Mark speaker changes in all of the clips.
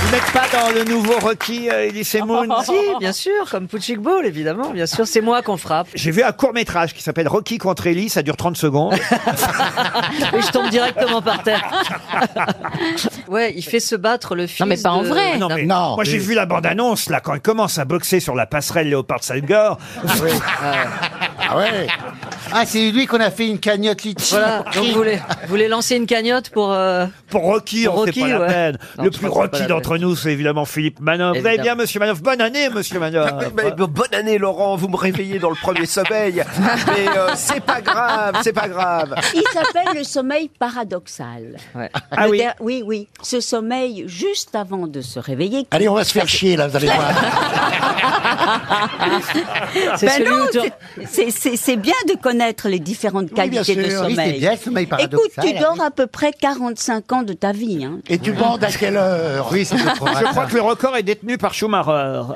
Speaker 1: Vous n'êtes pas dans le nouveau Rocky, euh, Elise et Moon
Speaker 2: Si, bien sûr, comme Punching Ball, évidemment, bien sûr, c'est moi qu'on frappe.
Speaker 1: J'ai vu un court-métrage qui s'appelle Rocky contre Ellie, ça dure 30 secondes.
Speaker 2: Et je tombe directement par terre. Ouais, il fait se battre le fils.
Speaker 3: mais pas en
Speaker 2: de-
Speaker 3: vrai.
Speaker 1: Non, mais
Speaker 4: Ah,
Speaker 5: Non.
Speaker 1: moi j'ai vu la bande-annonce, là, quand il commence à boxer sur la passerelle Léopard Salgor.
Speaker 5: Ah ouais Ah, c'est lui qu'on a fait une cagnotte litchi.
Speaker 2: Voilà, donc vous voulez, vous voulez lancer une cagnotte pour. euh,
Speaker 1: Pour Rocky,
Speaker 2: Pour
Speaker 1: on sait
Speaker 2: Rocky,
Speaker 1: pas la
Speaker 2: ouais.
Speaker 1: peine.
Speaker 2: Non,
Speaker 1: le
Speaker 2: je pense que c'est
Speaker 1: plus
Speaker 2: pas
Speaker 1: Rocky
Speaker 2: la
Speaker 1: d'entre nous, c'est évidemment Philippe Manoff. Vous allez
Speaker 2: Évidemment.
Speaker 1: bien, monsieur Manoff Bonne année, monsieur Manoff
Speaker 4: Mais bon- bonne année Laurent, vous me réveillez dans le premier sommeil. Mais euh, c'est pas grave, c'est pas grave.
Speaker 6: Il s'appelle le sommeil paradoxal.
Speaker 2: ouais.
Speaker 1: Ah
Speaker 6: Le
Speaker 1: oui.
Speaker 6: der- oui, oui. Ce sommeil juste avant de se réveiller.
Speaker 5: Allez, on va se faire chier, là, vous allez voir.
Speaker 2: C'est
Speaker 6: Ben
Speaker 2: celui
Speaker 6: non,
Speaker 2: où tu-
Speaker 6: c'est- c'est- c'est c'est bien de connaître les différentes
Speaker 5: Oui, bien
Speaker 6: qualités de
Speaker 5: sûr. Oui,
Speaker 6: sommeil.
Speaker 5: c'est bien, le sommeil
Speaker 6: Écoute,
Speaker 5: paradoxal. hein.
Speaker 6: tu dors à peu près 45 ans de ta vie. Hein.
Speaker 5: Et tu bandes à quelle heure Oui, c'est le
Speaker 1: Je crois que le record est détenu par Schumacher.
Speaker 7: Oh.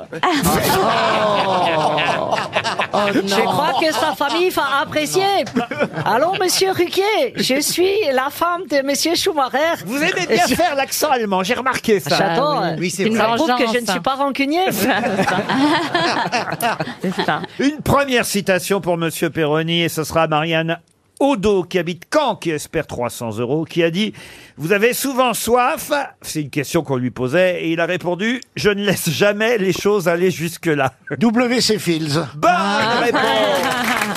Speaker 5: Oh,
Speaker 2: Je crois que sa famille va apprécier. Allons, monsieur Ruquier, je suis la femme de monsieur Schumacher.
Speaker 1: Vous aimez bien
Speaker 2: Et-
Speaker 1: faire l'accent allemand, j'ai remarqué ça.
Speaker 2: J'adore.
Speaker 3: oui.
Speaker 2: euh,
Speaker 5: Oui, c'est
Speaker 2: il me
Speaker 3: vrai.
Speaker 2: prouve que je ne
Speaker 3: Vengeance.
Speaker 2: suis pas rancunier.
Speaker 3: C'est ça.
Speaker 1: Une première citation pour Monsieur Perroni, et ce sera Marianne Odo, qui habite Caen, qui espère 300 euros, qui a dit « Vous avez souvent soif ?» C'est une question qu'on lui posait, et il a répondu « Je ne laisse jamais les choses aller jusque-là.
Speaker 5: WC Fields. ».
Speaker 1: Bonne
Speaker 8: Ah.
Speaker 1: réponse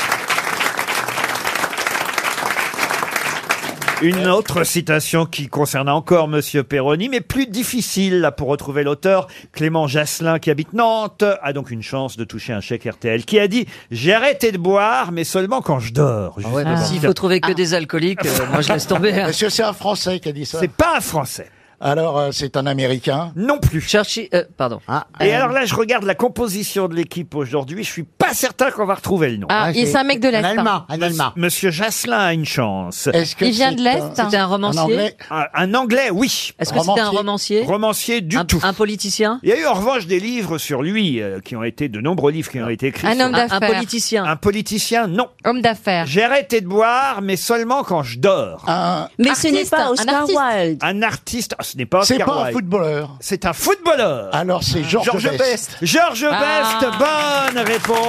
Speaker 1: Une autre citation qui concerne encore Monsieur Perroni, mais plus difficile là, pour retrouver l'auteur, Clément Jasselin, qui habite Nantes, a donc une chance de toucher un chèque RTL, qui a dit « J'ai arrêté de boire, mais seulement quand je dors. justement.
Speaker 2: S'il faut trouver que des alcooliques, euh, moi je laisse tomber. hein.
Speaker 5: Monsieur, c'est un Français qui a dit ça.
Speaker 1: C'est pas un Français,
Speaker 5: Alors, euh, c'est un Américain.
Speaker 1: non plus.
Speaker 2: Churchill, euh, pardon.
Speaker 5: Ah,
Speaker 1: Et alors là, je regarde la composition de l'équipe aujourd'hui, je suis pas certain qu'on va retrouver le nom.
Speaker 3: Ah, il- c'est un mec de l'Est. hein.
Speaker 5: un Allemand.
Speaker 1: Monsieur Jasselin a une chance.
Speaker 5: Est-ce que
Speaker 3: Il vient
Speaker 5: c'est
Speaker 3: de l'Est.
Speaker 5: un-
Speaker 2: C'était un
Speaker 5: Un
Speaker 2: romancier.
Speaker 5: anglais.
Speaker 1: Un- Un Anglais, oui.
Speaker 2: Est-ce que c'était un romancier
Speaker 1: Romancier du
Speaker 2: un,
Speaker 1: tout.
Speaker 2: un politicien
Speaker 1: Il y a eu en revanche des livres sur lui, euh, qui ont été de nombreux livres qui ont été écrits.
Speaker 3: Ah. Un
Speaker 1: sur-
Speaker 3: homme
Speaker 2: un, un
Speaker 3: d'affaires.
Speaker 2: politicien.
Speaker 1: Un politicien, non.
Speaker 3: Homme d'affaires.
Speaker 1: J'ai arrêté de boire, mais seulement quand je dors.
Speaker 5: Un-
Speaker 6: Mais ce n'est
Speaker 3: Artiste, un
Speaker 6: pas Oscar
Speaker 3: artiste.
Speaker 6: Wilde.
Speaker 1: Un artiste, ah, ce n'est pas
Speaker 5: C'est
Speaker 1: Oscar
Speaker 5: pas un
Speaker 1: Wilde.
Speaker 5: footballeur.
Speaker 1: C'est un footballeur.
Speaker 5: Alors, c'est Georges
Speaker 4: Georges
Speaker 5: Best.
Speaker 4: Best.
Speaker 1: Georges
Speaker 3: Ah.
Speaker 1: Best, bonne réponse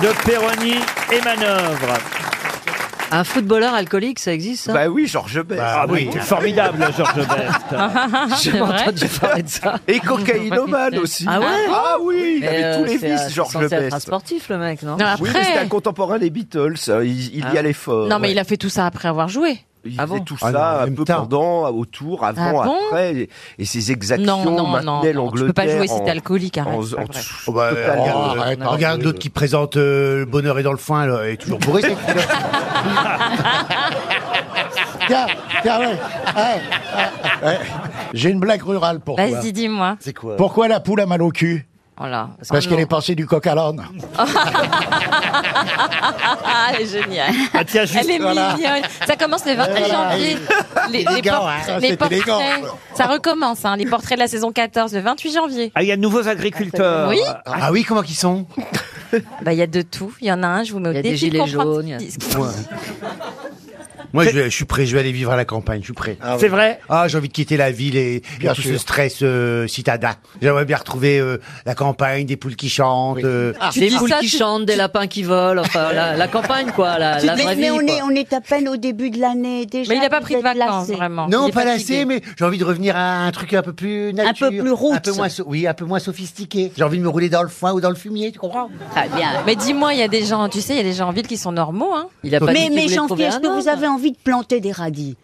Speaker 1: de Perroni et Manœuvre.
Speaker 2: Un footballeur alcoolique, ça existe ça
Speaker 4: Bah oui, Georges Best.
Speaker 5: Bah,
Speaker 1: Ah oui, formidable Georges Best.
Speaker 2: J'ai
Speaker 3: C'est vrai
Speaker 2: entendu parler de ça.
Speaker 4: Et cocaïnomane aussi.
Speaker 2: Ah ouais
Speaker 4: Ah oui, il
Speaker 2: Mais,
Speaker 4: avait
Speaker 2: euh,
Speaker 4: tous les
Speaker 2: c'est, euh,
Speaker 4: vices,
Speaker 2: c'est
Speaker 4: Georges
Speaker 2: censé être un
Speaker 4: Best.
Speaker 2: sportif, le mec, non
Speaker 3: Non,
Speaker 4: Oui, mais c'était
Speaker 3: après.
Speaker 4: un contemporain des Beatles. euh, Il, il y allait fort.
Speaker 3: Non, mais
Speaker 4: ouais.
Speaker 3: il a fait tout ça après avoir joué.
Speaker 4: Il
Speaker 2: Ah
Speaker 4: faisait
Speaker 2: bon
Speaker 4: tout
Speaker 5: Ah non, en
Speaker 4: ça un
Speaker 5: même
Speaker 4: peu
Speaker 5: temps.
Speaker 4: pendant, autour, avant,
Speaker 3: Ah bon
Speaker 4: après. et- Et ses exactions
Speaker 3: Non, non, non.
Speaker 4: maintenaient
Speaker 3: non, Tu peux pas
Speaker 4: l'Angleterre
Speaker 3: jouer si t'es
Speaker 4: en-
Speaker 3: alcoolique, arrête.
Speaker 4: en-
Speaker 3: c'est
Speaker 4: en-
Speaker 3: pas vrai.
Speaker 5: Oh, bah,
Speaker 4: Total,
Speaker 5: oh,
Speaker 4: euh,
Speaker 5: arrête,
Speaker 9: Regarde
Speaker 5: arrête.
Speaker 9: l'autre qui présente euh, Le bonheur est dans le foin, là, elle est toujours bourrée. cette fille-là.
Speaker 5: Tiens, tiens, ouais. Ouais, ouais, ouais. J'ai une blague rurale pour toi.
Speaker 3: Vas-y, dis-moi.
Speaker 9: C'est quoi
Speaker 5: Pourquoi la poule a mal au cul
Speaker 3: Voilà.
Speaker 5: Parce qu'elle est passée du coq à l'âne.
Speaker 3: Ah, elle est géniale.
Speaker 1: Ah, tiens, juste-
Speaker 3: Elle est
Speaker 5: Voilà.
Speaker 3: mignonne. Ça commence le 28 janvier. Les, les
Speaker 5: Élégant,
Speaker 3: por-
Speaker 5: hein. Ça,
Speaker 3: les
Speaker 5: c'est
Speaker 3: portraits.
Speaker 5: élégant.
Speaker 3: Ça recommence, hein, les portraits de la saison 14, le 28 janvier.
Speaker 1: Ah, il y a de nouveaux agriculteurs.
Speaker 3: Oui.
Speaker 9: Ah oui, comment qu'ils sont
Speaker 3: Bah, il y a de tout. Il y en a un, je vous mets au
Speaker 2: Il y a
Speaker 3: défi.
Speaker 2: des
Speaker 3: de
Speaker 2: gilets
Speaker 3: comprendre
Speaker 2: jaunes, il y a-
Speaker 3: ce qui-
Speaker 9: Moi, je, vais- je suis prêt, je vais aller vivre à la campagne, je suis prêt.
Speaker 1: C'est vrai
Speaker 9: Ah, j'ai envie de quitter la ville et, et
Speaker 5: Bien
Speaker 9: tout
Speaker 5: sûr.
Speaker 9: ce stress euh, citadin. J'aimerais bien retrouver euh, la campagne, des poules qui chantent. euh,
Speaker 3: Tu
Speaker 2: Ah, Des
Speaker 3: dis
Speaker 2: poules
Speaker 3: ça,
Speaker 2: qui
Speaker 3: tu-
Speaker 2: chantent, des lapins qui volent, enfin la, la campagne quoi, la, la
Speaker 6: mais
Speaker 2: vraie
Speaker 6: mais
Speaker 2: vie.
Speaker 6: on,
Speaker 2: quoi.
Speaker 6: est, on est à peine au début de l'année déjà.
Speaker 3: Mais il n'a pas
Speaker 6: vous
Speaker 3: pris de
Speaker 6: êtes
Speaker 3: vacances,
Speaker 6: lassé.
Speaker 3: vraiment. Il
Speaker 9: Non,
Speaker 3: est
Speaker 9: pas
Speaker 3: fatigué.
Speaker 9: lassé, mais j'ai envie de revenir à un truc un peu plus nature.
Speaker 6: peu plus roots.
Speaker 9: Un peu moins, so- oui, un peu moins sophistiqué. J'ai envie de me rouler dans le foin ou dans le fumier, tu comprends
Speaker 3: Ah,
Speaker 6: Très bien.
Speaker 3: Mais dis-moi, il y a des gens, tu sais, il y a des gens en ville qui sont normaux, hein.
Speaker 2: Il a pas dit
Speaker 6: Mais,
Speaker 2: qu'il
Speaker 6: mais
Speaker 2: voulait
Speaker 6: Jean-Pierre,
Speaker 2: trouver
Speaker 6: est-ce
Speaker 2: un
Speaker 6: que
Speaker 2: homme.
Speaker 6: vous avez envie de planter des radis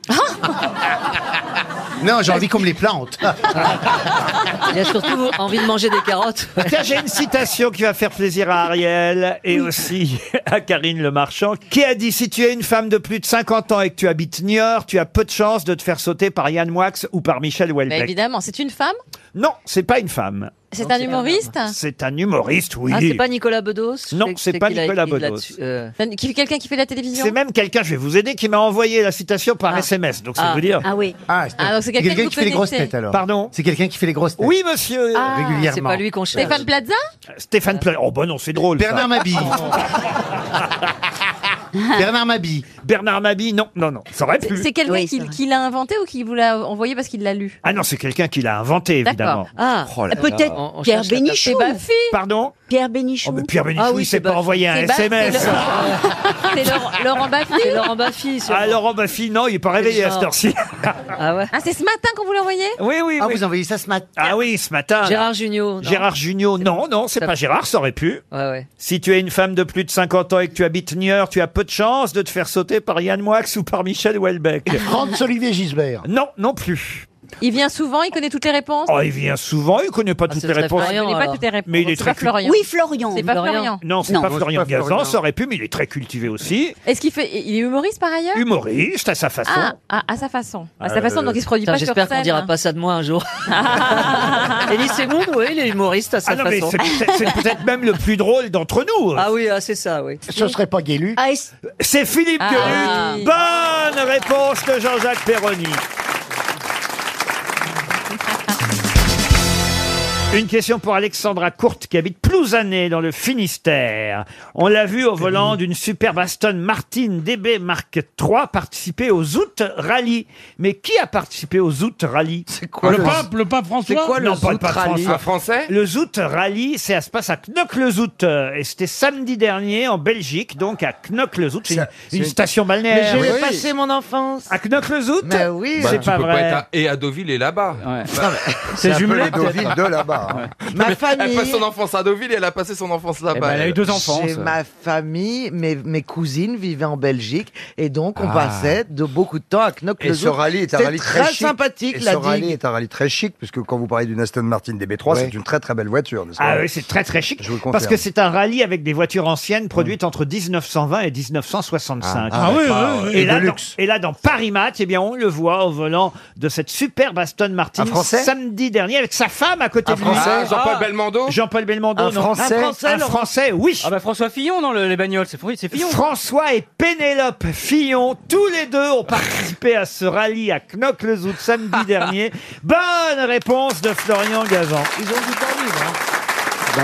Speaker 9: Non, j'ai envie qu'on me les plante.
Speaker 2: Il a surtout envie de manger des carottes.
Speaker 1: Ah, Tiens, j'ai une citation qui va faire plaisir à Ariel et aussi à Karine Le Marchand, qui a dit si tu es une femme de plus de 50 ans et que tu habites Niort, tu as peu de chances de te faire sauter par Yann Moix ou par Michel
Speaker 3: Mais
Speaker 2: Bah,
Speaker 1: Houellebecq.
Speaker 3: évidemment, c'est une femme,
Speaker 1: Non, c'est pas une femme.
Speaker 3: c'est un humoriste,
Speaker 1: C'est un humoriste, oui.
Speaker 2: Ah, c'est pas Nicolas Bedos Je
Speaker 1: Non,
Speaker 2: sais-
Speaker 1: c'est
Speaker 2: je sais
Speaker 1: pas
Speaker 2: qu'il a
Speaker 1: Nicolas
Speaker 2: écrit
Speaker 1: Bedos.
Speaker 2: là-dessus, euh,
Speaker 3: qui fait quelqu'un qui fait de la télévision.
Speaker 1: C'est même quelqu'un, je vais vous aider, qui m'a envoyé la citation par
Speaker 2: Ah.
Speaker 1: SMS. Donc ça
Speaker 2: Ah.
Speaker 1: veut dire.
Speaker 6: Ah oui.
Speaker 9: Ah,
Speaker 3: Ah, donc c'est quelqu'un que vous
Speaker 9: qui fait les grosses
Speaker 3: connaissez.
Speaker 9: têtes alors.
Speaker 1: Pardon
Speaker 9: C'est quelqu'un qui fait les grosses têtes.
Speaker 1: Oui, monsieur
Speaker 2: Ah, C'est
Speaker 9: régulièrement.
Speaker 2: pas lui qu'on cherche.
Speaker 3: Stéphane Plaza
Speaker 1: Ah. Stéphane Pla- Oh, bah non, c'est drôle. ça.
Speaker 9: Bernard Mabille. Bernard Mabille.
Speaker 1: Bernard Mabie, non, non, non, ça aurait
Speaker 10: C'est
Speaker 1: pu.
Speaker 10: c'est quelqu'un
Speaker 6: Oui, c'est
Speaker 10: qui,
Speaker 6: vrai.
Speaker 10: qui l'a inventé ou qui vous l'a envoyé parce qu'il l'a lu
Speaker 1: Ah non, c'est quelqu'un qui l'a inventé, évidemment.
Speaker 10: D'accord. Ah,
Speaker 11: Oh là là.
Speaker 6: Peut-être
Speaker 5: On- on
Speaker 6: Pierre
Speaker 5: cherche la tape.
Speaker 6: Bénichou.
Speaker 10: c'est Baffy
Speaker 1: Pardon
Speaker 6: Pierre
Speaker 1: Oh,
Speaker 6: Bénichou.
Speaker 1: mais Pierre Bénichou,
Speaker 5: Ah oui,
Speaker 1: il s'est
Speaker 5: c'est
Speaker 1: pas
Speaker 5: Baffy.
Speaker 1: envoyé un
Speaker 10: C'est Baffy,
Speaker 1: SMS.
Speaker 10: le- C'est Laurent, Laurent Baffy
Speaker 5: C'est Laurent Baffy. sûrement.
Speaker 1: Ah, Laurent Baffy, non, il est pas réveillé à cette heure-ci.
Speaker 5: Ah ouais.
Speaker 10: Ah, c'est ce matin qu'on vous l'a envoyé
Speaker 1: Oui, oui,
Speaker 9: Ah,
Speaker 1: oui.
Speaker 9: vous envoyez ça ce matin
Speaker 1: Ah oui, ce matin.
Speaker 5: Gérard Junior. non
Speaker 1: Gérard Jugnot, non, non, c'est
Speaker 5: Ça-
Speaker 1: pas Gérard, ça aurait pu.
Speaker 5: Ouais, ouais.
Speaker 1: Si tu es une femme de plus de 50 ans et que tu habites Niort, tu as peu de chances de te faire sauter par Yann Moix ou par Michel Houellebecq.
Speaker 12: Franz-Olivier Gisbert.
Speaker 1: non, non plus.
Speaker 10: Il vient souvent, il connaît toutes les réponses.
Speaker 1: Oh, il vient souvent, il connaît pas toutes
Speaker 5: Ah, ce
Speaker 1: les
Speaker 5: serait
Speaker 1: réponses.
Speaker 5: Florian.
Speaker 10: il connaît pas
Speaker 5: alors.
Speaker 10: toutes les réponses.
Speaker 1: Mais il est
Speaker 10: C'est
Speaker 1: très
Speaker 10: pas Florian.
Speaker 6: Oui, Florian.
Speaker 10: c'est pas
Speaker 5: Florian.
Speaker 10: Florian.
Speaker 1: Non, c'est
Speaker 6: Non,
Speaker 1: pas
Speaker 6: non,
Speaker 1: Florian
Speaker 9: c'est pas Florian.
Speaker 1: Gazan, ça aurait pu, mais il est très cultivé aussi.
Speaker 10: Est-ce qu'il fait Il est humoriste par ailleurs
Speaker 1: Humoriste à sa façon.
Speaker 10: Ah, ah, à sa façon. À sa
Speaker 1: Euh,
Speaker 10: façon, donc il se produit
Speaker 5: Putain,
Speaker 10: pas sur scène.
Speaker 5: J'espère qu'on dira pas ça de moi un jour. Elie Semoun, oui, il est humoriste à sa
Speaker 1: Ah non, mais
Speaker 5: façon.
Speaker 1: c'est peut-être- c'est peut-être même le plus drôle d'entre nous.
Speaker 5: Ah oui, ah, c'est ça, oui.
Speaker 12: Ce serait pas Guélu.
Speaker 6: Ah, est-ce-
Speaker 1: C'est Philippe
Speaker 10: Ah.
Speaker 1: Gueluc. Bonne réponse de Jean-Jacques Perroni. Une question pour Alexandra Courte qui habite Plouzané dans le Finistère. On l'a vu au volant d'une superbe Aston Martin DB Mark III participer au Zout Rally. Mais qui a participé au Zout Rally
Speaker 11: C'est quoi
Speaker 1: Le
Speaker 11: le
Speaker 1: pape,
Speaker 13: le pape
Speaker 1: C'est
Speaker 13: François
Speaker 1: quoi le Zout Rally
Speaker 11: français
Speaker 1: Le Zout Rally, c'est à se passe à Knokke-le-Zout. euh, Et c'était samedi dernier en Belgique, donc à Knokke-le-Zout. C'est une, une station balnéaire.
Speaker 13: J'ai passé mon enfance.
Speaker 1: À Knokke-le-Zout
Speaker 13: Mais oui.
Speaker 14: Bah,
Speaker 1: C'est pas vrai.
Speaker 7: et à Deauville et là-bas.
Speaker 13: C'est jumelé.
Speaker 12: de là-bas.
Speaker 13: Ma famille.
Speaker 7: enfance à Deauville et elle a passé son enfance
Speaker 13: Eh ben, elle a eu deux enfants.
Speaker 7: J'ai
Speaker 13: ça.
Speaker 7: ma famille, mes, mes cousines vivaient en Belgique et donc on passait de beaucoup de temps à knock
Speaker 11: Et ce rallye est un rallye très,
Speaker 7: très
Speaker 11: chic.
Speaker 7: sympathique
Speaker 11: Et
Speaker 7: la
Speaker 11: ce rallye
Speaker 7: digue.
Speaker 11: est un rallye très chic, puisque quand vous parlez d'une Aston Martin DB3,
Speaker 12: Ouais.
Speaker 11: c'est une très très belle voiture, n'est-ce
Speaker 1: Ah
Speaker 11: pas
Speaker 1: oui, c'est très très chic.
Speaker 11: Je vous le confirme. Mmh.
Speaker 1: Parce que c'est un rallye avec des voitures anciennes produites entre 1920 et 1965.
Speaker 13: Ah oui, oui, oui.
Speaker 1: Et, là,
Speaker 11: de
Speaker 1: dans,
Speaker 11: luxe.
Speaker 1: et là, dans Paris Match, eh bien, on le voit au volant de cette superbe Aston Martin
Speaker 11: Un Français
Speaker 1: samedi dernier avec sa femme à côté
Speaker 11: Un
Speaker 1: de
Speaker 11: Français
Speaker 1: lui. Ah.
Speaker 7: Jean-Paul Belmondo
Speaker 1: Jean-Paul Belmondo,
Speaker 11: Un
Speaker 1: non.
Speaker 11: Français
Speaker 1: un Français, un Français, oui.
Speaker 13: Ah bah François Fillon dans le- les bagnoles, c'est oui, c'est Fillon.
Speaker 1: François et Pénélope Fillon, tous les deux ont participé à ce rallye à Knokke-le-Zout samedi dernier. Bonne réponse de Florian Gazan.
Speaker 11: Bah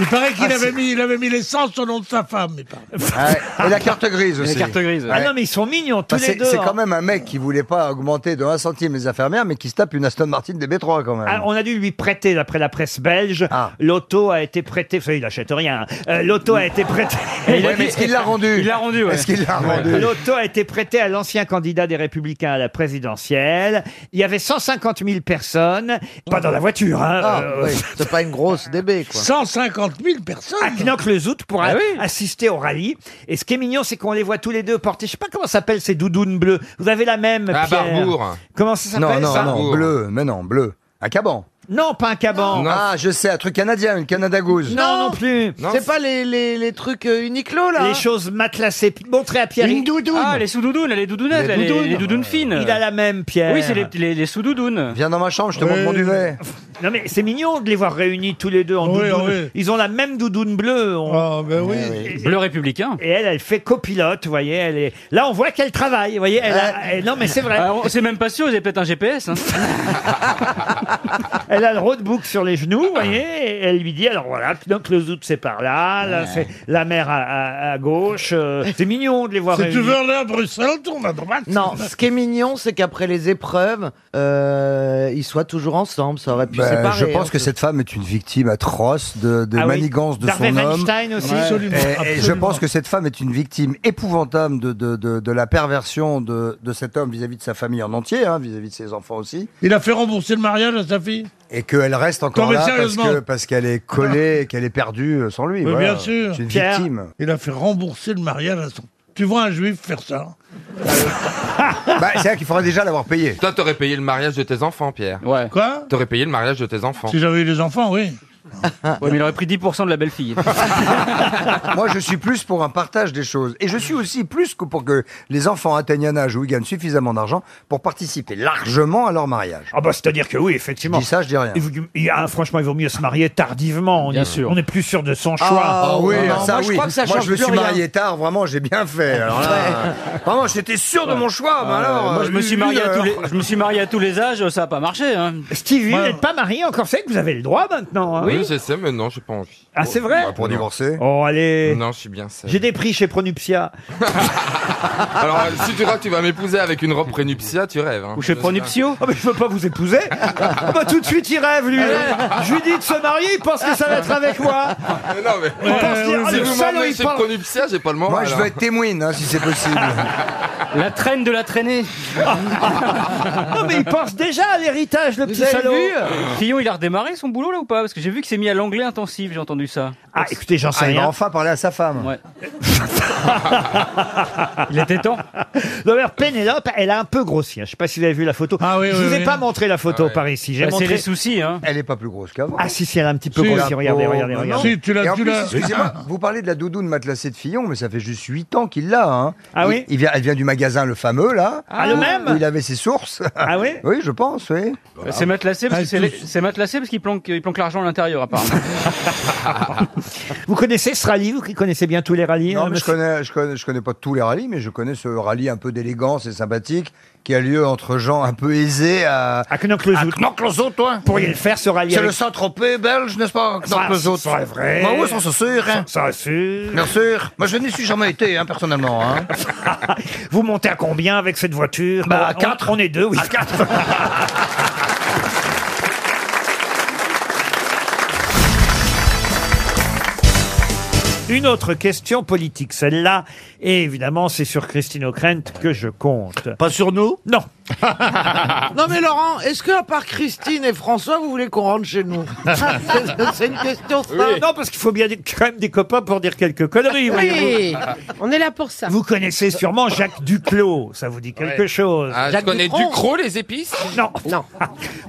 Speaker 13: Il paraît
Speaker 11: Ah,
Speaker 1: Ah,
Speaker 13: qu'il avait mis, il avait mis l'essence au nom de sa femme.
Speaker 11: Ouais. Et la carte grise aussi.
Speaker 13: grise.
Speaker 1: Ah
Speaker 11: Ouais.
Speaker 1: non, mais ils sont mignons
Speaker 11: Bah,
Speaker 1: tous les
Speaker 11: c'est
Speaker 1: deux.
Speaker 11: c'est
Speaker 1: hein.
Speaker 11: quand même un mec qui voulait pas augmenter de 1 centime les infirmières, mais qui se tape une Aston Martin DB3 quand même.
Speaker 1: Ah, on a dû lui prêter, d'après la presse belge.
Speaker 11: Ah.
Speaker 1: L'auto a été prêtée. Enfin, il achète rien. Euh, L'auto a été prêtée.
Speaker 11: Ouais, mais est-ce qu'il l'a rendu
Speaker 13: Il l'a rendu, ouais.
Speaker 11: Est-ce qu'il l'a rendu
Speaker 1: L'auto a été prêtée à l'ancien candidat des Républicains à la présidentielle. Il y avait 150 000 personnes, pas dans la voiture, hein,
Speaker 7: Ah,
Speaker 1: euh,
Speaker 7: oui, c'est pas une grosse DB quoi.
Speaker 13: 150 000
Speaker 1: à
Speaker 13: personnes.
Speaker 1: Knock-le-Zout pour
Speaker 13: Ah
Speaker 1: a-
Speaker 13: oui.
Speaker 1: assister au rallye. Et ce qui est mignon, c'est qu'on les voit tous les deux porter, je sais pas comment s'appellent ces doudounes bleues. Vous avez la même,
Speaker 7: Un
Speaker 1: Pierre.
Speaker 7: Ah, barbour.
Speaker 1: Comment ça s'appelle
Speaker 11: Ah, Non, non,
Speaker 1: ça
Speaker 11: non,
Speaker 7: Sarrebourg.
Speaker 11: bleu, mais non, bleu. Un caban.
Speaker 1: Non, pas un caban.
Speaker 7: Non.
Speaker 11: Ah, je sais, un truc canadien, une Canada Goose.
Speaker 1: non, non plus.
Speaker 7: Non,
Speaker 13: pas les, les, les trucs
Speaker 7: euh,
Speaker 13: Uniqlo
Speaker 1: Les choses matelassées. Montrez à Pierre.
Speaker 12: Une doudoune.
Speaker 13: Ah, les sous-doudounes, les doudounettes,
Speaker 11: Les
Speaker 13: là, les,
Speaker 11: doudounes.
Speaker 13: les doudounes fines.
Speaker 1: Il a la même, Pierre.
Speaker 13: Oui, c'est les, les, les sous-doudounes.
Speaker 11: Viens dans ma chambre, je te montre mon duvet.
Speaker 1: Non mais c'est mignon de les voir réunis tous les deux en
Speaker 13: Oui,
Speaker 1: doudoune.
Speaker 13: oui. Ah, ben
Speaker 1: Ils ont la même doudoune bleue. on-
Speaker 11: Eh
Speaker 13: Bleu républicain.
Speaker 1: Et elle, elle fait copilote, vous voyez. Elle est... Là, on voit qu'elle travaille, vous voyez. Elle
Speaker 4: Euh,
Speaker 11: Euh.
Speaker 1: a... elle- Non mais c'est vrai.
Speaker 13: Alors, c'est même pas sûr, ils avaient peut-être un GPS. Hein.
Speaker 1: Elle a le roadbook sur les genoux, vous voyez. Et elle lui dit, alors voilà, donc le zout c'est par là, là c'est la mer à, à- à gauche. euh, C'est mignon de les voir réunis.
Speaker 13: là à Bruxelles, tourne à droite.
Speaker 7: Non, ce qui est mignon, c'est qu'après les épreuves, euh, ils soient toujours ensemble. Ça aurait pu
Speaker 11: Ben,
Speaker 7: séparer.
Speaker 11: je pense
Speaker 7: hein,
Speaker 11: que
Speaker 7: ce-
Speaker 11: cette femme est une victime atroce de, de
Speaker 1: Ah oui.
Speaker 11: manigances de
Speaker 1: Harvey
Speaker 11: son homme.
Speaker 1: Weinstein aussi.
Speaker 11: Et, et je pense que cette femme est une victime épouvantable de, de, de, de la perversion de, de cet homme vis-à-vis de sa famille en entier, hein, vis-à-vis de ses enfants aussi,
Speaker 13: Il a fait rembourser le mariage à sa fille
Speaker 11: et qu'elle reste encore
Speaker 13: Non, mais
Speaker 11: là parce
Speaker 13: sérieusement.
Speaker 11: que parce qu'elle est collée, et qu'elle est perdue euh, sans lui.
Speaker 13: Mais
Speaker 11: voilà.
Speaker 13: bien sûr.
Speaker 11: c'est une
Speaker 1: Pierre.
Speaker 11: victime.
Speaker 13: Il a fait rembourser le mariage à son... Tu vois un juif faire ça hein,
Speaker 11: Bah, c'est vrai qu'il faudrait déjà l'avoir payé.
Speaker 7: Toi, t'aurais payé le mariage de tes enfants, Pierre.
Speaker 13: Ouais. Quoi
Speaker 7: T'aurais payé le mariage de tes enfants.
Speaker 13: Si j'avais eu des enfants, Ah oui. Ouais, mais il aurait pris 10% de la belle-fille.
Speaker 11: Moi, je suis plus pour un partage des choses, et je suis aussi plus que pour que les enfants atteignent un âge où ils gagnent suffisamment d'argent pour participer largement à leur mariage.
Speaker 1: Ah bah c'est-à-dire que oui, effectivement.
Speaker 11: Je dis ça, je dis rien.
Speaker 1: Il vaut- il y a- franchement, il vaut mieux se marier tardivement. On
Speaker 13: Bien
Speaker 1: est,
Speaker 13: sûr.
Speaker 1: On est plus sûr de son Oh, choix.
Speaker 11: Ah oui,
Speaker 7: non,
Speaker 11: ah,
Speaker 7: non,
Speaker 11: ça
Speaker 7: moi, je
Speaker 11: oui.
Speaker 7: crois que ça
Speaker 11: moi
Speaker 7: change
Speaker 11: je me
Speaker 7: plus
Speaker 11: suis
Speaker 7: rien.
Speaker 11: marié tard, vraiment j'ai bien fait. Alors là, vraiment j'étais sûr de mon
Speaker 4: bah
Speaker 11: choix. mais alors,
Speaker 13: Moi,
Speaker 11: euh,
Speaker 13: je me, suis
Speaker 11: une
Speaker 13: marié à tous
Speaker 11: heure.
Speaker 13: les, je me suis marié à tous les âges, ça n'a pas marché. Hein.
Speaker 1: Stevie,
Speaker 13: Ouais.
Speaker 1: vous n'êtes pas marié encore, c'est que vous avez le droit maintenant. hein.
Speaker 13: Oui,
Speaker 1: Oui.
Speaker 15: j'essaie, mais non, j'ai pas envie.
Speaker 1: Ah, c'est vrai
Speaker 7: Bah,
Speaker 15: Pour divorcer
Speaker 1: Oh, allez.
Speaker 15: Non, je suis bien seul.
Speaker 1: J'ai des prix chez Pronuptia.
Speaker 15: Alors, euh, si tu crois que tu vas m'épouser avec une robe prénuptia, tu rêves. hein.
Speaker 1: Ou chez
Speaker 15: Je-
Speaker 1: Pronuptio Ah, mais je veux pas vous épouser. Ah, bah, tout de suite, il rêve, lui. Je lui dis de se marier, il pense que ça va être avec moi.
Speaker 15: Mais non, mais.
Speaker 1: On pense dire, ah,
Speaker 15: si
Speaker 1: le
Speaker 15: vous
Speaker 1: salaud,
Speaker 15: m'emmenez
Speaker 1: il
Speaker 15: chez
Speaker 1: parle.
Speaker 15: Pronuptia, j'ai pas le moral.
Speaker 11: Moi, je veux être témoine, hein, si c'est possible.
Speaker 14: La traîne de la traînée.
Speaker 1: non, mais il pense déjà à l'héritage, le petit salaud.
Speaker 14: Fillon, il a redémarré son boulot là ou pas Parce que j'ai vu qu'il s'est mis à l'anglais intensif, j'ai entendu ça.
Speaker 1: Ah, écoutez, j'en sais
Speaker 14: Ah, il
Speaker 1: rien.
Speaker 14: va
Speaker 11: enfin parler à sa femme.
Speaker 14: Ouais. il était temps.
Speaker 1: D'ailleurs, Pénélope, elle a un peu grossi. hein. Je sais pas si vous avez vu la photo. je
Speaker 14: oui,
Speaker 1: vous ai
Speaker 14: oui.
Speaker 1: pas montré la photo par ici. J'ai
Speaker 14: Bah,
Speaker 1: montré...
Speaker 14: C'est les soucis, hein.
Speaker 11: Elle est pas plus grosse qu'avant.
Speaker 1: Ah si, si, elle a un petit peu
Speaker 11: Si,
Speaker 1: grossi.
Speaker 11: la
Speaker 1: Regardez,
Speaker 11: pauvre,
Speaker 1: regardez,
Speaker 11: non.
Speaker 1: regardez.
Speaker 11: Et en plus, excusez-moi, vous parlez de la doudoune matelassée de Fillon, mais ça fait juste 8 ans qu'il l'a. hein.
Speaker 1: Ah
Speaker 11: Il-
Speaker 1: oui
Speaker 11: il vient, Elle vient du magasin Le Fameux, là.
Speaker 14: Ah, le
Speaker 11: où-
Speaker 14: même
Speaker 11: où Il avait ses sources.
Speaker 1: Ah oui
Speaker 11: Oui, je pense, oui.
Speaker 14: Bah, C'est matelassé parce que c'est
Speaker 11: Ah,
Speaker 14: les-
Speaker 11: tous.
Speaker 14: c'est matelassé parce qu'il planque, il planque l'argent à l'intérieur apparemment.
Speaker 1: Vous connaissez ce rallye Vous qui connaissez bien tous les rallyes
Speaker 11: Non,
Speaker 1: euh,
Speaker 11: mais je
Speaker 1: monsieur
Speaker 11: connais, je connais, je connais pas tous les rallyes, mais je connais ce rallye un peu d'élégance et sympathique qui a lieu entre gens un peu aisés à.
Speaker 1: À Knock-le-Zout.
Speaker 11: toi
Speaker 1: Vous pourriez le faire, ce rallye
Speaker 11: C'est
Speaker 1: avec-
Speaker 11: le Saint-Tropez belge, n'est-ce pas Knock-le-Zout.
Speaker 1: Ça, c'est vrai.
Speaker 11: Bah oui, ça, c'est sûr. hein.
Speaker 1: Ça, sûr.
Speaker 11: Bien sûr. Moi, je n'y suis jamais été, hein, personnellement. hein.
Speaker 1: Vous montez à combien avec cette voiture
Speaker 11: Bah, à
Speaker 1: On-
Speaker 11: quatre.
Speaker 1: On, est deux, oui.
Speaker 11: À quatre.
Speaker 1: Une autre question politique, celle-là. Et évidemment, c'est sur Christine O'Krent que je compte. Pas sur nous Non.
Speaker 7: Ah. Non mais Laurent, est-ce que à part Christine et François, vous voulez qu'on rentre chez nous C'est- C'est une question simple.
Speaker 1: Non, parce qu'il faut bien dire- quand même des copains pour dire quelques conneries. voyez-vous.
Speaker 16: on est là pour ça.
Speaker 1: Vous connaissez sûrement Jacques Duclos, ça vous dit quelque
Speaker 15: Ouais.
Speaker 1: chose.
Speaker 15: Ah, je connais Ducrot, les épices
Speaker 1: Non. Non.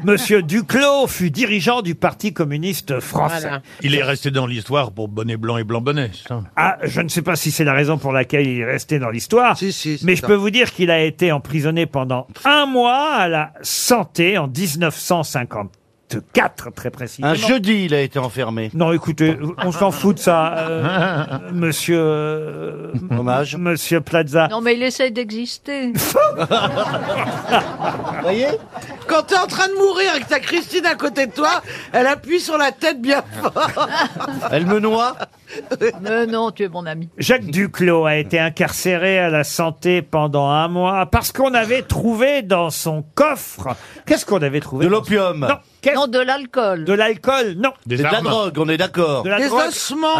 Speaker 1: Monsieur Duclos fut dirigeant du Parti communiste français.
Speaker 4: Il est resté dans l'histoire pour bonnet blanc et blanc bonnet.
Speaker 1: Ah, je ne sais pas si c'est la raison pour laquelle il est resté dans l'histoire. mais je
Speaker 4: ça.
Speaker 1: peux vous dire qu'il a été emprisonné pendant un mois à la santé en 1954, très précisément.
Speaker 9: Un jeudi, il a été enfermé.
Speaker 1: Non, écoutez, on s'en fout de ça, euh, monsieur. Hommage. Monsieur Plaza.
Speaker 16: Non, mais il essaye d'exister.
Speaker 7: voyez Quand t'es en train de mourir et que t'as Christine à côté de toi, elle appuie sur la tête bien fort.
Speaker 1: Elle me noie
Speaker 16: Mais Euh, non, tu es mon ami.
Speaker 1: Jacques Duclos a été incarcéré à la santé pendant un mois parce qu'on avait trouvé dans son coffre. Qu'est-ce qu'on avait trouvé De l'opium. Non.
Speaker 16: Non, de l'alcool.
Speaker 1: De l'alcool, non.
Speaker 9: C'est de la drogue, on est d'accord.
Speaker 1: De la drogue.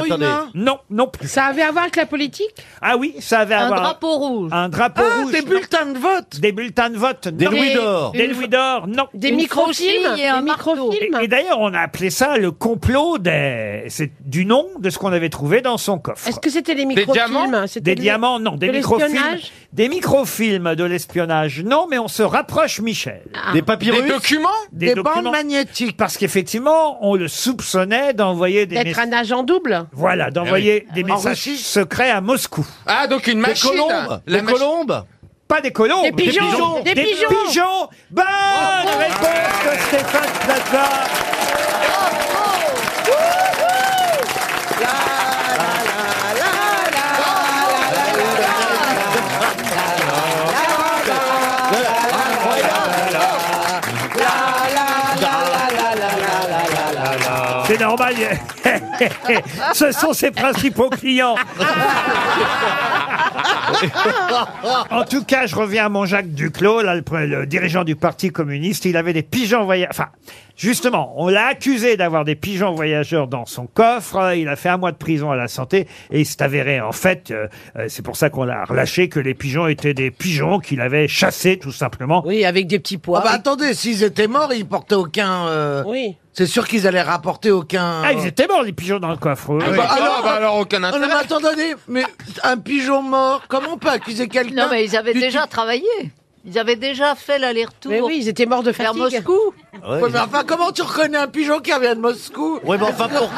Speaker 9: Attendez.
Speaker 1: Non, non plus.
Speaker 16: Ça avait à voir avec la politique
Speaker 1: Ah oui, ça avait à
Speaker 16: Un
Speaker 1: voir.
Speaker 16: drapeau rouge.
Speaker 1: Un drapeau
Speaker 16: Ah,
Speaker 1: rouge.
Speaker 16: des
Speaker 1: bulletins de vote. Des bulletins de vote.
Speaker 16: Des
Speaker 1: non.
Speaker 16: louis d'or.
Speaker 1: Des
Speaker 16: Une-
Speaker 1: louis d'or, non.
Speaker 16: Des Une microfilms faucille et un Des marteau. microfilms.
Speaker 1: Et, et d'ailleurs, on a appelé ça le complot des. C'est du nom de ce qu'on avait trouvé dans son coffre.
Speaker 16: Est-ce que c'était les microfilms C'était
Speaker 1: Des
Speaker 16: de-
Speaker 1: diamants, non. Des
Speaker 16: de
Speaker 1: microfilms.
Speaker 16: l'espionnage
Speaker 1: Des microfilms de l'espionnage, non, mais on se rapproche, Michel.
Speaker 9: Ah. Des papyrus Des documents Des bandes
Speaker 1: magnétiques. Parce qu'effectivement, on le soupçonnait d'envoyer des
Speaker 16: D'être
Speaker 1: messages.
Speaker 16: un agent double
Speaker 1: Voilà,
Speaker 17: Eh
Speaker 1: d'envoyer
Speaker 16: Ah
Speaker 1: des
Speaker 16: oui. En
Speaker 1: messages
Speaker 16: Russie
Speaker 1: secrets à Moscou.
Speaker 15: Ah, donc une machine La machine-
Speaker 1: colombes Pas des colombes
Speaker 16: Des pigeons. Des pigeons.
Speaker 1: pigeons. Bonne réponse de Stéphane Plaza Ah C'est normal. Ce sont ses principaux clients. En tout cas, je reviens à mon Jacques Duclos, là, le, le dirigeant du Parti communiste. Il avait des pigeons voyageurs. Enfin, justement, on l'a accusé d'avoir des pigeons voyageurs dans son coffre. Il a fait un mois de prison à la santé et il s'est avéré, en fait, euh, euh, c'est pour ça qu'on l'a relâché, que les pigeons étaient des pigeons qu'il avait chassés, tout simplement.
Speaker 7: Oui, avec des petits pois. bah attendez, s'ils étaient morts, ils portaient aucun. Oui. C'est sûr qu'ils allaient rapporter aucun.
Speaker 1: Ah, ils étaient morts, les pigeons dans le coffre.
Speaker 7: Ah,
Speaker 1: oui.
Speaker 7: bah, alors,
Speaker 15: bah, alors, aucun
Speaker 7: Non, mais attends, attendez, mais un pigeon mort, comment on peut accuser quelqu'un
Speaker 16: Non, mais ils avaient déjà travaillé. Ils avaient déjà fait l'aller-retour. Mais oui, ils étaient morts de fatigue. Vers Moscou.
Speaker 7: Ouais, mais enfin, comment tu reconnais un pigeon qui revient de Moscou Ah,
Speaker 9: Ouais, mais enfin,
Speaker 7: Excuse-moi.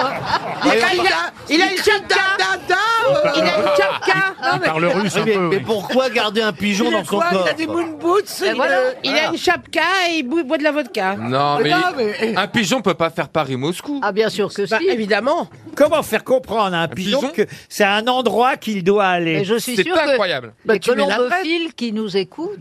Speaker 7: Il a, il a- il a une chatte Il a
Speaker 18: Ah,
Speaker 7: une
Speaker 17: capka.
Speaker 7: Non, mais-
Speaker 4: parle russe un
Speaker 17: mais,
Speaker 4: peu,
Speaker 17: mais
Speaker 4: oui.
Speaker 17: pourquoi garder un pigeon
Speaker 7: Il est
Speaker 17: dans son
Speaker 7: quoi,
Speaker 17: corps
Speaker 7: Il a des moon boots.
Speaker 16: Ben
Speaker 17: Et voilà.
Speaker 19: Il a une chapka et il bou- boit de la vodka.
Speaker 1: Ah,
Speaker 15: Non, mais,
Speaker 7: mais-
Speaker 15: un pigeon peut pas faire Paris-Moscou.
Speaker 19: Ah bien sûr que si. Évidemment.
Speaker 1: Bah, Comment faire comprendre à un pigeon, que c'est un endroit qu'il doit aller
Speaker 16: Mais je suis sûr que
Speaker 2: Bah,
Speaker 16: les colombophiles qui nous écoutent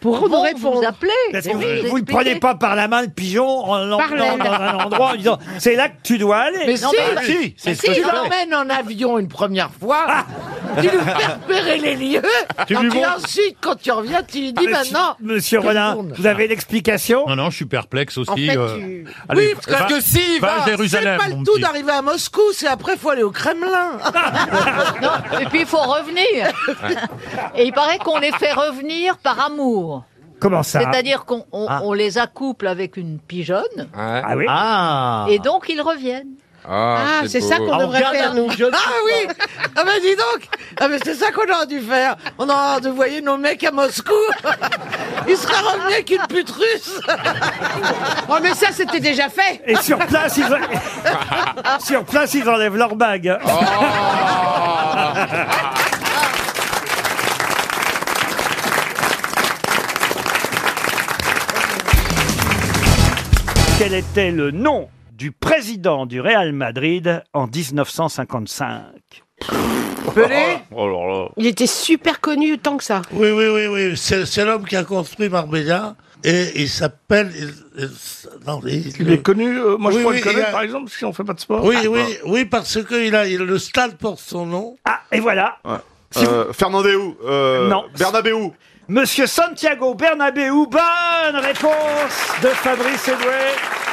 Speaker 16: pourront
Speaker 1: nous
Speaker 16: vous
Speaker 1: répondre.
Speaker 16: appeler.
Speaker 1: Parce
Speaker 16: et
Speaker 1: que
Speaker 16: vous
Speaker 1: vous, vous ne
Speaker 16: expliquer.
Speaker 1: prenez pas par la main le pigeon en l'emmenant
Speaker 7: l'aile.
Speaker 1: dans un endroit en disant c'est là que tu dois aller.
Speaker 7: Mais si,
Speaker 1: bah, c'est ce que
Speaker 7: tu
Speaker 1: je fais.
Speaker 7: l'emmènes en avion une première fois, tu lui fais repérer les lieux,
Speaker 4: Tu lui
Speaker 7: et
Speaker 4: montres.
Speaker 7: ensuite, quand tu reviens, tu lui dis
Speaker 4: Monsieur-
Speaker 7: maintenant...
Speaker 1: Ah, Monsieur
Speaker 7: tu
Speaker 1: Rollin,
Speaker 7: retournes.
Speaker 1: vous avez l'explication
Speaker 4: Non, non, je suis perplexe aussi.
Speaker 7: En fait,
Speaker 4: euh,
Speaker 7: tu-
Speaker 4: allez,
Speaker 7: oui, parce
Speaker 4: va-
Speaker 7: que si,
Speaker 4: va à
Speaker 7: c'est
Speaker 4: Jérusalem,
Speaker 7: pas
Speaker 4: mon
Speaker 7: le tout
Speaker 4: petit.
Speaker 7: d'arriver à Moscou, c'est après, faut aller au Kremlin.
Speaker 16: Non, et puis il faut revenir. Et il paraît qu'on les fait revenir par amour.
Speaker 2: Oh,
Speaker 1: Comment ça
Speaker 16: C'est-à-dire qu'on on-
Speaker 1: Ah.
Speaker 16: on les accouple avec une pigeonne
Speaker 1: Ah oui
Speaker 16: et donc ils reviennent.
Speaker 7: Ah, c'est ça qu'on devrait faire, nous. Ah oui Ah
Speaker 2: bah,
Speaker 7: ben dis donc Ah ben c'est ça qu'on aurait dû faire On aurait dû voyer nos mecs à Moscou Ils seraient revenus avec une pute russe
Speaker 19: Oh mais ça c'était déjà fait.
Speaker 1: Et sur place, ils, sur place, ils enlèvent leur bague.
Speaker 7: Ah.
Speaker 1: Quel était le nom du président du Real Madrid en 1955 Oh,
Speaker 19: Il était super connu tant que ça.
Speaker 13: Oui, oui, oui, oui. C'est c'est l'homme qui a construit Marbella et il s'appelle. il- il- non,
Speaker 18: Il est connu, euh, moi je
Speaker 13: Oui,
Speaker 18: pourrais
Speaker 13: oui,
Speaker 18: le connaître
Speaker 13: il a-
Speaker 18: par exemple si on fait pas de sport. Ah.
Speaker 13: Oui, oui, oui, parce qu'il a, il- le stade porte son nom.
Speaker 1: Ah, et voilà.
Speaker 13: Euh,
Speaker 3: Fernandéou.
Speaker 1: oh, Non.
Speaker 3: Bernabéou.
Speaker 1: Monsieur Santiago Bernabéu, bonne réponse de Fabrice Edoué.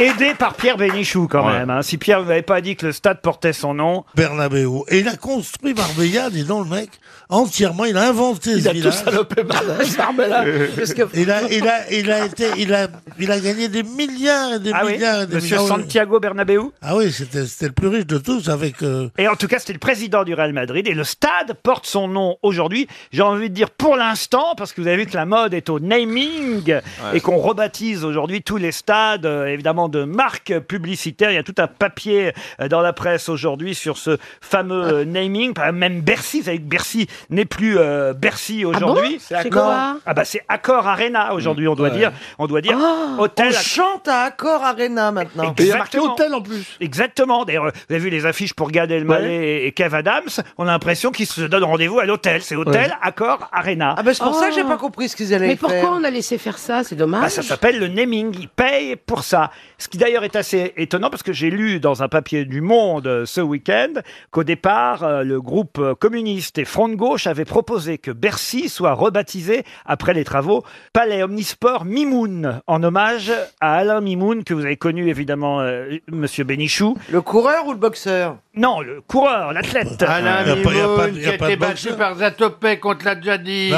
Speaker 1: Aidé par Pierre Bénichou quand même. hein. Si Pierre n'avait pas dit que le stade portait son nom.
Speaker 13: Bernabéu. Et il a construit Marbella, dis donc le mec, entièrement, il a inventé
Speaker 1: Il
Speaker 13: ce
Speaker 1: a tout
Speaker 13: village.
Speaker 1: salopé Mar- Marbella. Parce que-
Speaker 13: Il a, il a, il a été, il a, il a gagné des milliards et des
Speaker 1: Ah oui,
Speaker 13: milliards et des
Speaker 1: Monsieur
Speaker 13: milliards.
Speaker 1: Santiago Bernabéu.
Speaker 13: Ah oui, c'était, c'était le plus riche de tous avec. euh,
Speaker 1: Et en tout cas, c'était le président du Real Madrid. Et le stade porte son nom aujourd'hui. J'ai envie de dire pour l'instant, parce que vous avez vu que la mode est au naming et qu'on rebaptise aujourd'hui tous les stades, euh, évidemment, de marques publicitaires. Il y a tout un papier euh, dans la presse aujourd'hui sur ce fameux euh, naming. Par exemple, Même Bercy, vous savez que Bercy n'est plus euh, Bercy aujourd'hui.
Speaker 7: Ah bon C'est Accor.
Speaker 1: Ah, bah c'est Accor Arena aujourd'hui, on doit
Speaker 7: Ouais.
Speaker 1: dire. On doit dire hôtel.
Speaker 7: Oh, On
Speaker 1: Accor-
Speaker 7: chante à Accor Arena maintenant.
Speaker 1: et il y a marqué hôtel
Speaker 7: en plus.
Speaker 1: Exactement. D'ailleurs, euh, vous avez vu les affiches pour Gad Elmaleh et- et Kev Adams. On a l'impression qu'ils se donnent rendez-vous à l'hôtel. C'est hôtel
Speaker 7: Ouais.
Speaker 1: Accor Arena.
Speaker 7: Ah ben c'est pour ça que
Speaker 10: Oh.
Speaker 7: j'ai pas compris ce qu'ils allaient
Speaker 19: Mais
Speaker 7: faire.
Speaker 19: pourquoi on a laissé faire ça C'est dommage.
Speaker 1: Bah, ça s'appelle le naming. Ils payent pour ça. Ce qui d'ailleurs est assez étonnant parce que j'ai lu dans un papier du Monde euh, ce week-end qu'au départ, euh, le groupe euh, communiste et Front de Gauche avait proposé que Bercy soit rebaptisé après les travaux Palais Omnisport Mimoun en hommage à Alain Mimoun que vous avez connu évidemment, euh, Monsieur Bénichou.
Speaker 7: Le coureur ou le boxeur
Speaker 1: Non, le coureur, Euh, l'athlète.
Speaker 17: Alain Limoun qui a été battu par Zatopek, on te l'a déjà dit.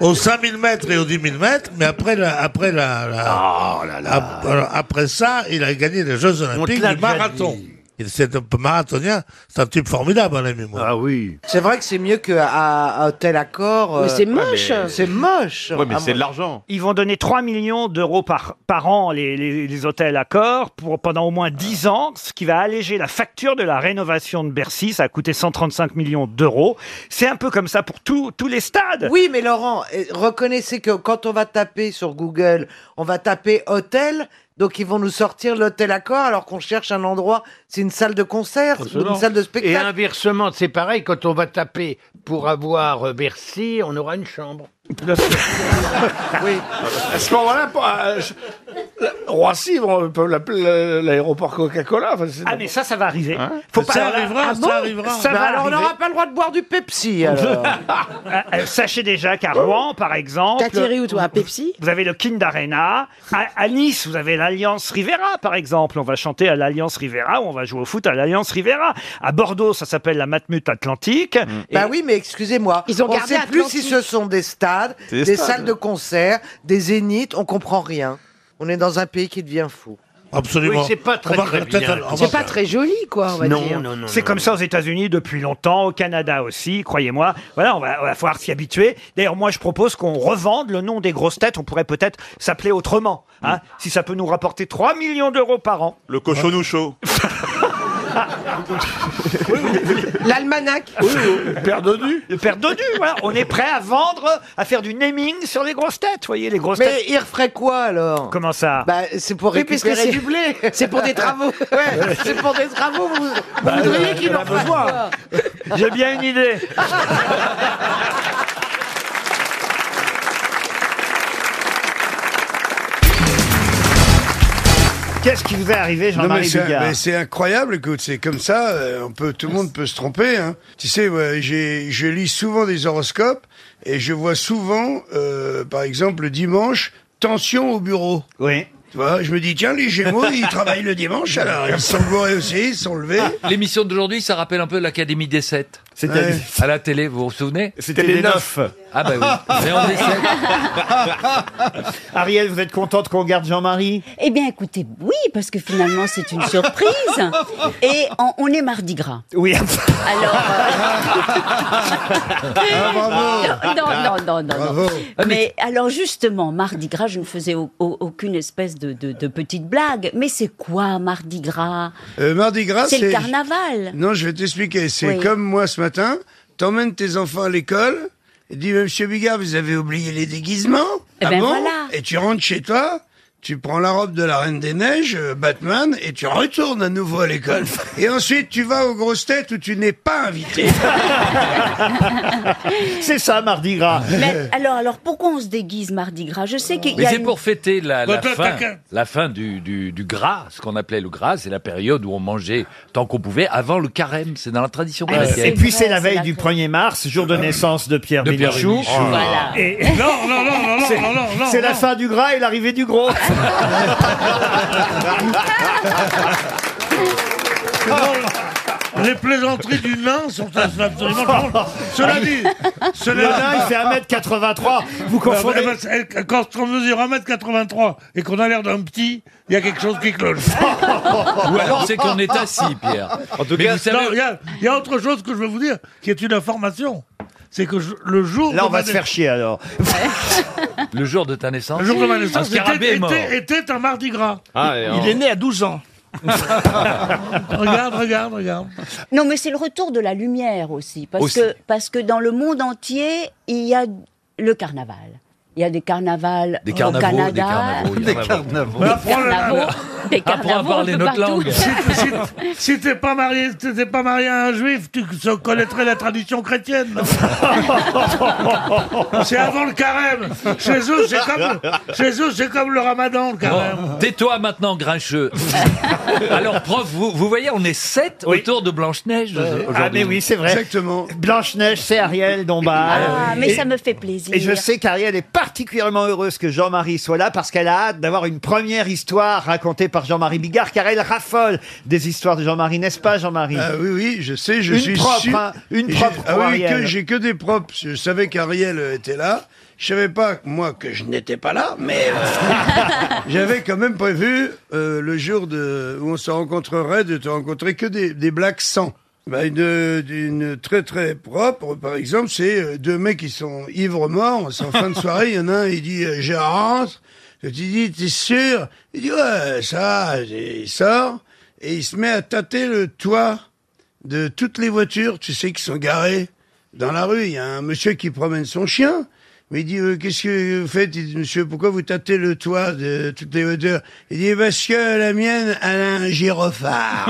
Speaker 13: aux 5000 mètres et aux 10 000 mètres, mais après la, après la, la- ap- alors, après ça, il a gagné les Jeux Olympiques
Speaker 7: l'a
Speaker 13: du
Speaker 7: déjà
Speaker 13: marathon. Il c'est un peu marathonien, c'est un type formidable, hein, l'ami moi. Ah oui.
Speaker 7: C'est vrai que c'est mieux qu'à à, à Hôtel Accor.
Speaker 13: Mais c'est
Speaker 7: moche C'est moche
Speaker 1: Ouais, mais
Speaker 7: Ah,
Speaker 1: c'est
Speaker 7: moi-
Speaker 1: de
Speaker 3: L'argent.
Speaker 1: Ils vont donner 3 millions d'euros par, par an, les, les- les hôtels à corps, pour, pendant au moins 10 ans, ce qui va alléger la facture de la rénovation de Bercy. Ça a coûté 135 millions d'euros. C'est un peu comme ça pour tous tous les stades.
Speaker 7: Oui, mais Laurent, eh, reconnaissez que quand on va taper sur Google, on va taper hôtel, donc ils vont nous sortir l'hôtel Accor alors qu'on cherche un endroit, c'est une salle de concert, ou une salle de
Speaker 17: Et
Speaker 7: spectacle.
Speaker 17: inversement, c'est pareil, quand on va taper pour avoir euh, Bercy, on aura une chambre.
Speaker 7: oui.
Speaker 18: À ce moment-là, pour- euh, je- la- Roissy, on peut l'appeler euh, l'aéroport Coca-Cola. Enfin, c'est- Hein
Speaker 1: Ah, mais ça, ça va arriver.
Speaker 18: Faut pas- alors là- ah bon
Speaker 1: Ça
Speaker 7: Bah
Speaker 1: va
Speaker 7: alors on
Speaker 1: arriver.
Speaker 7: n'aura pas le droit de boire du Pepsi. alors. Oh.
Speaker 1: Euh, euh, Sachez déjà qu'à Rouen, par exemple.
Speaker 19: T'as tiré où, toi, à
Speaker 1: Pepsi Vous avez le Kind Arena. À, à Nice, vous avez l'Alliance Rivera, par exemple. On va chanter à l'Alliance Rivera ou on va jouer au foot à l'Alliance Rivera. À Bordeaux, ça s'appelle la Matmut Atlantique.
Speaker 7: Bah oui, mais excusez-moi,
Speaker 1: Ils ont
Speaker 7: on ne
Speaker 1: gardé
Speaker 7: sait plus
Speaker 1: Atlantique.
Speaker 7: si ce sont des stades,
Speaker 1: C'est des
Speaker 7: des,
Speaker 1: stades.
Speaker 7: salles de concert, des zéniths, on comprend rien. On est dans un pays qui devient fou.
Speaker 13: Absolument.
Speaker 17: Oui, c'est pas très,
Speaker 13: On va-
Speaker 17: très
Speaker 13: peut-être-
Speaker 17: bien.
Speaker 13: on va-
Speaker 19: C'est pas très joli, quoi, on va
Speaker 1: non,
Speaker 19: dire.
Speaker 1: non, non. C'est comme ça aux États-Unis depuis longtemps, au Canada aussi, croyez-moi. Voilà, on va, on va falloir s'y habituer. D'ailleurs, moi, je propose qu'on revende le nom des grosses têtes. On pourrait peut-être s'appeler autrement. hein, Si ça peut nous rapporter 3 millions d'euros par an.
Speaker 3: Le cochonou chaud.
Speaker 19: L'almanach.
Speaker 1: le père Dodu. Le père Dodu, voilà. On est prêt à vendre, à faire du naming sur les grosses têtes, voyez, les grosses
Speaker 7: Mais
Speaker 1: têtes.
Speaker 7: il referait quoi alors
Speaker 1: Comment ça
Speaker 7: bah, C'est pour
Speaker 1: Oui,
Speaker 7: récupérer
Speaker 1: puisque c'est-
Speaker 7: du blé.
Speaker 1: c'est pour des travaux.
Speaker 7: ouais, c'est pour des travaux. Vous, vous
Speaker 1: Bah,
Speaker 7: voudriez
Speaker 1: euh,
Speaker 7: qu'il
Speaker 1: on a
Speaker 7: en fasse
Speaker 1: besoin.
Speaker 7: quoi
Speaker 1: J'ai bien une idée. Qu'est-ce qui vous est arrivé,
Speaker 20: Non, mais
Speaker 1: Jean-Marie
Speaker 20: c'est-
Speaker 1: Bigard
Speaker 20: mais c'est incroyable, écoute, c'est comme ça, euh, on peut, tout le monde peut se tromper. hein. Tu sais, ouais, j'ai- je lis souvent des horoscopes et je vois souvent, euh, par exemple, le dimanche, tension au bureau.
Speaker 1: Oui.
Speaker 20: Tu vois, je me dis, tiens, les Gémeaux, ils travaillent le dimanche, alors ils sont bourrés aussi, ils sont levés.
Speaker 8: Ah.
Speaker 6: Ah.
Speaker 8: L'émission d'aujourd'hui, ça rappelle un peu l'Académie des 7.
Speaker 20: C'est-à-dire
Speaker 8: Ouais. À la télé, vous vous souvenez
Speaker 20: C'était les neuf.
Speaker 8: Ah bah oui. Mais on est sept.
Speaker 1: Euh, Ariel, vous êtes contente qu'on garde Jean-Marie
Speaker 6: Eh bien, écoutez, oui, parce que finalement, c'est une surprise. Et en- on est mardi gras. euh,
Speaker 1: Oui.
Speaker 6: Non, non, non, non, non.
Speaker 21: Bravo.
Speaker 6: Mais alors justement, Mardi Gras, je ne faisais au- au- aucune espèce de, de- de petite blague. Mais c'est quoi Mardi Gras
Speaker 20: Euh, Mardi Gras,
Speaker 6: C'est le carnaval.
Speaker 20: Non, je vais t'expliquer. C'est
Speaker 6: Oui.
Speaker 20: comme moi ce matin, t'emmènes tes enfants à l'école, et dis, mais monsieur Bigard, vous avez oublié les déguisements
Speaker 6: Eh
Speaker 20: Ah
Speaker 6: ben
Speaker 20: bon
Speaker 6: voilà.
Speaker 20: Et tu rentres chez toi, tu prends la robe de la Reine des Neiges, euh, Batman, et tu retournes à nouveau à l'école. et ensuite, tu vas aux grosses têtes où tu n'es pas invité.
Speaker 1: C'est ça, Mardi Gras.
Speaker 6: Mais alors, alors pourquoi on se déguise Mardi Gras Je sais qu'il
Speaker 8: Mais
Speaker 6: y a
Speaker 8: c'est
Speaker 6: une-
Speaker 8: pour fêter la, la
Speaker 6: Bah, t'as-
Speaker 8: fin,
Speaker 6: t'as-
Speaker 8: la fin du, du, du gras, ce qu'on appelait le gras, c'est la période où on mangeait tant qu'on pouvait avant le carême, Ah, c'est dans la tradition
Speaker 18: Ah,
Speaker 8: chrétienne.
Speaker 1: Et puis c'est la veille du 1er mars, jour de naissance de Pierre
Speaker 8: De Pierre
Speaker 1: Bénichou. Oh.
Speaker 8: Bénichou. Voilà.
Speaker 1: Et-
Speaker 13: Non, non, non, non, non,
Speaker 1: C'est-
Speaker 13: non, non, non,
Speaker 1: C'est la
Speaker 13: non.
Speaker 1: fin du gras et l'arrivée du gros.
Speaker 13: Les plaisanteries du nain sont absolument drôles. Cela dit,
Speaker 1: Le nain, il fait 1m83. Vous confondez.
Speaker 13: Ah, bah, bah, Quand on mesure 1m83 et qu'on a l'air d'un petit, il y a quelque chose qui cloche.
Speaker 8: Ou alors c'est qu'on est assis, Pierre. En tout
Speaker 13: Mais
Speaker 8: cas,
Speaker 13: vous savez- Non, il y a- il y, a autre chose que je veux vous dire, qui est une information. C'est que je- le jour.
Speaker 8: Là,
Speaker 13: de
Speaker 8: on va
Speaker 13: ma
Speaker 8: se
Speaker 13: na-
Speaker 8: faire
Speaker 1: chier alors.
Speaker 8: le jour de ta naissance.
Speaker 13: Le jour de ma
Speaker 8: Un
Speaker 13: naissance
Speaker 8: scarabée
Speaker 13: était,
Speaker 8: est mort.
Speaker 13: était- était un mardi gras.
Speaker 8: Ah, et en-
Speaker 13: né à 12 ans. regarde, regarde, regarde.
Speaker 6: Non, mais c'est le retour de la lumière aussi, parce
Speaker 13: Aussi.
Speaker 6: que parce que dans le monde entier, il y a le carnaval. Il y a des carnavals
Speaker 8: Des carnavaux,
Speaker 6: au Canada.
Speaker 8: des carnavaux, il y en a beaucoup.
Speaker 6: Des carnavaux, des
Speaker 8: Apprends à
Speaker 6: carnavaux
Speaker 8: parler
Speaker 6: un peu
Speaker 8: notre
Speaker 6: partout.
Speaker 8: langue.
Speaker 13: Si t'es pas marié, si t'étais pas marié à un juif, tu se- connaîtrais la tradition chrétienne. non c'est avant le carême. Chez eux, c'est comme chez eux, c'est comme le ramadan, le carême.
Speaker 8: Bon, tais-toi maintenant, grincheux. Alors, prof, vous, vous voyez, on est sept autour de
Speaker 22: Euh,
Speaker 8: Blanche-Neige
Speaker 18: euh,
Speaker 8: aujourd'hui.
Speaker 1: Ah, mais oui, c'est vrai. Blanche-Neige, c'est Ariel Dombal.
Speaker 6: Ah, mais
Speaker 1: Et-
Speaker 6: ça me fait plaisir.
Speaker 1: Et je sais qu'Ariel est particulièrement heureuse que Jean-Marie soit là parce qu'elle a hâte d'avoir une première histoire racontée par Jean-Marie Bigard car elle raffole des histoires de Jean-Marie, n'est-ce pas Jean-Marie
Speaker 20: Ah oui, oui, je sais, je
Speaker 1: Une
Speaker 20: suis
Speaker 1: propre,
Speaker 20: sûr-
Speaker 1: hein, une
Speaker 20: j'ai-
Speaker 1: propre
Speaker 20: Ah
Speaker 1: pour
Speaker 20: oui,
Speaker 1: Ariel.
Speaker 20: que j'ai que des propres. Je savais qu'Ariel était là. Je savais pas, moi, que je n'étais pas là, mais euh, j'avais quand même prévu euh, le jour de, où on se rencontrerait de te rencontrer que des, des blagues sans. Bah, une, une très très propre, par exemple, c'est euh, deux mecs qui sont ivres morts, c'est en fin de soirée, il y en a un, il dit euh, « je rentre », tu dis « t'es sûr ?» Il dit « ouais, ça », il sort, et il se met à tâter le toit de toutes les voitures, tu sais, qui sont garées dans la rue. Il y a un monsieur qui promène son chien. Mais il dit, euh, qu'est-ce que vous faites Il dit, monsieur, pourquoi vous tâtez le toit de toutes les voitures Il dit, parce que la mienne, elle a un gyrophare.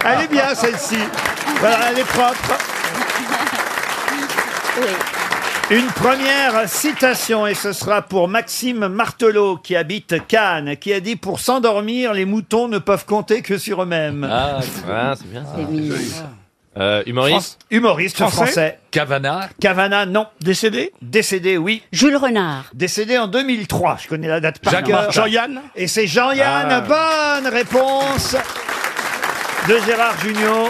Speaker 1: Elle est bien celle-ci. Voilà, elle est propre. Une première citation, et ce sera pour Maxime Martelot, qui habite Cannes, qui a dit Pour s'endormir, les moutons ne peuvent compter que sur eux-mêmes.
Speaker 22: Ah, c'est ah, c'est bien ça.
Speaker 6: C'est mignon.
Speaker 22: Euh, humoriste
Speaker 1: Humoriste français.
Speaker 22: Cavana
Speaker 1: Cavana, non. Décédé Décédé, oui.
Speaker 6: Jules Renard.
Speaker 1: Décédé en 2003. Je connais la date par
Speaker 22: Jacques Ah.
Speaker 1: cœur.
Speaker 22: Martin.
Speaker 1: Jean-Yann Et c'est Jean-Yann. Bonne réponse de Gérard Junior.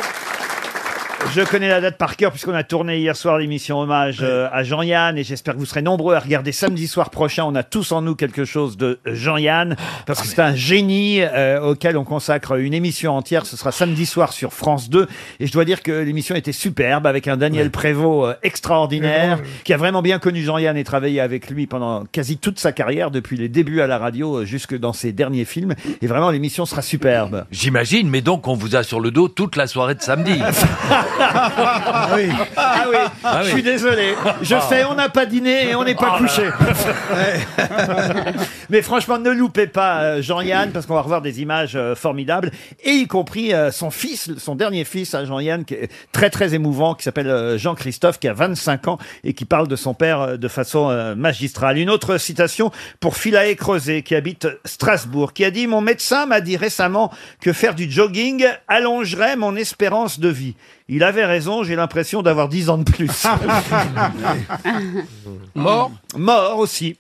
Speaker 1: Je connais la date par cœur puisqu'on a tourné hier soir l'émission Hommage euh, à Jean-Yann et j'espère que vous serez nombreux à regarder samedi soir prochain. On a tous en nous quelque chose de Jean-Yann parce que c'est un génie euh, auquel on consacre une émission entière. Ce sera samedi soir sur France 2 et je dois dire que l'émission était superbe avec un Daniel Prévost euh, extraordinaire qui a vraiment bien connu Jean-Yann et travaillé avec lui pendant quasi toute sa carrière depuis les débuts à la radio euh, jusque dans ses derniers films et vraiment l'émission sera superbe.
Speaker 18: J'imagine, mais donc on vous a sur le dos toute la soirée de samedi.
Speaker 1: Ah oui.
Speaker 18: Ah oui.
Speaker 1: Je suis désolé. Je sais, on n'a pas dîné et on n'est pas
Speaker 18: Oh là
Speaker 1: couché. Mais franchement, ne loupez pas euh, Jean-Yann parce qu'on va revoir des images euh, formidables et y compris euh, son fils, son dernier fils à Jean-Yann qui est très très émouvant qui s'appelle euh, Jean-Christophe qui a 25 ans et qui parle de son père euh, de façon euh, magistrale. Une autre citation pour Philae Creuset qui habite Strasbourg qui a dit mon médecin m'a dit récemment que faire du jogging allongerait mon espérance de vie. Il avait raison, j'ai l'impression d'avoir 10 ans de plus. Mort Mort aussi.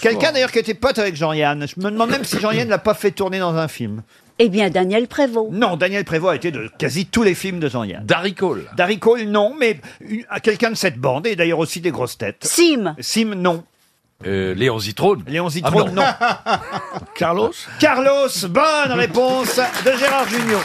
Speaker 1: Quelqu'un
Speaker 23: morts.
Speaker 1: d'ailleurs qui était pote avec Jean-Yann. Je me demande même si Jean-Yann l'a pas fait tourner dans un film.
Speaker 23: Eh bien, Daniel Prévost.
Speaker 1: Non, Daniel Prévost a été de quasi tous les films de Jean-Yann. Darry Cole. Darry Cole, non, mais une- à quelqu'un de cette bande, et d'ailleurs aussi des grosses têtes.
Speaker 23: Sim.
Speaker 1: Sim, non.
Speaker 18: Euh, Léon Zitrone.
Speaker 1: Léon Zitrone, non. Carlos Carlos, bonne réponse de Gérard Junior.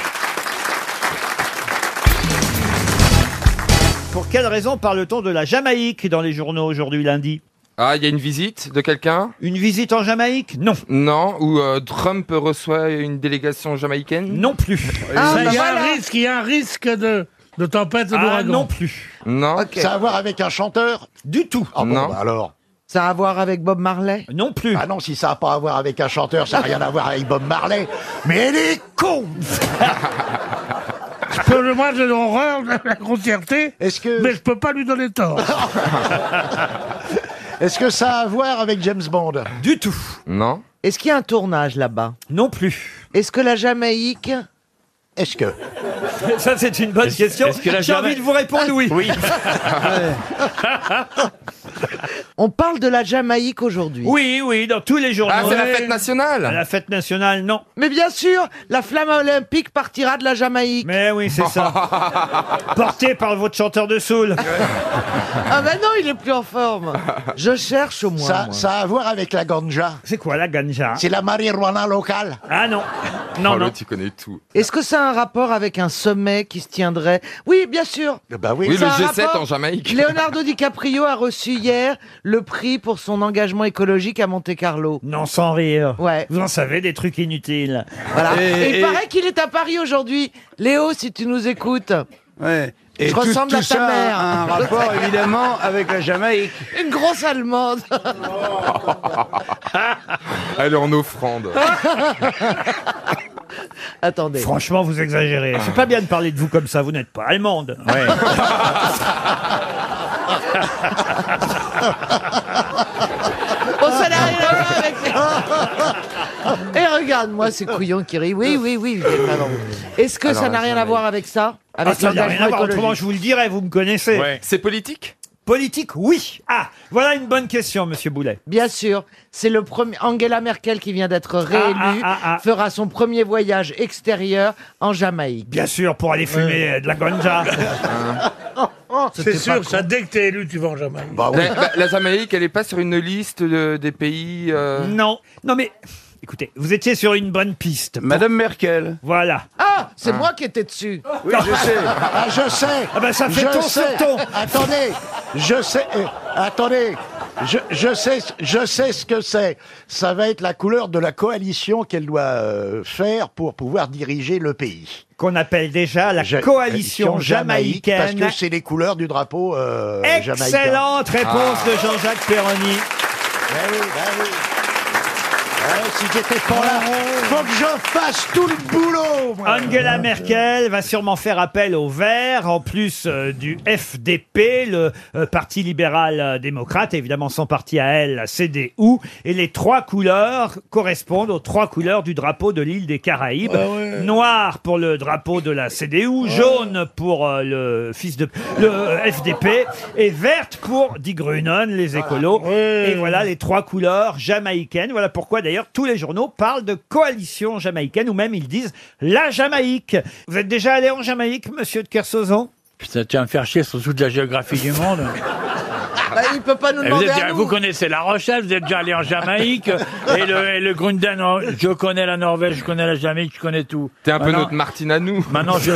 Speaker 1: Pour quelle raison parle-t-on de la Jamaïque dans les journaux aujourd'hui lundi
Speaker 14: Ah, il y a une visite de quelqu'un
Speaker 1: Une visite en Jamaïque Non.
Speaker 14: Non Où euh, Trump reçoit une délégation jamaïcaine
Speaker 1: Non plus.
Speaker 14: Ah,
Speaker 13: il, y a
Speaker 14: bah
Speaker 13: un risque, il y a un risque de, de tempête et
Speaker 14: Ah,
Speaker 13: d'ouragan.
Speaker 14: non
Speaker 1: plus.
Speaker 14: Non.
Speaker 9: Ça a à voir avec un chanteur
Speaker 1: Du tout.
Speaker 9: Ah bon,
Speaker 14: Non.
Speaker 9: bah alors
Speaker 7: Ça a à voir avec Bob Marley
Speaker 1: Non plus.
Speaker 9: Ah non, si ça n'a pas à voir avec un chanteur, ça n'a rien à voir avec Bob Marley. Mais elle est con
Speaker 13: Je peux- moi, j'ai l'horreur de la grossièreté, mais je peux pas lui donner tort.
Speaker 9: Est-ce que ça a à voir avec James Bond
Speaker 1: Du tout.
Speaker 14: Non.
Speaker 7: Est-ce qu'il y a un tournage là-bas
Speaker 1: Non plus.
Speaker 7: Est-ce que la Jamaïque.
Speaker 9: Est-ce que.
Speaker 1: Ça, c'est une bonne question.
Speaker 7: est-ce que la
Speaker 1: J'ai
Speaker 7: Jama-
Speaker 1: envie de vous répondre oui. Ah, Oui.
Speaker 7: On parle de la Jamaïque aujourd'hui.
Speaker 1: oui, dans tous les journaux.
Speaker 7: Ah, c'est la fête
Speaker 14: nationale
Speaker 1: La fête nationale, non.
Speaker 7: Mais bien sûr, la flamme olympique partira de la Jamaïque.
Speaker 1: Mais oui, c'est ça. Porté par votre chanteur de soul.
Speaker 7: Ah ben non, il est plus en forme. Je cherche au moins.
Speaker 9: ça,
Speaker 7: moi.
Speaker 9: ça a à voir avec la ganja.
Speaker 1: C'est quoi la ganja
Speaker 9: C'est la marijuana locale.
Speaker 1: Ah non.
Speaker 14: oh, l'autre, il connaît tout.
Speaker 7: Est-ce que ça a un rapport avec un sommet qui se tiendrait Eh ben Oui, bien sûr.
Speaker 9: Bah
Speaker 14: oui. Oui,
Speaker 7: Ça
Speaker 14: le
Speaker 7: a un
Speaker 14: G7
Speaker 7: rapport.
Speaker 14: en Jamaïque.
Speaker 7: Leonardo DiCaprio a reçu hier le prix pour son engagement écologique à Monte-Carlo.
Speaker 1: Non, sans rire.
Speaker 7: Ouais.
Speaker 1: Vous en savez des trucs inutiles.
Speaker 7: Voilà. Et, il paraît qu'il est à Paris aujourd'hui. Léo, si tu nous écoutes.
Speaker 1: Ouais.
Speaker 7: Et Je tout- ressemble tout à ta ça a mère. un rapport,
Speaker 20: évidemment avec la Jamaïque.
Speaker 7: Une grosse Allemande.
Speaker 14: Elle est en offrande.
Speaker 7: Attendez.
Speaker 1: Franchement, vous exagérez. C'est pas bien de parler de vous comme ça. Vous n'êtes pas allemande. Ah,
Speaker 7: Oh, ça n'a rien à voir avec... Et regarde-moi ces couillons qui rient. Oui, oui, oui. j'ai pas l'envie. Est-ce que
Speaker 14: Alors,
Speaker 7: ça n'a rien à voir avec ça Avec
Speaker 1: Ah, ça n'a rien à
Speaker 7: l'engagement
Speaker 1: voir, autrement,
Speaker 7: écologique
Speaker 1: je vous le dirais, vous me connaissez.
Speaker 14: C'est politique
Speaker 1: Politique, oui. Ah, voilà une bonne question, monsieur Boulet.
Speaker 7: Bien sûr, c'est le premier Angela Merkel qui vient d'être réélue fera son premier voyage extérieur en Jamaïque.
Speaker 1: Bien sûr, pour aller fumer euh, de la ganja.
Speaker 13: Oh, C'est sûr, ça, dès que t'es élu, tu vas en Jamaïque.
Speaker 14: la, bah, la Jamaïque, elle est pas sur une liste de- des pays. euh,
Speaker 1: non, non mais, écoutez, vous étiez sur une bonne piste.
Speaker 20: Madame Merkel.
Speaker 1: Voilà.
Speaker 7: Ah, c'est
Speaker 1: Ah.
Speaker 7: moi qui étais dessus.
Speaker 9: Oui, je sais. Ah, je sais.
Speaker 1: Ah ben, ça fait
Speaker 9: je
Speaker 1: ton
Speaker 9: sais.
Speaker 1: sur ton.
Speaker 9: Attendez, je sais. euh, attendez. Je, je sais, ce- je sais ce que c'est. Ça va être la couleur de la coalition qu'elle doit euh, faire pour pouvoir diriger le pays.
Speaker 1: Qu'on appelle déjà la
Speaker 9: Ja-
Speaker 1: coalition jamaïcaine.
Speaker 9: Parce que c'est les couleurs du drapeau euh, jamaïcain.
Speaker 1: Excellente réponse
Speaker 9: Ah.
Speaker 1: de Jean-Jacques
Speaker 9: Ben
Speaker 13: Eh
Speaker 1: Perroni.
Speaker 7: Bah
Speaker 9: oui, ben oui. Ouais, si j'étais pas là, faut que je fasse tout le boulot. moi.
Speaker 1: Angela Merkel va sûrement faire appel aux Verts, en plus euh, du FDP, le euh, Parti libéral-démocrate, évidemment son parti à elle, la CDU, et les trois couleurs correspondent aux trois couleurs du drapeau de l'île des Caraïbes.
Speaker 9: Ah
Speaker 1: Noir pour le drapeau de la CDU, jaune pour euh, le fils de le euh, FDP, et verte pour Die Grünen, les écolos. Et voilà les trois couleurs jamaïcaines. Voilà pourquoi d'ailleurs tous les journaux parlent de coalition jamaïcaine ou même ils disent la Jamaïque. Vous êtes déjà allé en Jamaïque, monsieur de Kersauzon
Speaker 17: Putain, tu vas me faire chier sur toute la géographie du monde.
Speaker 5: Bah, il peut pas
Speaker 1: Eh,
Speaker 5: nous
Speaker 17: Et vous,
Speaker 5: demander
Speaker 17: êtes-
Speaker 5: à nous.
Speaker 17: vous connaissez la Rochelle, vous êtes déjà allé en Jamaïque, et le, et le Grunden, en- je connais la Norvège, je connais la Jamaïque, je connais tout.
Speaker 14: T'es un peu
Speaker 17: Maintenant-
Speaker 14: notre Martine à nous.
Speaker 17: Maintenant, je...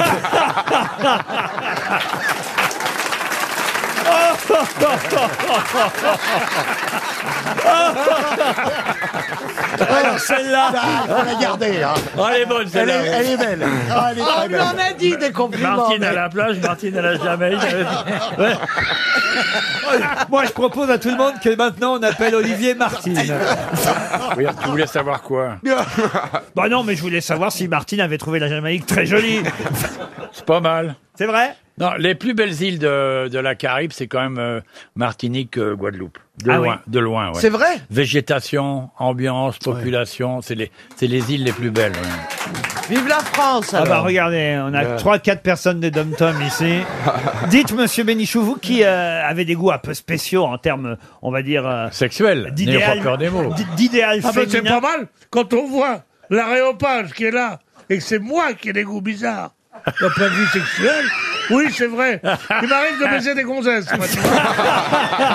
Speaker 5: Alors,
Speaker 1: celle-là,
Speaker 5: on Ah, l'a gardée, hein.
Speaker 17: Oh, elle est bonne, celle-là.
Speaker 5: Elle est- elle est belle. Oh,
Speaker 7: Ah,
Speaker 5: elle est Oh, très mais belle. on a dit des compliments,
Speaker 17: Martine à
Speaker 5: mais-
Speaker 17: la plage, Martine à la Jamaïque. Ouais.
Speaker 1: Moi, je propose à tout le monde que maintenant on appelle Olivier Martine.
Speaker 17: Oui, tu voulais savoir quoi
Speaker 1: Bah non, mais je voulais savoir si Martine avait trouvé la Jamaïque très jolie.
Speaker 17: C'est pas mal.
Speaker 1: C'est vrai
Speaker 17: Non, les plus belles îles de, de la Caraïbe, c'est quand même euh, Martinique, euh, Guadeloupe. De
Speaker 1: Ah oui.
Speaker 17: loin, de loin, ouais.
Speaker 1: C'est vrai
Speaker 17: Végétation, ambiance, population, c'est les, c'est les îles les plus belles. ouais.
Speaker 1: Vive la France Ah bah
Speaker 17: alors.
Speaker 1: regardez, on a
Speaker 17: Ouais.
Speaker 1: 3-4 personnes des dom tom ici. Dites, monsieur Bénichou, vous qui euh, avez des goûts un peu spéciaux en termes, on va dire... euh,
Speaker 17: Sexuels, n'ayons pas peur des mots.
Speaker 1: D'idéal
Speaker 13: Ah ben, c'est
Speaker 1: féminin.
Speaker 13: pas mal quand on voit l'aréopage qui est là et que c'est moi qui ai des goûts bizarres d'un point de vue sexuel. Oui, c'est vrai. Il m'arrive de baiser des gonzesses. moi, tu vois.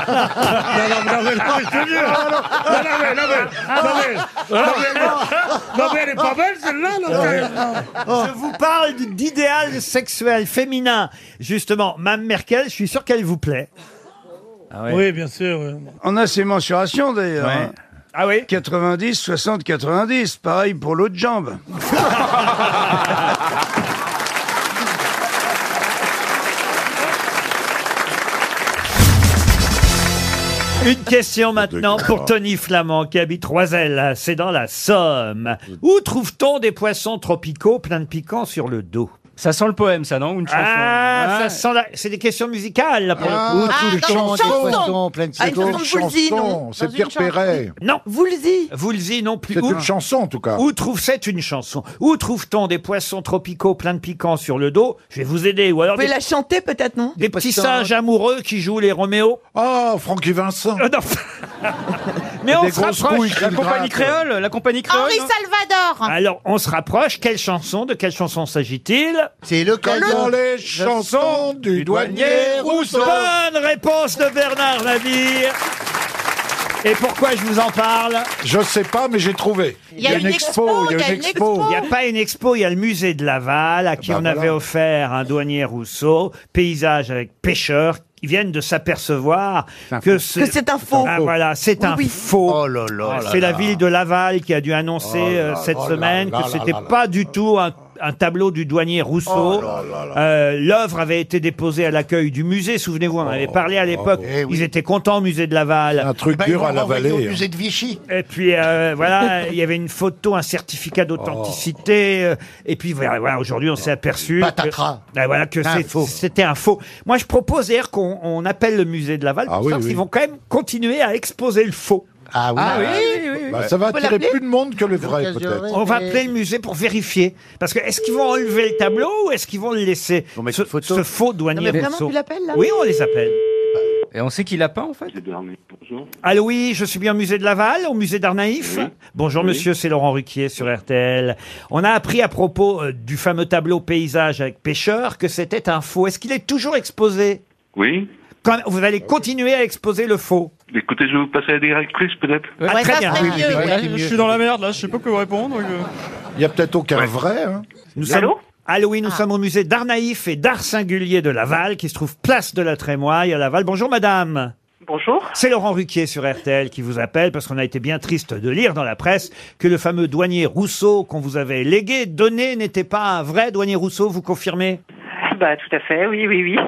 Speaker 13: non, non, non, mais, non, mais je te jure. Non, non, mais, non, mais, non, mais, non, mais, non, mais elle est pas belle, celle-là, Ah, non,
Speaker 5: Ah,
Speaker 13: mais-
Speaker 1: Oh, Je vous parle d'idéal sexuel féminin. Justement, Mme Merkel, je suis sûr qu'elle vous plaît.
Speaker 13: Oui, bien sûr.
Speaker 20: On a ces mensurations d'ailleurs. hein.
Speaker 1: Ouais. Ah oui
Speaker 20: 90, 60, 90. Pareil pour l'autre jambe.
Speaker 1: Une question maintenant pour Tony Flamand qui habite Roiselle, c'est dans la Somme.
Speaker 4: Mmh.
Speaker 1: Où trouve-t-on des poissons tropicaux pleins de piquants sur le dos
Speaker 4: Ça sent le poème, ça, non Ou une chanson
Speaker 1: Ah,
Speaker 4: Ouais.
Speaker 1: ça sent la- C'est des questions musicales, là, pour le
Speaker 4: Ah,
Speaker 1: coup.
Speaker 4: Où ah, trouve-t-on dans une des chanson. poissons pleins de Ah, une piquants chanson de Woolsey, non Dans une chanson.
Speaker 1: Non. Woolsey Woolsey, non plus.
Speaker 9: C'est
Speaker 1: Où-
Speaker 9: une chanson, en tout cas.
Speaker 1: Où trouve c'est une chanson Où trouve-t-on des poissons tropicaux pleins de piquants sur le dos Je vais vous aider. Ou alors des,
Speaker 18: chanter peut-être, non
Speaker 1: des petits singes amoureux qui jouent les Roméos.
Speaker 9: Oh, Francky Vincent.
Speaker 1: Mais on
Speaker 4: Des
Speaker 1: se
Speaker 4: grosses couilles
Speaker 1: rapproche.
Speaker 4: qui La le compagnie grattent. créole,
Speaker 1: la compagnie
Speaker 4: Henri Salvador
Speaker 1: Alors, on se rapproche. Quelle chanson De quelle chanson s'agit-il C'est le
Speaker 9: Dans les chansons du douanier Rousseau.
Speaker 1: Bonne réponse de Bernard Navire. Et pourquoi je vous en parle
Speaker 9: Je sais pas, mais j'ai trouvé.
Speaker 1: Il y a une expo, il y a une expo. Il n'y a pas une expo, il y a le musée de Laval
Speaker 9: Ah
Speaker 1: à qui
Speaker 9: bah
Speaker 1: on avait offert un douanier Rousseau, paysage avec pêcheurs. Ils viennent de s'apercevoir que c'est
Speaker 18: Que c'est un faux.
Speaker 1: Ah, voilà, c'est
Speaker 18: Oui,
Speaker 1: un
Speaker 18: oui.
Speaker 1: faux.
Speaker 9: Oh là
Speaker 1: c'est
Speaker 9: là.
Speaker 1: la ville de Laval qui a dû annoncer
Speaker 9: Oh là
Speaker 1: euh,
Speaker 9: là
Speaker 1: cette
Speaker 9: là
Speaker 1: semaine
Speaker 9: là
Speaker 1: que
Speaker 9: là
Speaker 1: c'était
Speaker 9: là là Oh
Speaker 1: pas du tout un, un tableau du douanier Rousseau. Euh, L'œuvre avait été déposée à l'accueil du musée. Souvenez-vous, on en
Speaker 9: Oh.
Speaker 1: avait parlé à l'époque.
Speaker 9: Eh
Speaker 1: Ils étaient contents au musée de Laval. Un
Speaker 9: truc
Speaker 1: dur à la vallée.
Speaker 9: de Vichy.
Speaker 1: Et puis euh, voilà, il y avait une photo, un certificat d'authenticité. euh, et puis voilà, voilà, aujourd'hui on s'est aperçu
Speaker 24: Patatras.
Speaker 1: que, Ah, voilà, que
Speaker 24: Un
Speaker 1: c'est- c'était un faux. Moi je propose d'ailleurs qu'on on appelle le musée de Laval
Speaker 9: Ah
Speaker 1: pour
Speaker 9: oui,
Speaker 1: savoir
Speaker 9: oui.
Speaker 1: s'ils vont quand même continuer à exposer le faux. Ah
Speaker 9: oui. Ah oui, oui, oui, oui. Bah, ça va Faut attirer l'appeler euh, plus
Speaker 1: de monde que le
Speaker 9: vrai, peut-être.
Speaker 1: On va appeler le musée pour vérifier. Parce que est-ce qu'ils vont enlever le tableau ou est-ce qu'ils vont le laisser ce, ce faux douanier
Speaker 18: Non, mais vraiment,
Speaker 1: Rousseau.
Speaker 18: tu l'appelles, là
Speaker 1: Oui, on les appelle.
Speaker 4: Et on sait qui l'a peint, en fait
Speaker 1: Allô, oui, Ah, je suis bien au musée de Laval, au musée d'Art Naïf. Bonjour,
Speaker 4: Oui.
Speaker 1: monsieur, c'est Laurent Ruquier sur RTL. On a appris à propos euh, du fameux tableau paysage avec pêcheur que c'était un faux. Est-ce qu'il est toujours exposé
Speaker 2: Oui.
Speaker 1: Quand vous allez continuer à exposer le faux
Speaker 2: Écoutez, je vais vous passer à la directrice, peut-être
Speaker 1: Ah, très bien.
Speaker 4: Je suis dans la merde, là, je sais pas quoi répondre. donc, euh.
Speaker 9: Il y a peut-être aucun vrai. hein.
Speaker 1: Nous sommes...
Speaker 9: Allô
Speaker 1: Allô, oui, nous sommes au musée d'Art Naïf et d'Art Singulier de Laval, qui se trouve place de la Trémoille à Laval. Bonjour, madame.
Speaker 2: Bonjour.
Speaker 1: C'est Laurent Ruquier sur RTL qui vous appelle parce qu'on a été bien triste de lire dans la presse que le fameux douanier Rousseau qu'on vous avait légué, donné, n'était pas un vrai douanier Rousseau, vous confirmez Ah,
Speaker 2: Bah, tout à fait, oui, oui, oui.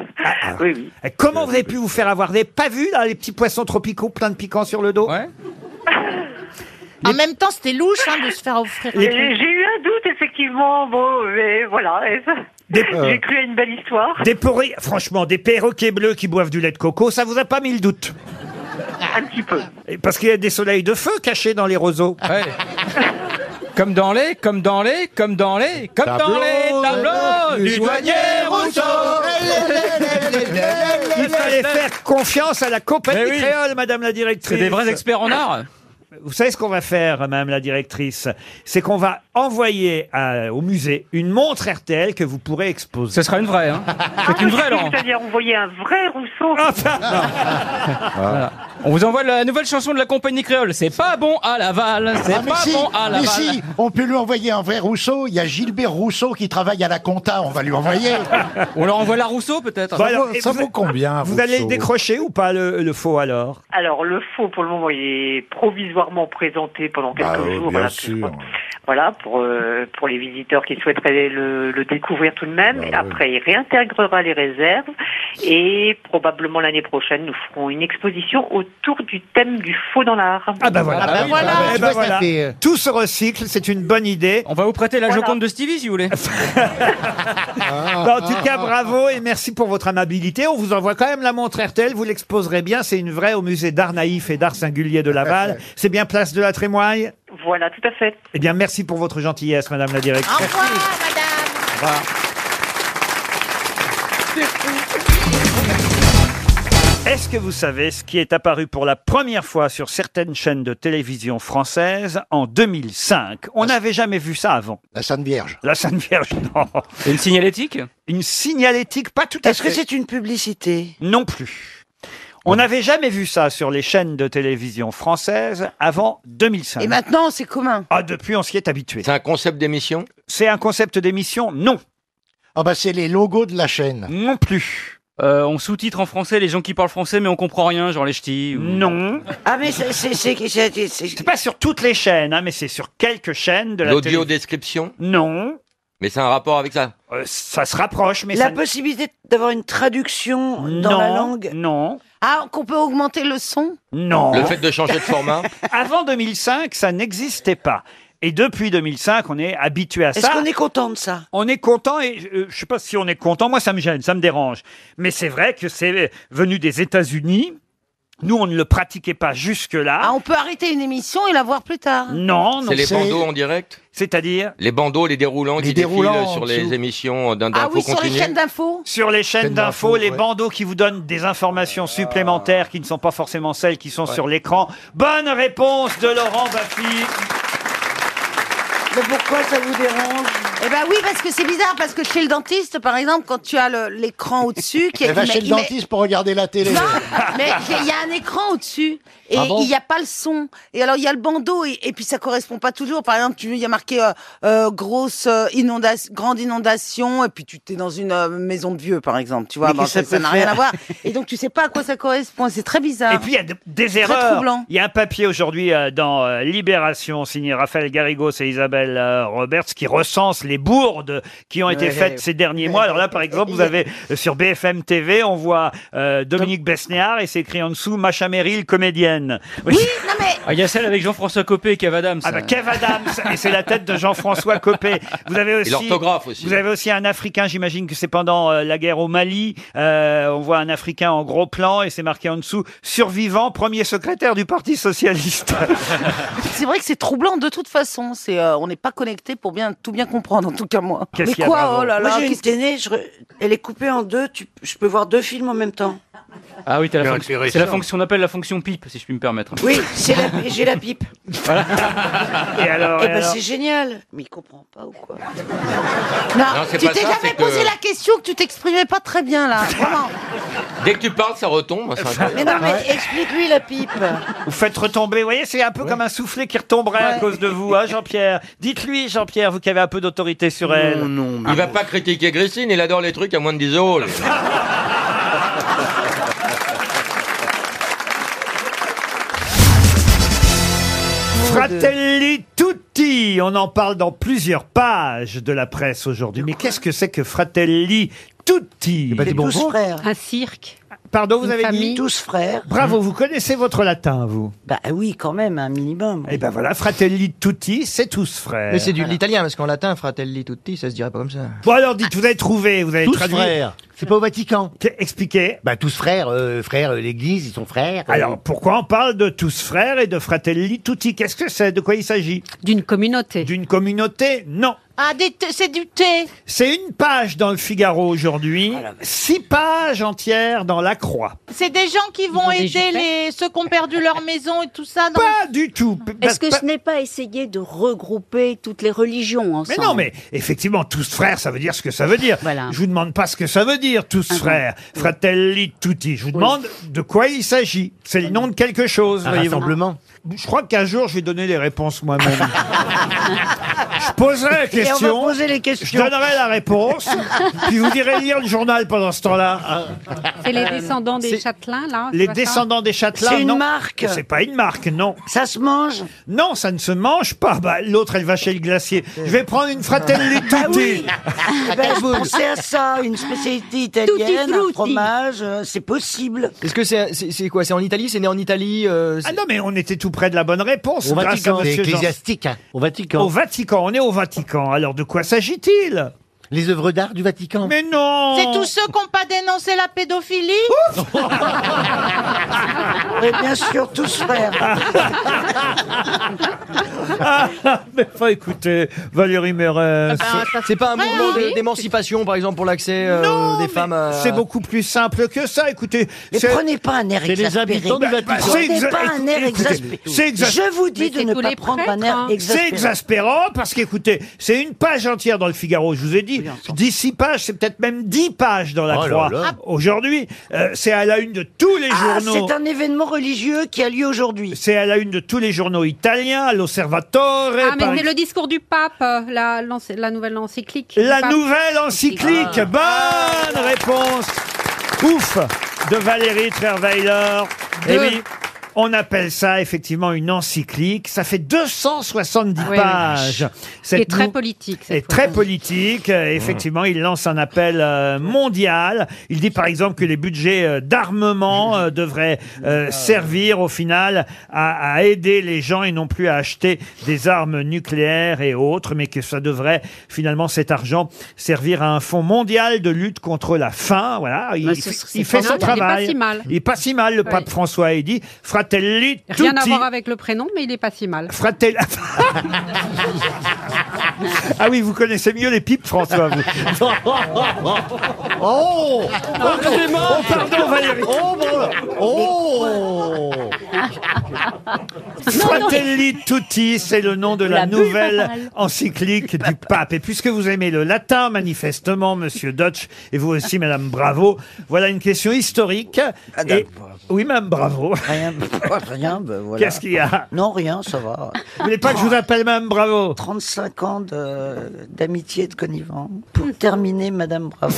Speaker 2: Oui, oui.
Speaker 1: Et Comment vous avez pu vous faire avoir des pas vu là, les petits poissons tropicaux pleins de piquants sur le dos
Speaker 25: En même temps, c'était louche hein, de se faire offrir.
Speaker 2: J'ai j'ai eu un doute, effectivement. Bon, mais voilà. Et ça- J'ai cru à une belle histoire.
Speaker 1: Des pourri- franchement, des perroquets bleus qui boivent du lait de coco, ça vous a pas mis le doute
Speaker 2: Un petit peu.
Speaker 1: Et Parce qu'il y a des soleils de feu cachés dans les roseaux.
Speaker 4: Comme dans les, comme dans les, comme dans les, comme dans les tableaux du douanier Rousseau.
Speaker 1: Il fallait faire confiance à la compagnie
Speaker 4: Mais oui.
Speaker 1: créole, madame la directrice.
Speaker 4: C'est des vrais experts en art.
Speaker 1: Vous savez ce qu'on va faire, madame la directrice C'est qu'on va envoyer à- au musée une montre RTL que vous pourrez exposer. Ce
Speaker 4: sera une vraie, hein
Speaker 1: C'est
Speaker 2: Ah,
Speaker 1: une vraie, Ah,
Speaker 2: C'est-à-dire, on voyait un vrai Rousseau.
Speaker 4: Voilà. On vous envoie la nouvelle chanson de la compagnie créole. C'est pas bon à Laval. C'est
Speaker 9: Ah, mais
Speaker 4: pas
Speaker 9: si,
Speaker 4: bon à
Speaker 9: mais
Speaker 4: Laval.
Speaker 9: si, on peut lui envoyer un vrai Rousseau. Il y a Gilbert Rousseau qui travaille à la compta, on va lui envoyer.
Speaker 4: On leur envoie la Rousseau peut-être.
Speaker 9: Ça vaut- ça vaut
Speaker 1: combien Vous allez décrocher ou pas le, le faux alors
Speaker 2: Alors, le faux, pour le moment, il est provisoirement présenté pendant quelques jours. voilà, parce que je crois- Voilà, pour, euh, pour les visiteurs qui souhaiteraient le, le découvrir tout de même. Et Après, il réintégrera les réserves. Et probablement l'année prochaine, nous ferons une exposition autour du thème du faux dans l'art.
Speaker 1: Ah bah voilà.
Speaker 2: Ah bah voilà.
Speaker 1: Eh ben voilà. Tout se recycle, c'est une bonne idée.
Speaker 4: On va vous prêter la Joconde de Stevie si vous voulez.
Speaker 1: Bah, en tout cas, bravo et merci pour votre amabilité. On vous envoie quand même la montre RTL. Vous l'exposerez bien. C'est une vraie au musée d'art naïf et d'art singulier de Laval. C'est bien place de la Trémoille.
Speaker 2: Voilà, tout à fait.
Speaker 1: Eh bien, merci pour votre gentillesse, Madame la Directrice.
Speaker 5: Ah,
Speaker 1: Est-ce que vous savez ce qui est apparu pour la première fois sur certaines chaînes de télévision françaises en 2005 On n'avait jamais vu ça avant. La Sainte Vierge. La Sainte Vierge, non.
Speaker 4: Une signalétique
Speaker 1: Une signalétique, pas tout à fait. Est-ce que c'est une publicité Non plus. On n'avait jamais vu ça sur les chaînes de télévision françaises avant 2005. Et maintenant, c'est commun. Ah, depuis, on s'y est habitué. C'est un concept d'émission C'est un concept d'émission, non.
Speaker 9: Ah bah c'est les logos de la chaîne.
Speaker 1: Non plus.
Speaker 4: Euh, on sous-titre en français les gens qui parlent français mais on comprend rien, genre les ch'tis.
Speaker 1: Non.
Speaker 4: Ah mais c'est
Speaker 1: C'est pas sur toutes les chaînes, hein, mais c'est sur quelques chaînes de la
Speaker 14: L'audio
Speaker 1: télévision.
Speaker 14: description
Speaker 1: Non. Euh,
Speaker 14: Mais c'est un rapport avec ça
Speaker 1: Ça se rapproche, mais
Speaker 10: la
Speaker 1: ça ne-
Speaker 10: possibilité d'avoir une traduction dans
Speaker 1: Non,
Speaker 10: la langue
Speaker 1: Non.
Speaker 10: Ah, qu'on peut augmenter le son
Speaker 1: Non.
Speaker 14: Le fait de changer de format
Speaker 1: Avant 2005, ça n'existait pas. Et depuis 2005, on est habitué à ça.
Speaker 10: Est-ce qu'on est content de ça
Speaker 1: On est content et euh, je sais pas si on est content. Moi, ça me gêne, ça me dérange. Mais c'est vrai que c'est venu des États-Unis. Nous, on ne le pratiquait pas jusque-là.
Speaker 10: Ah, On peut arrêter une émission et la voir plus tard.
Speaker 1: Ah. Non, non.
Speaker 14: C'est les bandeaux en direct
Speaker 1: C'est-à-dire
Speaker 14: Les bandeaux, les déroulants qui
Speaker 1: déroulants,
Speaker 14: défilent sur
Speaker 1: si vous-
Speaker 14: les émissions d'un
Speaker 10: Ah
Speaker 14: d'info
Speaker 10: oui, sur les
Speaker 14: continue.
Speaker 10: chaînes d'infos
Speaker 1: Sur les chaînes
Speaker 14: Chaînes
Speaker 1: d'infos,
Speaker 14: d'infos,
Speaker 1: les
Speaker 14: ouais.
Speaker 1: bandeaux qui vous donnent des informations supplémentaires qui ne sont pas forcément celles qui sont sur l'écran. Bonne réponse de Laurent Baffy.
Speaker 10: Mais pourquoi ça vous dérange Eh ben oui, parce que c'est bizarre, parce que chez le dentiste, par exemple, quand tu as le- l'écran au-dessus... qui est-
Speaker 9: Elle va
Speaker 10: il
Speaker 9: Eh ben,
Speaker 10: met-
Speaker 9: chez le
Speaker 10: il met-
Speaker 9: dentiste pour regarder la télé.
Speaker 10: Mais il y a un écran au-dessus et
Speaker 9: Ah bon
Speaker 10: il n'y a pas le son. Et alors il y a le bandeau et, et puis ça correspond pas toujours. Par exemple, tu il y a marqué euh, euh, grosse euh, inondation, grande inondation et puis tu t'es dans une euh, maison de vieux par exemple. Tu vois,
Speaker 1: Mais
Speaker 10: Bon,
Speaker 1: qu'est-ce
Speaker 10: ça
Speaker 1: que
Speaker 10: ça
Speaker 1: ça
Speaker 10: n'a
Speaker 1: peut
Speaker 10: rien
Speaker 1: faire
Speaker 10: à voir. Et donc tu sais pas à quoi ça correspond. C'est très bizarre.
Speaker 1: Et puis il y a de- des
Speaker 10: Très
Speaker 1: erreurs.
Speaker 10: troublant.
Speaker 1: Il y a un papier aujourd'hui euh, dans euh, Libération signé Raphaël Garrigos et Isabelle euh, Roberts qui recense les bourdes qui ont été
Speaker 14: Ouais.
Speaker 1: faites ces derniers mois. Alors là, par exemple, vous avez euh, sur BFM TV, on voit euh, Dominique Besnéard et c'est écrit en dessous Macha Merrill, comédienne. Oui,
Speaker 10: non mais.
Speaker 4: Ah, il y a celle avec Jean-François Copé et Kev Adams.
Speaker 1: Ah bah Kev Adams et c'est la tête de Jean-François Copé. Vous avez aussi
Speaker 14: l'orthographe aussi.
Speaker 1: Vous avez aussi un Africain, j'imagine que c'est pendant euh, la guerre au Mali. Euh, on voit un Africain en gros plan et c'est marqué en dessous survivant, premier secrétaire du Parti socialiste.
Speaker 10: C'est vrai que c'est troublant de toute façon. C'est euh, on n'est pas connecté pour bien tout bien comprendre en tout cas moi.
Speaker 1: Qu'est-ce Mais qu'il y a, quoi, bravo oh là là,
Speaker 10: Moi, j'ai une
Speaker 1: qu'est-ce
Speaker 10: télé, je re- elle est coupée en deux. tu- Je peux voir deux films en même temps.
Speaker 4: Ah oui, t'as la
Speaker 10: C'est
Speaker 4: fonction.
Speaker 10: intéressant.
Speaker 4: C'est la fonction, on appelle la fonction pipe, si je puis me permettre.
Speaker 10: Oui, c'est la- j'ai la pipe.
Speaker 4: Voilà.
Speaker 1: Et alors,
Speaker 10: Eh
Speaker 4: et
Speaker 10: ben,
Speaker 4: alors
Speaker 10: c'est génial. Mais il comprend pas ou quoi Non,
Speaker 14: Non, c'est
Speaker 10: tu
Speaker 14: pas
Speaker 10: t'es
Speaker 14: ça,
Speaker 10: jamais
Speaker 14: c'est que-
Speaker 10: posé la question que tu t'exprimais pas très bien là. Vraiment.
Speaker 14: Dès que tu parles, ça retombe. hein, c'est incroyable.
Speaker 10: Mais non, mais explique-lui la pipe.
Speaker 1: Vous faites retomber, vous voyez, c'est un peu comme un soufflet qui retomberait à cause de vous, hein, Jean-Pierre. Dites-lui, Jean-Pierre, vous qui avez un peu d'autorité sur
Speaker 9: Mmh.
Speaker 1: elle.
Speaker 14: Il va pas critiquer Christine, il adore les trucs à moins de 10 euros. lui.
Speaker 1: Ah, Fratelli Tutti, on en parle dans plusieurs pages de la presse aujourd'hui. Mais qu'est-ce que c'est que Fratelli Tutti
Speaker 2: ben,
Speaker 10: C'est tous frères.
Speaker 26: Un cirque.
Speaker 1: Pardon, vous
Speaker 10: Une
Speaker 1: avez dit
Speaker 10: famille. Tous frères.
Speaker 1: Bravo, vous connaissez votre latin, vous
Speaker 10: Bah oui, quand même, un minimum.
Speaker 1: Et ben voilà, Fratelli Tutti, c'est tous frères.
Speaker 11: Mais c'est du de l'italien, parce qu'en latin, fratelli tutti, ça se dirait pas comme ça.
Speaker 1: Bon alors dites, vous avez trouvé, vous avez
Speaker 11: Tous
Speaker 1: traduit.
Speaker 11: frères.
Speaker 9: C'est pas au Vatican.
Speaker 1: Expliquez.
Speaker 9: Bah tous frères, euh, frères, euh, l'Église, ils sont frères.
Speaker 1: Alors pourquoi on parle de tous frères et de fratelli tutti Qu'est-ce que c'est De quoi il s'agit
Speaker 11: D'une communauté.
Speaker 1: D'une communauté Non.
Speaker 2: Ah, des thé- c'est du thé.
Speaker 1: C'est une page dans le Figaro aujourd'hui, six pages entières dans la Croix.
Speaker 2: C'est des gens qui vont aider les, ceux qui ont perdu leur maison et tout ça.
Speaker 1: Pas du tout.
Speaker 6: Est-ce que ce n'est pas essayer de regrouper toutes les religions
Speaker 1: Mais
Speaker 6: ensemble
Speaker 1: non, mais effectivement, tous frères, ça veut dire ce que ça veut dire. Je vous demande pas ce que ça veut dire, tous frères, fratelli tutti. Je vous demande de quoi il s'agit. C'est le nom de quelque chose.
Speaker 9: Un
Speaker 1: voyez-vous.
Speaker 9: rassemblement.
Speaker 1: Je crois qu'un jour, je vais donner les réponses moi-même. je poserai la
Speaker 5: Et on va
Speaker 1: question.
Speaker 5: poser les questions.
Speaker 1: Je donnerai la réponse. puis vous irez lire le journal pendant ce temps-là.
Speaker 11: C'est les descendants des châtelains, là
Speaker 1: Euh, Les
Speaker 11: c'est pas ça
Speaker 1: descendants des châtelains.
Speaker 5: C'est une
Speaker 1: non.
Speaker 5: marque.
Speaker 1: C'est pas une marque, non.
Speaker 5: Ça se mange
Speaker 1: Non, ça ne se mange pas. Bah, L'autre, elle va chez le glacier. Je vais prendre une fratelli tutti.
Speaker 5: Bah oui. ben, je pensais à ça, une spécialité italienne, un fromage, euh, c'est possible.
Speaker 16: Est-ce que c'est c'est- c'est quoi C'est en Italie C'est né en Italie euh,
Speaker 1: Ah non, mais on était tout près de la bonne
Speaker 9: Oh,
Speaker 1: réponse.
Speaker 16: Au
Speaker 1: grâce
Speaker 16: Vatican.
Speaker 1: à
Speaker 16: C'est
Speaker 1: monsieur Jean-
Speaker 16: ecclésiastique, hein.
Speaker 1: Au Vatican. Au Vatican, on est au Vatican. Alors de quoi s'agit-il Les œuvres d'art du Vatican. Mais non
Speaker 2: C'est tous ceux qui n'ont pas dénoncé la pédophilie
Speaker 5: Oui, bien sûr, tous frères.
Speaker 1: Ah, mais enfin, écoutez, Valérie Mérès.
Speaker 16: Ah, bah,
Speaker 1: Ah,
Speaker 16: C'est pas un mouvement de- d'émancipation, par exemple, pour l'accès euh, des femmes à-
Speaker 1: C'est beaucoup plus simple que ça, écoutez.
Speaker 5: Mais
Speaker 1: c'est-
Speaker 5: prenez pas un air
Speaker 1: C'est les
Speaker 5: exaspéré.
Speaker 1: habitants du Vatican.
Speaker 5: Prenez
Speaker 1: C'est exa-
Speaker 5: pas un air
Speaker 1: écoutez,
Speaker 5: exaspéré.
Speaker 1: c'est exa-
Speaker 5: Je vous dis de ne pas prendre un air
Speaker 2: hein.
Speaker 1: C'est
Speaker 5: exaspéré.
Speaker 1: exaspérant parce qu'écoutez, c'est une page entière dans le Figaro, je vous ai dit. 16 pages, c'est peut-être même 10 pages dans la
Speaker 5: Oh là
Speaker 1: Croix.
Speaker 5: là.
Speaker 1: Aujourd'hui, euh, c'est à la une de tous les
Speaker 5: Ah,
Speaker 1: journaux.
Speaker 5: c'est un événement religieux qui a lieu aujourd'hui.
Speaker 1: C'est à la une de tous les journaux italiens,
Speaker 11: Ah,
Speaker 1: l'Osservatore. par
Speaker 11: mais c'est
Speaker 1: exemple.
Speaker 11: le discours du pape, euh, la, l'ency- la nouvelle encyclique. Ah.
Speaker 1: La
Speaker 11: du pape.
Speaker 1: nouvelle encyclique. Bonne réponse. Ouf de Valérie Trierweiler. Eh
Speaker 11: Deux.
Speaker 1: oui. On appelle ça effectivement une encyclique. Ça fait 270
Speaker 11: oui.
Speaker 1: pages.
Speaker 11: Qui est très
Speaker 1: nou-
Speaker 11: politique. cette
Speaker 1: est
Speaker 11: fois.
Speaker 1: très politique. Euh, Effectivement, il lance un appel euh, mondial. Il dit par exemple que les budgets euh, d'armement euh, devraient euh, servir au final à, à aider les gens et non plus à acheter des armes nucléaires et autres, mais que ça devrait finalement cet argent servir à un fonds mondial de lutte contre la faim. Voilà, il,
Speaker 11: Mais Bah, ce-
Speaker 1: il
Speaker 11: c'est
Speaker 1: fait
Speaker 11: pas
Speaker 1: son
Speaker 11: mal, il est pas
Speaker 1: travail.
Speaker 11: si mal.
Speaker 1: Il est pas si mal, le
Speaker 11: Ouais.
Speaker 1: pape François a dit fratelli tutti.
Speaker 11: Rien à voir avec le prénom, mais il est pas si mal.
Speaker 1: Fratelli. ah oui, vous connaissez mieux les pipes, François, vous.
Speaker 5: Oh
Speaker 1: Oh, pardon, Valérie.
Speaker 5: Oh,
Speaker 1: Oh Fratelli Tutti, c'est le nom de la,
Speaker 5: La bulle
Speaker 1: nouvelle
Speaker 5: papale.
Speaker 1: encyclique du pape. Et puisque vous aimez le latin, manifestement, monsieur Dodge, et vous aussi, madame Bravo, voilà une question historique. Et- Oui, madame Bravo.
Speaker 5: Ah, ben, Rien, rien, ben voilà.
Speaker 1: Qu'est-ce qu'il y a
Speaker 5: Non, rien, ça va.
Speaker 1: Vous voulez pas que je vous appelle Madame Bravo
Speaker 5: 35 ans de- d'amitié et de connivence. Pour terminer, Madame Bravo.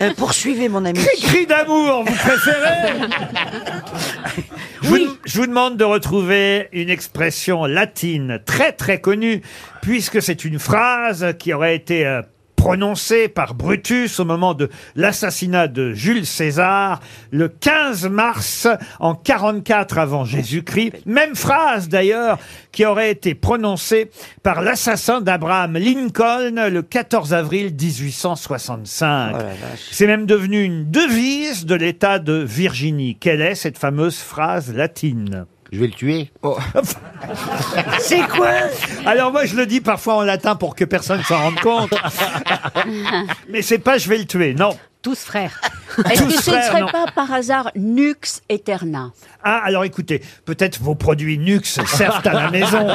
Speaker 5: Euh, poursuivez mon ami.
Speaker 1: Cri d'amour, vous préférez je, vous, je vous demande de retrouver une expression latine très très connue, puisque c'est une phrase qui aurait été euh, prononcée par Brutus au moment de l'assassinat de Jules César, le 15 mars en 44 avant Jésus-Christ. Même phrase d'ailleurs qui aurait été prononcée par l'assassin d'Abraham Lincoln le 14 avril 1865. C'est même devenu une devise de l'État de Virginie. Quelle est cette fameuse phrase latine Je vais le tuer.
Speaker 5: C'est quoi
Speaker 1: Alors moi je le dis parfois en latin pour que personne s'en rende compte. Mais c'est pas je vais le tuer, non.
Speaker 11: Tous frères.
Speaker 6: Est-ce que
Speaker 1: Tous
Speaker 6: ce ne
Speaker 1: frères,
Speaker 6: serait
Speaker 1: non.
Speaker 6: pas par hasard Nux Eterna
Speaker 1: Ah alors écoutez, peut-être vos produits Nux servent à la maison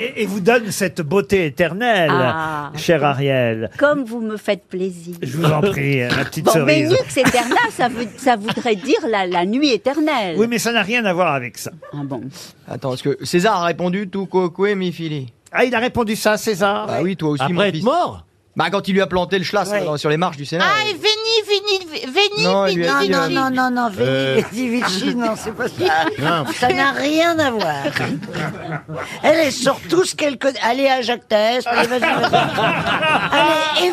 Speaker 1: et, et vous donnent cette beauté éternelle,
Speaker 6: Ah.
Speaker 1: cher Ariel.
Speaker 6: Comme vous me faites plaisir.
Speaker 1: Je vous en prie, ma petite
Speaker 6: Bon, mais
Speaker 1: cerise.
Speaker 6: Nux Eterna, ça, veut- ça voudrait dire la, la nuit éternelle.
Speaker 1: Oui mais ça n'a rien à voir avec ça.
Speaker 6: Ah bon
Speaker 16: Attends, est-ce que César a répondu tout coque mi fili
Speaker 1: Ah, il a répondu ça, César
Speaker 16: Bah oui, toi aussi, mon fils. mort Bah quand il lui a planté le schlass là, dans- sur les marches du Sénat.
Speaker 2: Ah, et Veni, Veni, Veni,
Speaker 16: euh, Non, il
Speaker 2: Vini,
Speaker 16: lui a dit,
Speaker 2: Vini.
Speaker 16: euh,
Speaker 5: Non, non, non,
Speaker 16: Euh.
Speaker 5: Veni, Vidi, Vici, non, c'est pas ça.
Speaker 16: Non.
Speaker 5: Ça n'a rien à voir. Elle, elle sort tout ce qu'elle connaît. Allez à Jacques Taès, allez, vas-y, vas-y. Allez,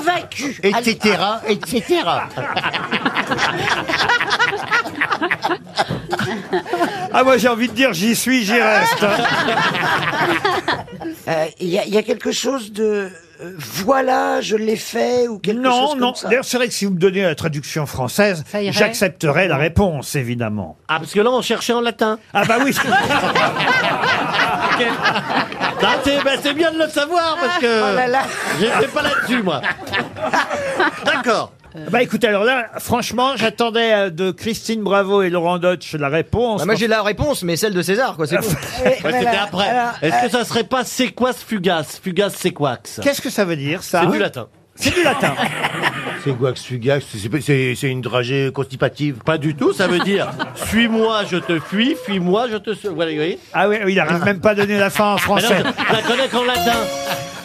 Speaker 5: évacue.
Speaker 9: Etc. Etc.
Speaker 1: Ah moi j'ai envie de dire j'y suis, j'y reste.
Speaker 5: Euh, Il y, a- il y a quelque chose de euh, voilà, je l'ai fait ou quelque
Speaker 1: non,
Speaker 5: chose comme
Speaker 1: non.
Speaker 5: ça.
Speaker 1: D'ailleurs, c'est vrai que si vous me donnez la traduction française,
Speaker 5: Ça irait
Speaker 1: j'accepterai la réponse, évidemment.
Speaker 4: Ah, parce que là, on cherchait en latin.
Speaker 1: Ah bah oui
Speaker 4: Bah, c'est bah, c'est bien de le savoir, parce que
Speaker 1: Oh là là.
Speaker 4: j'étais pas là-dessus, moi. D'accord.
Speaker 1: Bah écoutez, alors là, franchement, j'attendais euh, de Christine Bravo et Laurent Dodge la réponse.
Speaker 16: Bah, moi j'ai la réponse, mais celle de César, quoi. C'est tout.
Speaker 4: Ouais, C'était après. Est-ce que ça serait pas séquas fugace Fugace séquax
Speaker 1: euh, Qu'est-ce que ça veut dire, ça
Speaker 4: C'est du latin.
Speaker 1: C'est du latin.
Speaker 9: C'est guax fugax, c'est- c'est c'est une dragée constipative.
Speaker 4: Pas du tout, ça veut dire suis-moi, je te fuis, fuis-moi, je te. Voilà, vous voyez
Speaker 1: Ah oui, il n'arrive même pas à donner la fin en
Speaker 4: Mais
Speaker 1: français.
Speaker 4: non, je la connais qu'en latin.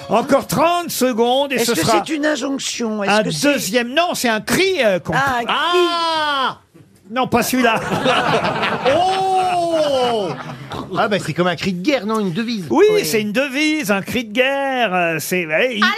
Speaker 1: Encore 30 secondes et
Speaker 5: Est-ce que
Speaker 1: ce sera Ah,
Speaker 5: c'est une injonction Est-ce
Speaker 1: un
Speaker 5: que c'est-
Speaker 1: deuxième. Non, c'est un cri euh, qu'on-
Speaker 5: Ah, un cri.
Speaker 1: Non, pas celui-là.
Speaker 9: Oh Ah bah c'est comme un cri de guerre, non Une devise.
Speaker 1: Oui, c'est une devise, un cri de guerre. euh, C'est eh, il-
Speaker 2: Attaque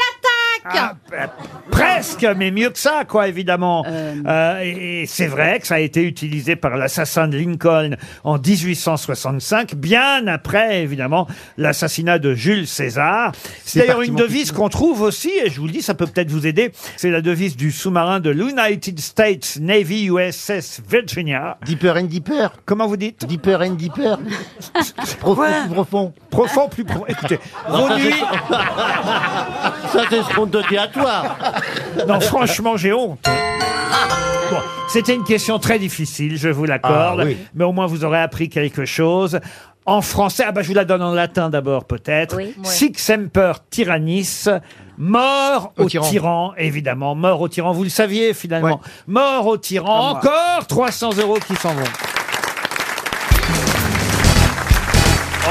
Speaker 1: presque, mais mieux que ça, quoi, évidemment. Euh, et et c'est vrai que ça a été utilisé par l'assassin de Lincoln en 1865, bien après, évidemment, l'assassinat de Jules César. C'est d'ailleurs une devise qu'on trouve aussi, et je vous le dis, ça peut peut-être vous aider. C'est la devise du sous-marin de l'United States Navy USS Virginia.
Speaker 9: Deeper and deeper.
Speaker 1: Comment vous dites
Speaker 9: Deeper and deeper. profond, plus profond.
Speaker 1: Profond, plus profond. Écoutez, vos
Speaker 4: ça, c'est-
Speaker 1: nuits.
Speaker 4: Ça, c'est ce qu'on te dit à toi.
Speaker 1: Non, franchement, j'ai honte. Bon, c'était une question très difficile, je vous l'accorde,
Speaker 9: Ah, oui.
Speaker 1: mais au moins vous aurez appris quelque chose. En français, ah bah je vous la donne en latin d'abord peut-être.
Speaker 6: Oui. Ouais.
Speaker 1: Sic semper tyrannis, mort au,
Speaker 9: Au
Speaker 1: tyran.
Speaker 9: tyran.
Speaker 1: évidemment, mort au tyran, vous le saviez finalement. Mort au tyran,
Speaker 9: Comme
Speaker 1: encore 300 euros qui s'en vont.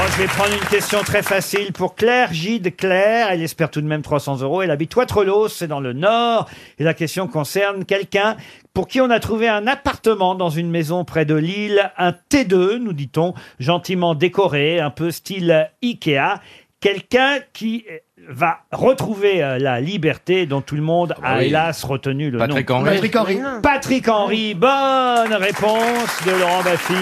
Speaker 1: Oh, je vais prendre une question très facile pour Claire Gide Claire. Elle espère tout de même 300 euros. Elle habite Waterloo, c'est dans le Nord. Et la question concerne quelqu'un pour qui on a trouvé un appartement dans une maison près de Lille, un T2, nous dit-on, gentiment décoré, un peu style Ikea. Quelqu'un qui va retrouver euh, la liberté dont tout le monde
Speaker 15: bah
Speaker 1: a
Speaker 15: oui.
Speaker 1: hélas retenu le
Speaker 15: Patrick
Speaker 1: nom.
Speaker 15: Henry. Patrick Henry.
Speaker 1: Patrick Henry. Bonne réponse de Laurent Baffy.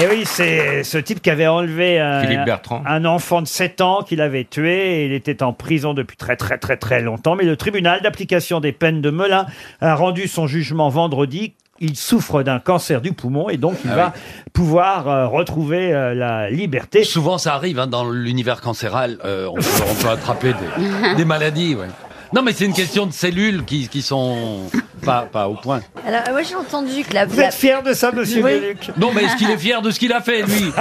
Speaker 1: Et Eh oui, c'est ce type qui avait enlevé un,
Speaker 15: Philippe Bertrand.
Speaker 1: un enfant de 7 ans qu'il avait tué. Et il était en prison depuis très très très très longtemps. Mais le tribunal d'application des peines de Melun a rendu son jugement vendredi. Il souffre d'un cancer du poumon et donc il
Speaker 4: Ah
Speaker 1: va pouvoir euh, retrouver euh, la liberté.
Speaker 18: Souvent, ça arrive hein, dans l'univers cancéral. euh, on, peut, on peut attraper des, des maladies. ouais. Non, mais c'est une question de cellules qui, qui sont pas, pas au point.
Speaker 3: Alors, euh, moi, j'ai entendu que la.
Speaker 1: Vous êtes fier de ça, monsieur
Speaker 3: Oui.
Speaker 1: Gueluc
Speaker 18: Non, mais est-ce qu'il est fier de ce qu'il a fait, lui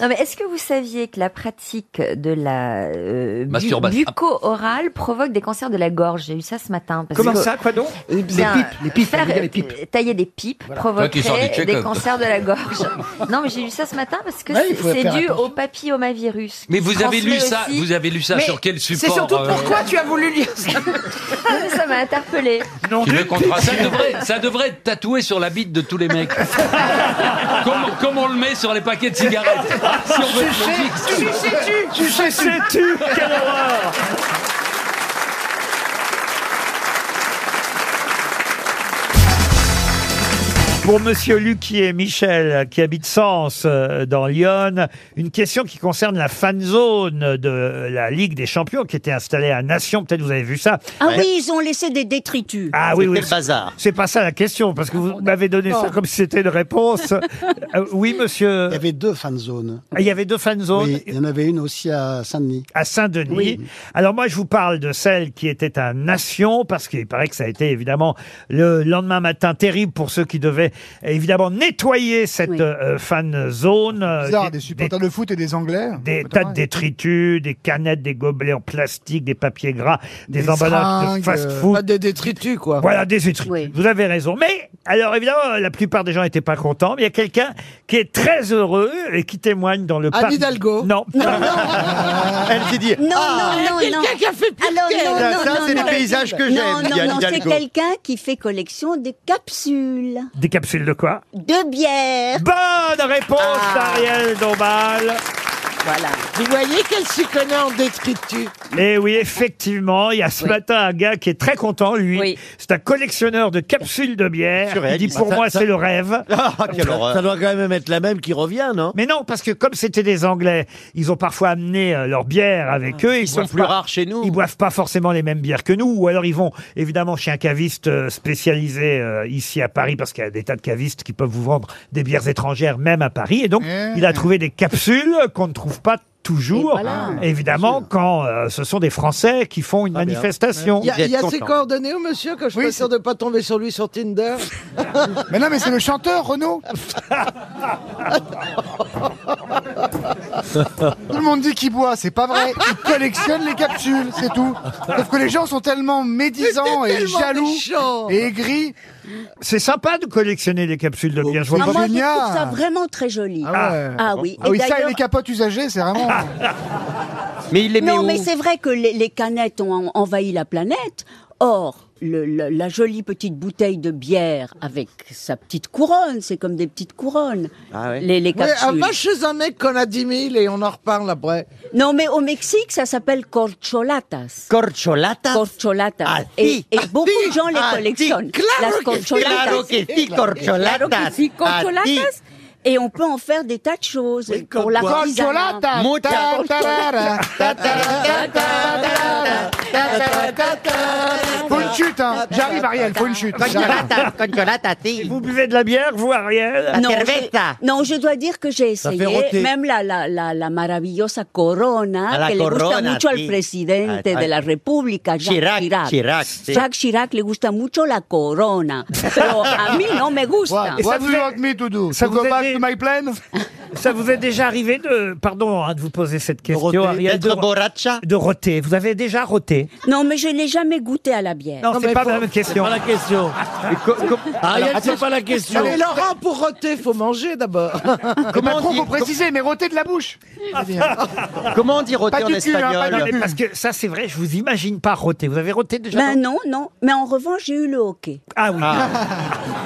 Speaker 3: Non, mais est-ce que vous saviez que la pratique de la euh, bu-
Speaker 18: Masturbation.
Speaker 3: bucco-orale provoque des cancers de la gorge J'ai eu ça ce matin. parce
Speaker 1: Comment
Speaker 3: que-
Speaker 1: ça, quoi donc
Speaker 3: Eh bien,
Speaker 1: Les pipes, les pipes,
Speaker 3: faire- euh,
Speaker 1: ça veut dire les
Speaker 3: tailler des pipes
Speaker 18: Toi qui sors du
Speaker 3: provoquerait des
Speaker 18: check-up.
Speaker 3: cancers de la gorge. non, mais j'ai lu ça ce matin parce que
Speaker 18: Ouais, il
Speaker 3: c'est-
Speaker 18: faut
Speaker 3: c'est
Speaker 18: faire
Speaker 3: dû
Speaker 18: attention.
Speaker 3: au papillomavirus.
Speaker 18: Mais vous avez lu
Speaker 3: Transmet
Speaker 18: ça
Speaker 3: aussi-
Speaker 18: Vous avez lu ça
Speaker 3: Mais
Speaker 18: sur quel support euh,
Speaker 3: tu as voulu lire ça. ça m'a interpellé.
Speaker 18: qui veut qu'on tra- ça, devrait, ça devrait être tatoué sur la bite de tous les mecs. comme, comme on le met sur les paquets de cigarettes. Si on veut être logique.
Speaker 1: tu tu Quelle horreur Pour Monsieur Luquier Michel, qui habite Sens, euh, dans l'Yonne, une question qui concerne la fan zone de la Ligue des Champions, qui était installée à Nation. Peut-être vous avez vu ça.
Speaker 6: Ah oui, ils ont laissé des détritus.
Speaker 1: Ah oui, oui.
Speaker 4: C'était le bazar.
Speaker 1: C'est pas ça la question, parce que vous m'avez donné ça comme si c'était une réponse. Euh, oui, monsieur.
Speaker 8: Il y avait deux fan zones.
Speaker 1: Ah, Il y avait deux fan zones.
Speaker 8: Oui, il y en avait une aussi à Saint-Denis.
Speaker 1: à Saint-Denis.
Speaker 8: Oui.
Speaker 1: Alors moi, je vous parle de celle qui était à Nation, parce qu'il paraît que ça a été évidemment le lendemain matin terrible pour ceux qui devaient évidemment nettoyer cette euh, fan zone. euh,
Speaker 27: Bizarre,
Speaker 1: des-
Speaker 27: des supporters de foot et des Anglais. hein.
Speaker 1: des tas de détritus, des canettes, des gobelets en plastique, des papiers gras, des,
Speaker 27: Des
Speaker 1: emballages de
Speaker 27: seringues,
Speaker 1: fast-food.
Speaker 27: euh,
Speaker 7: Des détritus, quoi.
Speaker 1: Voilà, des détritus. Vous avez raison. Mais, alors évidemment, la plupart des gens n'étaient pas contents, mais il y a quelqu'un qui est très heureux et qui témoigne dans le
Speaker 7: Anne
Speaker 1: parc-
Speaker 7: Hidalgo.
Speaker 1: Non.
Speaker 7: Elle s'est dit, Ah,
Speaker 6: Non,
Speaker 1: Ah,
Speaker 6: non, non, non. Alors, non,
Speaker 7: Ça,
Speaker 6: non,
Speaker 7: ça,
Speaker 6: non,
Speaker 7: c'est
Speaker 6: non.
Speaker 7: les paysages que j'aime,
Speaker 6: Non, non,
Speaker 7: Yann
Speaker 6: non, c'est
Speaker 7: Hidalgo.
Speaker 6: quelqu'un qui fait collection de capsules
Speaker 1: Des capsules de quoi
Speaker 6: de bière. Ah.
Speaker 1: Bonne réponse, Ariel Dombal.
Speaker 2: Voilà. Vous voyez qu'elle s'y connaît en détritus.
Speaker 1: Et Eh oui, effectivement, il y a ce matin un gars qui est très content, lui. C'est un collectionneur de capsules de bière. Il dit pour
Speaker 9: Ça-
Speaker 1: moi,
Speaker 9: ça-
Speaker 1: c'est le rêve.
Speaker 7: Ah,
Speaker 9: ça, ça doit quand même être la même qui revient, non
Speaker 1: Mais non, parce que comme c'était des Anglais, ils ont parfois amené euh, leur bière avec eux. Ils,
Speaker 9: Ah. sont
Speaker 1: boivent
Speaker 9: plus
Speaker 1: pas-
Speaker 9: rares chez nous.
Speaker 1: Ils boivent pas forcément les mêmes bières que nous, ou alors ils vont évidemment chez un caviste euh, spécialisé euh, ici à Paris, parce qu'il y a des tas de cavistes qui peuvent vous vendre des bières étrangères même à Paris. Et donc,
Speaker 7: Eh.
Speaker 1: il a trouvé des capsules qu'on ne trouve pas toujours, Ah,
Speaker 7: Ah,
Speaker 1: évidemment, quand euh, ce sont des Français qui font une manifestation.
Speaker 7: Il y a, il y a ses coordonnées au monsieur que je suis pas sûr de pas tomber sur lui sur Tinder.
Speaker 23: Mais non, mais c'est le chanteur, Renaud. Tout le monde dit qu'il boit, c'est pas vrai. Il collectionne les capsules, c'est tout. Sauf que les gens sont tellement médisants
Speaker 7: Mais
Speaker 23: et
Speaker 7: t'es tellement
Speaker 23: jaloux
Speaker 7: méchant.
Speaker 23: et aigris.
Speaker 1: C'est sympa de collectionner les capsules
Speaker 7: Oh.
Speaker 1: de bière. je vois
Speaker 6: Ah,
Speaker 1: pas-
Speaker 6: moi, je trouve ça vraiment très joli. Ah oui.
Speaker 23: Ah oui, ça et
Speaker 6: d'ailleurs-
Speaker 23: les capotes usagées, c'est vraiment.
Speaker 6: Mais il
Speaker 23: les met
Speaker 6: Non,
Speaker 23: où
Speaker 6: mais c'est vrai que les, les canettes ont en- envahi la planète. Or, le- le- la jolie petite bouteille de bière avec sa petite couronne, c'est comme des petites couronnes. Les, les
Speaker 7: Ouais, ah,
Speaker 6: capsules.
Speaker 7: va chez un mec qu'on a 10 000 et on en reparle après.
Speaker 6: Non, mais au Mexique, ça s'appelle corcholatas.
Speaker 7: Corcholatas
Speaker 6: Corcholatas. et, et beaucoup de gens les
Speaker 7: Ah, si.
Speaker 6: collectionnent.
Speaker 7: Claro
Speaker 6: Las
Speaker 7: que sí, claro que sí, corcholatas.
Speaker 6: Claro que sí, corcholatas.
Speaker 7: Ah, si.
Speaker 6: Et on peut en faire des tas de choses. pour
Speaker 7: comme
Speaker 6: la
Speaker 7: quoi. Corcholatas. Ta- tarara,
Speaker 23: Faut une chute, hein. J'arrive, Ariel, faut une chute.
Speaker 1: Vous buvez de la bière, vous, Ariel
Speaker 6: Non je, non, je dois dire que j'ai
Speaker 1: Ça fait
Speaker 6: essayé
Speaker 1: rôter.
Speaker 6: même la, la, la, la maravillosa Corona,
Speaker 13: Ah, la
Speaker 6: que le gusta
Speaker 13: Corona,
Speaker 6: mucho
Speaker 13: sí.
Speaker 6: al presidente
Speaker 13: Ah, ah.
Speaker 6: de la República, Jacques
Speaker 13: Chirac,
Speaker 6: Chirac.
Speaker 13: Chirac, sí.
Speaker 6: Jacques Chirac le gusta mucho la Corona, pero a mí no me gusta.
Speaker 1: Et ça vous est- ça vous est dé- Ça vous est déjà arrivé de, pardon, hein, de vous poser cette question,
Speaker 6: roter,
Speaker 1: Ariel, de,
Speaker 6: d'être
Speaker 1: de roter. Vous avez déjà roté
Speaker 6: Non, mais je n'ai jamais goûté à la bière.
Speaker 1: Non, c'est pas la même question. Ah,
Speaker 7: Alors, attends, Non, mais Laurent, pour roter, faut manger d'abord.
Speaker 23: Comment on faut préciser, mais roter de la bouche.
Speaker 1: Comment on dit
Speaker 23: roter Pas en du cul, hein, espagnol pas du cul.
Speaker 1: Parce que ça, c'est vrai, je vous imagine pas roter. Vous avez roté déjà
Speaker 6: Ben non, non. Mais en revanche, j'ai eu le hockey.
Speaker 1: Ah oui.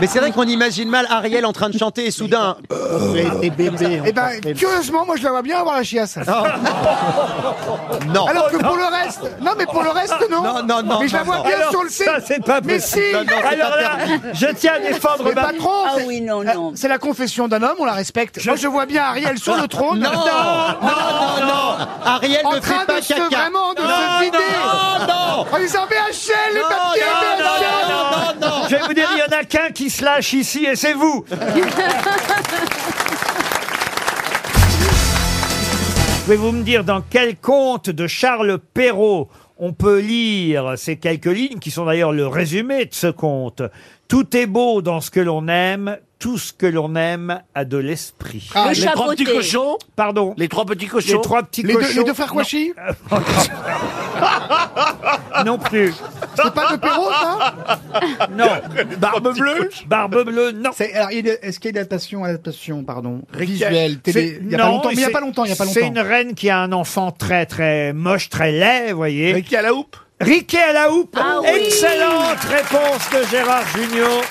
Speaker 4: Mais c'est vrai qu'on imagine mal Ariel en train de chanter et soudain. euh,
Speaker 23: Eh ben, curieusement, moi je la vois bien avoir la chiasse. Oh,
Speaker 4: Non.
Speaker 23: Alors que pour le reste, non, mais pour le reste, non.
Speaker 4: Non, non, non,
Speaker 23: Mais je la
Speaker 4: non,
Speaker 23: vois
Speaker 4: non.
Speaker 23: bien
Speaker 4: Alors,
Speaker 23: sur le site.
Speaker 4: ça, c'est pas
Speaker 23: Mais si.
Speaker 4: possible. Non, non, c'est Alors là, interdit. je tiens à défendre
Speaker 23: Mais
Speaker 4: ma-
Speaker 23: pas trop.
Speaker 6: Ah
Speaker 23: c'est-
Speaker 6: oui, non,
Speaker 23: euh,
Speaker 6: non.
Speaker 23: C'est la confession d'un homme, on la respecte. Moi, je vois bien Ariel sur le trône.
Speaker 4: Non, non, non, non. Ariel
Speaker 23: en
Speaker 4: ne
Speaker 23: train
Speaker 4: fait pas
Speaker 23: de se
Speaker 4: caca.
Speaker 23: vraiment de
Speaker 4: Non,
Speaker 23: se vider. Oh,
Speaker 4: non, non.
Speaker 23: En disant VHL, le papier VHL.
Speaker 1: Je vais vous dire, il y en a qu'un qui se lâche ici, et c'est vous Pouvez-vous me dire dans quel conte de Charles Perrault on peut lire ces quelques lignes qui sont d'ailleurs le résumé de ce conte Tout est beau dans ce que l'on aime, tout ce que l'on aime a de l'esprit.
Speaker 13: Ah, Le les trois chapeauté. petits cochons
Speaker 1: Pardon. Les trois petits Les trois petits
Speaker 23: les
Speaker 1: cochons.
Speaker 23: Deux, les deux frères
Speaker 1: Non.
Speaker 23: Kouachi
Speaker 1: Non plus.
Speaker 23: C'est pas de Perrault, ça
Speaker 1: Non. Barbe bleue Barbe bleue, non.
Speaker 23: C'est- alors, il est- Est-ce qu'il y a une adaptation, adaptation, pardon,
Speaker 1: Rica-
Speaker 23: visuelle, télé
Speaker 1: C'est-
Speaker 23: Il n'y a pas
Speaker 1: non,
Speaker 23: longtemps, mais il y a
Speaker 1: c'est-
Speaker 23: pas longtemps, il y a pas
Speaker 1: C'est
Speaker 23: longtemps.
Speaker 1: une reine qui a un enfant très très moche, très laid, vous voyez. Ricky à la houppe Ricky à la houppe
Speaker 13: Ah oui.
Speaker 1: Excellente réponse de Gérard Junior.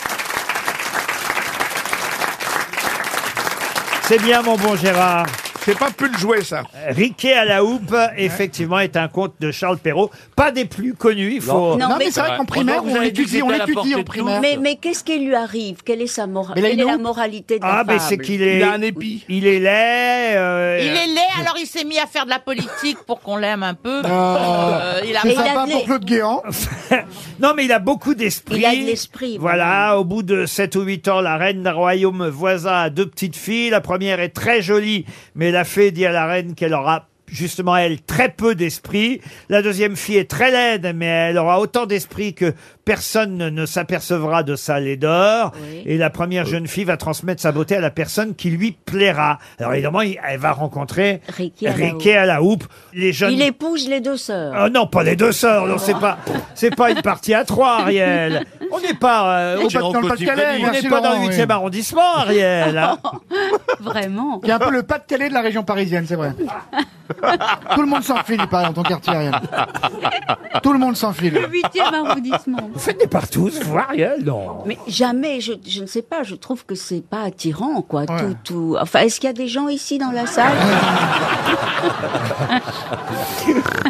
Speaker 1: C'est bien, mon bon Gérard. C'est pas plus le jouer, ça. Riquet à la houppe, effectivement, est un conte de Charles Perrault. Pas des plus connus, il faut.
Speaker 23: Non, mais c'est vrai qu'en primaire, on l'étudie, on l'étudie en primaire.
Speaker 6: Mais, mais qu'est-ce qui lui arrive Quelle est sa morale
Speaker 23: Mais là, il
Speaker 6: Quelle
Speaker 23: est
Speaker 6: est la
Speaker 23: où
Speaker 6: moralité de la
Speaker 1: Ah, ben c'est
Speaker 6: fable
Speaker 1: qu'il est. épi. Il est laid. euh,
Speaker 2: Il est laid, alors il s'est mis à faire de la politique pour qu'on l'aime un peu.
Speaker 1: Ah.
Speaker 2: Euh, il a-
Speaker 23: Ah. C'est
Speaker 2: il a
Speaker 23: sympa
Speaker 2: de
Speaker 23: pour
Speaker 2: l'é-
Speaker 23: Claude Guéant.
Speaker 1: Non, mais il a beaucoup d'esprit.
Speaker 6: Il a de l'esprit,
Speaker 1: Voilà, au bout de 7 ou 8 ans, la reine d'un royaume voisin a deux petites filles. La première est très jolie, mais la fée dit à la reine qu'elle aura justement, elle, très peu d'esprit. La deuxième fille est très laide, mais elle aura autant d'esprit que personne ne- ne s'apercevra de sa laideur. Et la première jeune fille va transmettre sa beauté à la personne qui lui plaira. Alors évidemment, il- elle va rencontrer
Speaker 6: Riquet à la
Speaker 1: Riquet à la houppe. Les jeunes...
Speaker 6: Il épouse les deux sœurs.
Speaker 1: Ah non, pas les deux sœurs, non, c'est pas, c'est pas une partie à trois, Ariel. On n'est pas, euh,
Speaker 23: On n'est pas dans le Pas-de-Calais,
Speaker 1: on n'est
Speaker 23: merci
Speaker 1: pas dans le
Speaker 23: Laurent,
Speaker 1: 8e
Speaker 23: oui.
Speaker 1: arrondissement, Ariel. hein.
Speaker 6: Vraiment
Speaker 23: Il y a un peu le pas de Calais de la région parisienne, c'est vrai. Tout le monde s'enfile, par exemple, ton quartier Ariel. Tout le monde s'enfile.
Speaker 6: Le huitième arrondissement.
Speaker 1: Vous faites des partout, vous, Ariel Non.
Speaker 6: Mais jamais, je, je ne sais pas, je trouve que c'est pas attirant, quoi. Tout, tout. Enfin, est-ce qu'il y a des gens ici dans la salle
Speaker 1: Ah,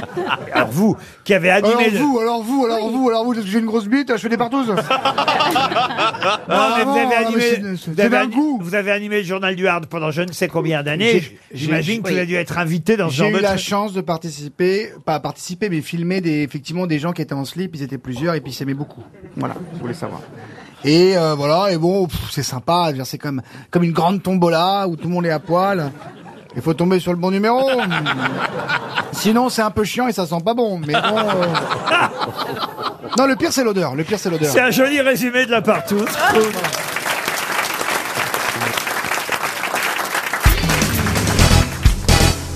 Speaker 1: Alors vous, qui avez animé...
Speaker 23: Ah, Alors
Speaker 1: le-
Speaker 23: vous, alors vous, alors vous, alors vous, parce que j'ai une grosse bite, je fais des partouzes.
Speaker 1: Non, mais vous avez
Speaker 23: Ah, mais
Speaker 1: animé-
Speaker 23: c'est- c'est-
Speaker 1: vous
Speaker 23: c'est
Speaker 1: avez
Speaker 23: d'un
Speaker 1: ani- vous avez animé le journal du Hard pendant je ne sais combien d'années.
Speaker 23: J'ai-
Speaker 1: J'imagine
Speaker 23: j'ai-
Speaker 1: que vous avez dû être invité dans ce genre
Speaker 23: J'ai
Speaker 1: de
Speaker 23: eu la
Speaker 1: truc.
Speaker 23: chance de participer, pas participer, mais filmer des, effectivement des gens qui étaient en slip, ils étaient plusieurs et puis ils s'aimaient beaucoup. Voilà, je voulais savoir. Et euh, voilà, et bon, pff, c'est sympa, je veux dire, c'est comme, comme une grande tombola où tout le monde est à poil. Il faut tomber sur le bon numéro. Sinon, c'est un peu chiant et ça sent pas bon. Mais bon. euh, Non, le pire, c'est l'odeur. Le pire, c'est l'odeur.
Speaker 1: C'est un joli résumé de la partout.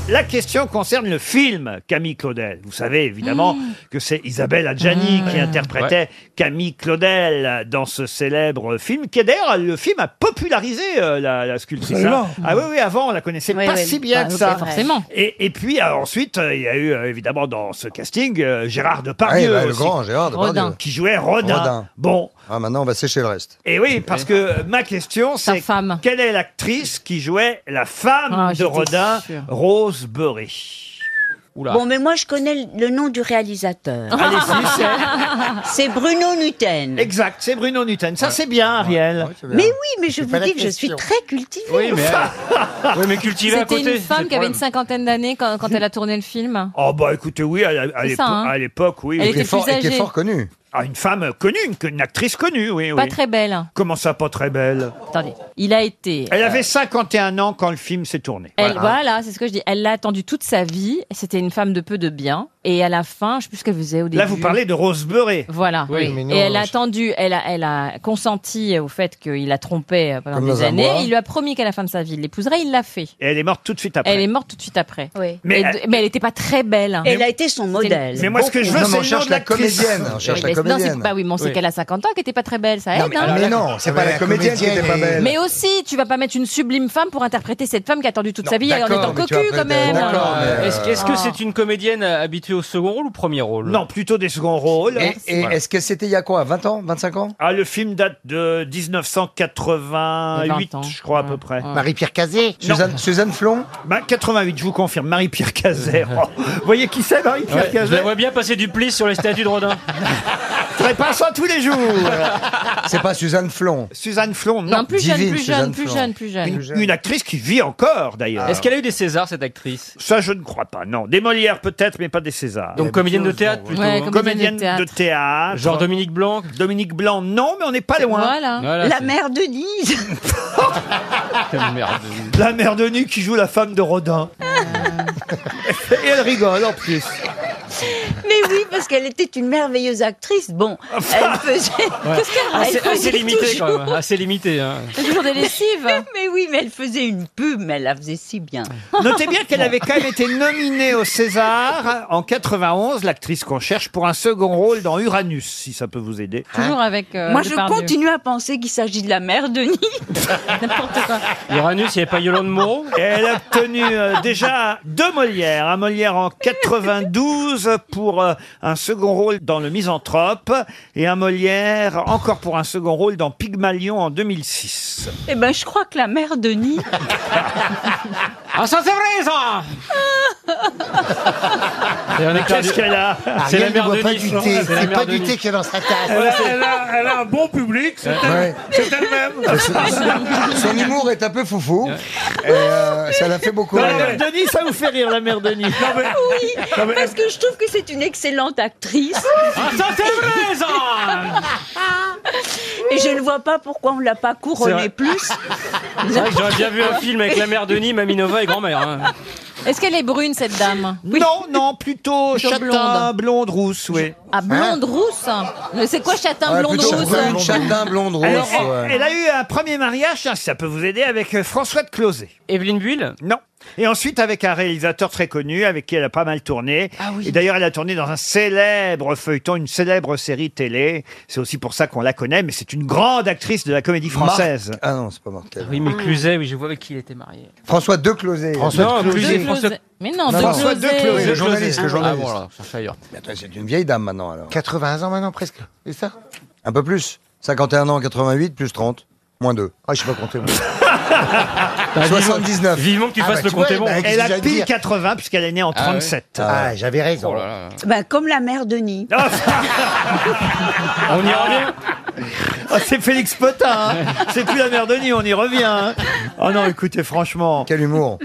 Speaker 1: La question concerne le film Camille Claudel. Vous savez évidemment que c'est Isabelle Adjani qui interprétait Camille Claudel dans ce célèbre film, qui est d'ailleurs le film a popularisé euh, la, la sculptrice.
Speaker 9: Absolument.
Speaker 1: hein. Ah oui, oui, avant on la connaissait
Speaker 9: Oui,
Speaker 1: pas
Speaker 9: oui,
Speaker 1: si bien
Speaker 9: bah,
Speaker 1: que
Speaker 9: oui,
Speaker 1: ça.
Speaker 9: forcément.
Speaker 1: Et, et puis euh, ensuite, euh, il y a eu euh, évidemment dans ce casting euh, Gérard Depardieu.
Speaker 11: Ouais, bah, le
Speaker 1: aussi.
Speaker 11: grand Gérard Depardieu. Rodin.
Speaker 1: Qui jouait Rodin. Bon.
Speaker 11: Ah, maintenant, on va sécher le reste.
Speaker 1: Et oui, parce que ma question, c'est quelle est l'actrice qui jouait la femme
Speaker 11: Ah,
Speaker 1: de
Speaker 11: j'étais
Speaker 1: Rodin,
Speaker 11: sûre.
Speaker 1: Rose Berry Oula.
Speaker 6: Bon, mais moi, je connais le le nom du réalisateur.
Speaker 1: Allez-y, c'est-
Speaker 6: c'est Bruno Nutten.
Speaker 1: Exact, c'est Bruno Nutten. Ça, c'est bien, Ariel.
Speaker 6: Mais oui, mais je
Speaker 1: C'est
Speaker 6: vous
Speaker 1: pas la
Speaker 6: dis que je suis
Speaker 1: question.
Speaker 6: très cultivée.
Speaker 1: oui, mais cultivée
Speaker 3: C'était une femme qui avait une cinquantaine d'années quand, quand elle a tourné le film.
Speaker 1: Oh bah écoutez, oui, à, la- à
Speaker 3: C'est
Speaker 1: l'épo-
Speaker 3: ça, hein.
Speaker 1: à l'époque, oui.
Speaker 3: Elle
Speaker 1: oui.
Speaker 3: était Et qui est plus fort- et qui est âgée. fort
Speaker 1: connue. Ah, une femme connue, une, une actrice connue, oui,
Speaker 3: Pas
Speaker 1: Eh oui.
Speaker 3: très belle.
Speaker 1: Comment ça, pas très belle
Speaker 3: Attendez. Il a été.
Speaker 1: Elle
Speaker 3: euh,
Speaker 1: avait 51 ans quand le film s'est tourné.
Speaker 3: Elle, voilà, c'est ce que je dis. Elle l'a attendu toute sa vie. C'était une femme de peu de bien. Et à la fin, je sais plus ce qu'elle faisait au début.
Speaker 1: Là, vous parlez de Rose Berry.
Speaker 3: Voilà.
Speaker 1: Oui, mais non,
Speaker 3: et elle a
Speaker 1: je-
Speaker 3: attendu, elle a, elle a consenti au fait qu'il la trompait euh, pendant
Speaker 1: Comme dans
Speaker 3: des
Speaker 1: un
Speaker 3: années.
Speaker 1: bois.
Speaker 3: Il lui a promis qu'à la fin de sa vie, il l'épouserait. Il l'a fait.
Speaker 1: Et elle est morte tout de suite après.
Speaker 3: Elle est morte tout de suite après.
Speaker 1: Mais
Speaker 3: Mais,
Speaker 1: elle-
Speaker 3: elle... mais elle n'était pas très belle. hein.
Speaker 6: Elle a été son modèle.
Speaker 1: Mais moi, ce que je veux,
Speaker 11: Non, mais
Speaker 1: c'est
Speaker 11: on
Speaker 1: le nom
Speaker 11: cherche
Speaker 1: de
Speaker 11: la
Speaker 1: l'actrice.
Speaker 11: comédienne, on cherche
Speaker 3: Oui,
Speaker 11: la
Speaker 3: mais- non, c'est-
Speaker 11: comédienne.
Speaker 3: bah oui, mais on sait
Speaker 11: Oui.
Speaker 3: qu'elle a 50 ans, qu'elle n'était pas très belle, ça
Speaker 11: Non,
Speaker 3: aide.
Speaker 11: mais
Speaker 3: hein.
Speaker 11: alors, Mais la- non, c'est pas la comédienne qui était pas belle.
Speaker 3: Mais aussi, tu vas pas mettre une sublime femme pour interpréter cette femme qui a attendu toute sa vie en
Speaker 11: d'accord,
Speaker 3: étant
Speaker 11: mais tu vas
Speaker 3: cocu
Speaker 11: pas
Speaker 3: quand
Speaker 11: mettre-
Speaker 3: même.
Speaker 11: D'accord, mais, euh,
Speaker 4: Est-ce que- est-ce que
Speaker 3: Ah.
Speaker 4: c'est une comédienne euh, habituée au second rôle ou premier rôle
Speaker 1: Non, plutôt des seconds rôles.
Speaker 11: Et, et
Speaker 1: Voilà.
Speaker 11: est-ce que c'était il y a quoi 20 ans 25 ans
Speaker 1: Ah, le film date de
Speaker 11: Il y a vingt
Speaker 1: 1988,
Speaker 11: ans.
Speaker 1: je crois, à peu près.
Speaker 11: Marie-Pierre Cazé
Speaker 1: Suzanne,
Speaker 11: Flon
Speaker 1: 88, Bah, je vous confirme, Marie-Pierre Cazet. Oh, vous voyez qui c'est, Marie-Pierre
Speaker 4: Ouais, Je la
Speaker 1: Cazet
Speaker 4: vois bien passer du pli sur les statues de Rodin.
Speaker 1: Très passant tous les jours
Speaker 11: C'est pas Suzanne Flon.
Speaker 1: Suzanne Flon, non.
Speaker 3: Non, plus jeune, plus jeune, plus jeune, plus jeune.
Speaker 1: Une, une actrice qui vit encore, d'ailleurs.
Speaker 4: Est-ce qu'elle a eu des Césars, cette actrice
Speaker 1: Ça, je ne crois pas, non. Des Molières, peut-être, mais pas des Césars.
Speaker 4: Donc comédienne de théâtre plutôt.
Speaker 1: Ouais,
Speaker 4: hein.
Speaker 1: comédienne de théâtre.
Speaker 4: Genre Dominique Blanc
Speaker 1: Dominique Blanc, non, mais on n'est pas loin.
Speaker 6: la mère de Denise.
Speaker 1: La mère de Nu qui joue la femme de Rodin. Et elle rigole en plus.
Speaker 6: Mais oui, parce qu'elle était une merveilleuse actrice. Bon, elle faisait.
Speaker 4: Ouais. assez,
Speaker 6: Elle faisait
Speaker 4: assez limité
Speaker 6: toujours-
Speaker 4: quand même, assez limité. hein.
Speaker 3: toujours des lessives.
Speaker 6: mais oui, mais elle faisait une pub, mais elle la faisait si bien.
Speaker 1: Notez bien qu'elle avait quand même été nominée au César en 91, l'actrice qu'on cherche, pour un second rôle dans Uranus, si ça peut vous aider. Hein
Speaker 3: Toujours avec. euh,
Speaker 6: Moi, je
Speaker 3: Depardieu.
Speaker 6: continue à penser qu'il s'agit de la mère de N'importe quoi.
Speaker 4: Uranus, il n'y avait pas Yolande Moreau
Speaker 1: Et elle a obtenu euh, déjà deux Molières. Un Molière en 92 pour euh, un second rôle dans Le Misanthrope et un Molière encore pour un second rôle dans Pygmalion en 2006.
Speaker 6: Eh ben, je crois que la mère de Denis.
Speaker 4: Ah, ça, c'est vrai, ça Et on est
Speaker 1: Qu'est-ce
Speaker 4: perdu.
Speaker 1: qu'elle a
Speaker 4: C'est la mère de Nice, non C'est la mère de Nice.
Speaker 1: qu'il y a dans sa tasse.
Speaker 4: Elle a- elle
Speaker 11: elle a un bon public, c'est elle-même. Son humour est un peu foufou. Et, euh, ça la fait beaucoup.
Speaker 1: La
Speaker 11: rire.
Speaker 1: mère Denis, ça vous fait rire, la mère Denis.
Speaker 3: Ah
Speaker 6: Oui, parce que je trouve que c'est une excellente actrice.
Speaker 4: Ah, ça, c'est vrai, ça
Speaker 6: Et je ne vois pas pourquoi on l'a pas
Speaker 4: C'est
Speaker 6: couronnée
Speaker 4: vrai.
Speaker 6: plus.
Speaker 4: C'est vrai que j'aurais bien vu un film avec la mère de Denis, Mamie Nova et grand-mère. hein.
Speaker 3: Est-ce qu'elle est brune cette dame
Speaker 1: Non, non, plutôt
Speaker 3: Plutôt
Speaker 1: châtain, Hein blonde,
Speaker 3: blonde.
Speaker 1: rousse, oui.
Speaker 3: Ah blonde rousse. Mais C'est quoi châtain
Speaker 11: Ouais,
Speaker 3: blonde
Speaker 11: plutôt
Speaker 3: rousse
Speaker 11: châtain, blonde- châtain, blonde rousse.
Speaker 1: Alors, elle,
Speaker 11: ouais.
Speaker 1: elle a eu un premier mariage, hein, si ça peut vous aider, avec euh, François de Closet.
Speaker 4: Evelyne Buil
Speaker 1: Non. Et ensuite, avec un réalisateur très connu, avec qui elle a pas mal tourné. Et d'ailleurs, elle a tourné dans un célèbre feuilleton, une célèbre série télé. C'est aussi pour ça qu'on la connaît, mais c'est une grande actrice de la comédie française.
Speaker 11: Marc- Ah non, c'est pas Martel.
Speaker 1: Oui, mais
Speaker 4: Cluzet, oui, je vois avec qui il était marié.
Speaker 11: François De Closet.
Speaker 4: François Non, de Cluzet, Cluzet. François-
Speaker 3: Mais non,
Speaker 4: de
Speaker 11: François
Speaker 4: Closet.
Speaker 11: De Closet,
Speaker 4: De
Speaker 11: le journaliste.
Speaker 4: Closet.
Speaker 11: Le
Speaker 4: Ah,
Speaker 11: journaliste.
Speaker 4: voilà,
Speaker 11: Mais attends, c'est une vieille dame maintenant alors. 80 ans maintenant presque, c'est ça Un peu plus. 51 ans, 88, plus 30, moins 2. Ah, je sais pas compter. moi. 79.
Speaker 4: Vivement que tu
Speaker 11: Ah
Speaker 4: fasses
Speaker 11: bah,
Speaker 4: le
Speaker 11: tu vois,
Speaker 4: compte est bon.
Speaker 11: bah,
Speaker 1: Elle a
Speaker 11: j'allais
Speaker 1: pile
Speaker 11: dire.
Speaker 1: 80 puisqu'elle est née en
Speaker 11: Ah ouais.
Speaker 1: 37.
Speaker 11: Ah, j'avais raison.
Speaker 6: Ben, comme la mère Denis.
Speaker 4: Oh,
Speaker 1: On y revient. Ah, c'est Félix Potin. hein. C'est plus la mère Denis, on y revient. hein. Oh non, écoutez, franchement.
Speaker 11: Quel humour.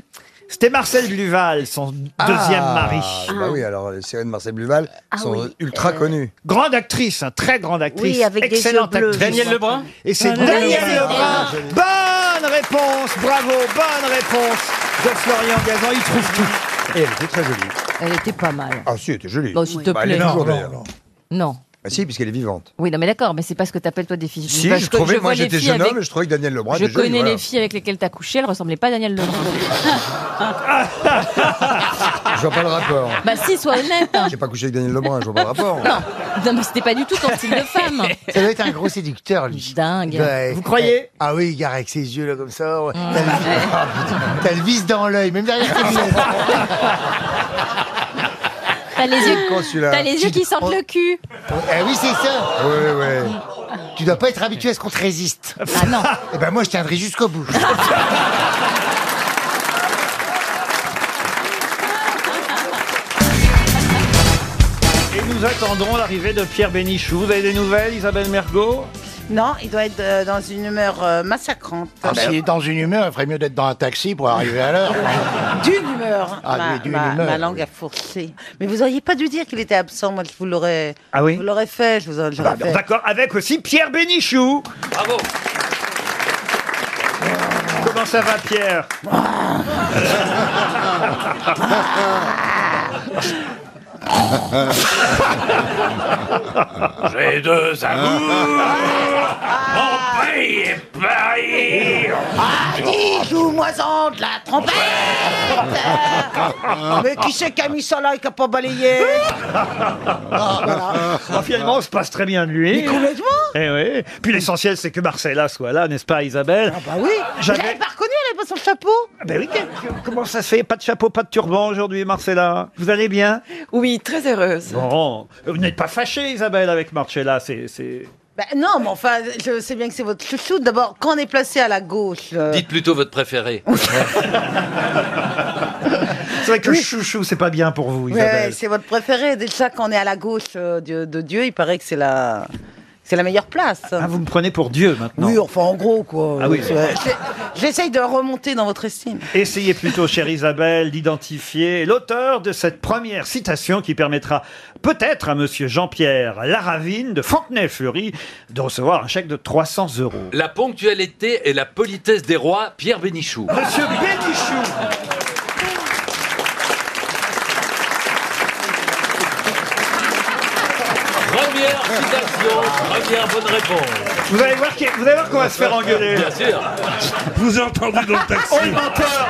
Speaker 1: C'était Marcel Duval, son deuxième
Speaker 11: Ah,
Speaker 1: mari.
Speaker 11: Bah oui, alors les séries de Marcel Bluval
Speaker 1: Ah
Speaker 11: sont euh,
Speaker 1: oui,
Speaker 11: ultra connues.
Speaker 1: Grande actrice, hein, très grande actrice.
Speaker 11: Oui, avec des
Speaker 1: excellente
Speaker 11: yeux bleus.
Speaker 1: actrice.
Speaker 11: Daniel Lebrun
Speaker 1: Et c'est
Speaker 11: Voilà.
Speaker 1: Daniel
Speaker 11: Daniel
Speaker 1: Lebrun. Bonne réponse, bravo, bonne réponse de Florian Gazan. Il trouve tout.
Speaker 11: Et elle était très jolie.
Speaker 3: Elle était pas mal.
Speaker 11: Ah si, elle était jolie.
Speaker 3: Bon, s'il te
Speaker 11: Bah, Elle est
Speaker 3: plaît.
Speaker 11: toujours
Speaker 3: Non,
Speaker 11: d'ailleurs.
Speaker 3: Non.
Speaker 11: Bah si, puisqu'elle est vivante.
Speaker 3: Oui, non, mais d'accord, mais c'est pas ce que t'appelles toi des filles.
Speaker 11: Si,
Speaker 3: Bah,
Speaker 11: je,
Speaker 3: co-
Speaker 11: trouvais,
Speaker 3: vois
Speaker 11: moi
Speaker 3: les
Speaker 11: j'étais
Speaker 3: filles
Speaker 11: jeune
Speaker 3: avec-
Speaker 11: homme et je trouvais que Daniel Lebrun
Speaker 3: Je
Speaker 11: était jolie.
Speaker 3: connais
Speaker 11: voilà.
Speaker 3: les filles avec lesquelles t'as couché, elles ressemblaient pas à Daniel Lebrun.
Speaker 11: Ah Je vois pas le rapport.
Speaker 3: bah si, sois honnête. hein.
Speaker 11: J'ai pas couché avec Daniel Lebrun, je vois pas le rapport.
Speaker 3: Non, non, mais c'était pas du tout ton style de femme.
Speaker 9: Ça doit être un gros séducteur, lui.
Speaker 3: Dingue.
Speaker 9: Ouais.
Speaker 3: Vous croyez
Speaker 9: Ah oui, il regarde avec ses yeux là comme ça. ouais. T'as le- Ah, putain. T'as le vice dans l'œil, même derrière tes lunettes.
Speaker 3: T'as les yeux,
Speaker 9: Con, celui-là.
Speaker 3: t'as les yeux qui sentent le cul.
Speaker 9: Eh oui, c'est ça.
Speaker 11: Ouais, ouais.
Speaker 9: Tu dois pas être habitué à ce qu'on te résiste. Ah non. Eh ben moi, je tiendrai jusqu'au bout.
Speaker 1: Et nous attendrons l'arrivée de Pierre Bénichou. Vous avez des nouvelles, Isabelle Mergot
Speaker 10: Non, il doit être euh, dans une humeur euh, massacrante.
Speaker 28: Ah,
Speaker 11: ben.
Speaker 28: s'il est dans une humeur, il ferait mieux d'être dans un taxi pour arriver à l'heure.
Speaker 10: D'une humeur.
Speaker 28: Ah,
Speaker 10: ma,
Speaker 28: lui, d'une
Speaker 10: ma-
Speaker 28: humeur,
Speaker 10: ma langue a fourché. Mais vous auriez pas dû dire qu'il était absent. Moi, je vous l'aurais.
Speaker 1: Ah oui
Speaker 10: je vous l'aurais fait. Je vous aurais- j'aurais
Speaker 1: Bah,
Speaker 10: fait.
Speaker 1: D'accord, avec aussi Pierre Bénichou. Bravo. Comment ça va, Pierre
Speaker 5: J'ai deux amours, mon pays est Paris.
Speaker 10: Ah, dis, joue-moi en de la trompette Mais qui c'est qui a mis ça là et qui a pas balayé
Speaker 1: Bon, Ah, finalement, on se passe très bien de lui.
Speaker 10: Mais complètement.
Speaker 1: Eh oui. Puis l'essentiel, c'est que Marcella soit là, n'est-ce pas, Isabelle Ah
Speaker 10: bah oui. J'avais Ah,
Speaker 1: J'avais.
Speaker 10: pas reconnu, elle avait pas son chapeau.
Speaker 1: Ben oui, comment ça se fait Pas de chapeau, pas de turban aujourd'hui, Marcella. Vous allez bien
Speaker 29: Oui, très heureuse.
Speaker 1: Bon, vous n'êtes pas fâchée, Isabelle, avec Marcella. C'est, c'est...
Speaker 10: Bah, non, mais enfin, je sais bien que c'est votre chouchou. D'abord, quand on est placé à la gauche, euh,
Speaker 18: Dites plutôt votre préféré.
Speaker 1: c'est vrai que chouchou, c'est pas bien pour vous,
Speaker 10: ouais, ouais,
Speaker 1: Isabelle.
Speaker 10: c'est votre préféré. Déjà, quand on est à la gauche euh, de, de Dieu, il paraît que c'est la, c'est la meilleure place.
Speaker 1: Ah, vous me prenez pour Dieu maintenant.
Speaker 10: Oui, enfin, en gros, quoi.
Speaker 1: Ah oui.
Speaker 10: C'est- c'est- J'essaye de remonter dans votre estime.
Speaker 1: Essayez plutôt, chère Isabelle, d'identifier l'auteur de cette première citation qui permettra peut-être à Monsieur Jean-Pierre Laravine de Fontenay-Fleury de recevoir un chèque de 300 euros.
Speaker 18: La ponctualité et la politesse des rois, Pierre Bénichou.
Speaker 1: Monsieur Bénichou
Speaker 18: Première citation, première bonne réponse.
Speaker 1: Vous allez voir qu'il- vous allez voir qu'on va se faire engueuler.
Speaker 18: Bien sûr.
Speaker 1: Je vous ai entendu dans le taxi. Oh, le menteur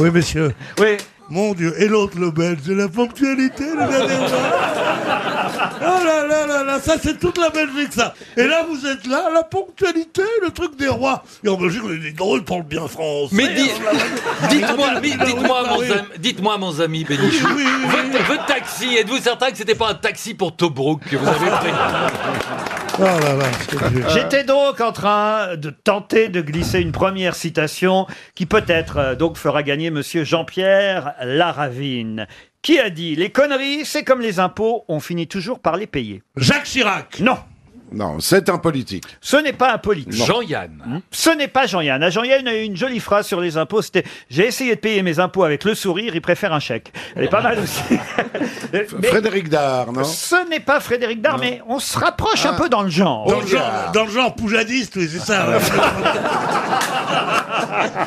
Speaker 13: Oui, monsieur.
Speaker 1: Oui.
Speaker 13: Mon Dieu. Et l'autre, le belge, de la ponctualité, le dernier Oh là là là là, ça c'est toute la Belgique, ça. Et là, vous êtes là, la ponctualité, le truc des rois. Et en Belgique, on est des drôles, on parle bien français.
Speaker 18: Mais dis-
Speaker 13: Oh là là.
Speaker 18: Dites-moi,
Speaker 13: Oui,
Speaker 18: mi-
Speaker 13: oui,
Speaker 18: dites-moi,
Speaker 13: oui,
Speaker 18: mon
Speaker 13: oui.
Speaker 18: ami- dites-moi, mon ami Bénichou, votre, votre taxi, êtes-vous certain que c'était pas un taxi pour Tobruk que vous avez pris
Speaker 13: Oh là là, c'est Dieu.
Speaker 1: J'étais donc en train de tenter de glisser une première citation qui peut-être euh, donc fera gagner monsieur Jean-Pierre Laravine. Qui a dit les conneries, c'est comme les impôts, on finit toujours par les payer.
Speaker 13: Jacques Chirac.
Speaker 1: Non.
Speaker 30: Non, c'est un politique.
Speaker 1: Ce n'est pas un politique. Hmm.
Speaker 30: Non.
Speaker 18: Jean-Yann.
Speaker 1: Ce n'est pas Jean-Yann. À Jean-Yann, il y a eu une jolie phrase sur les impôts. C'était J'ai essayé de payer mes impôts avec le sourire, il préfère un chèque. Elle est pas mal aussi.
Speaker 30: Frédéric Dard, non
Speaker 1: Ce n'est pas Frédéric Dard, mais on se rapproche un peu dans le genre.
Speaker 13: Dans le genre, dans le genre poujadiste, oui, c'est ça. ouais.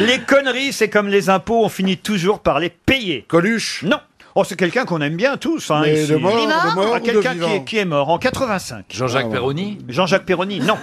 Speaker 1: Les conneries, c'est comme les impôts, on finit toujours par les payer.
Speaker 30: Coluche
Speaker 1: Non. Oh, c'est quelqu'un qu'on aime bien tous. Hein,
Speaker 30: Mais
Speaker 1: ici.
Speaker 30: de mort, de mort
Speaker 1: Ah,
Speaker 30: ou de
Speaker 1: quelqu'un qui,
Speaker 30: vivant
Speaker 1: est- qui est mort en 85.
Speaker 18: Jean-Jacques Perroni
Speaker 1: Jean-Jacques Perroni, non.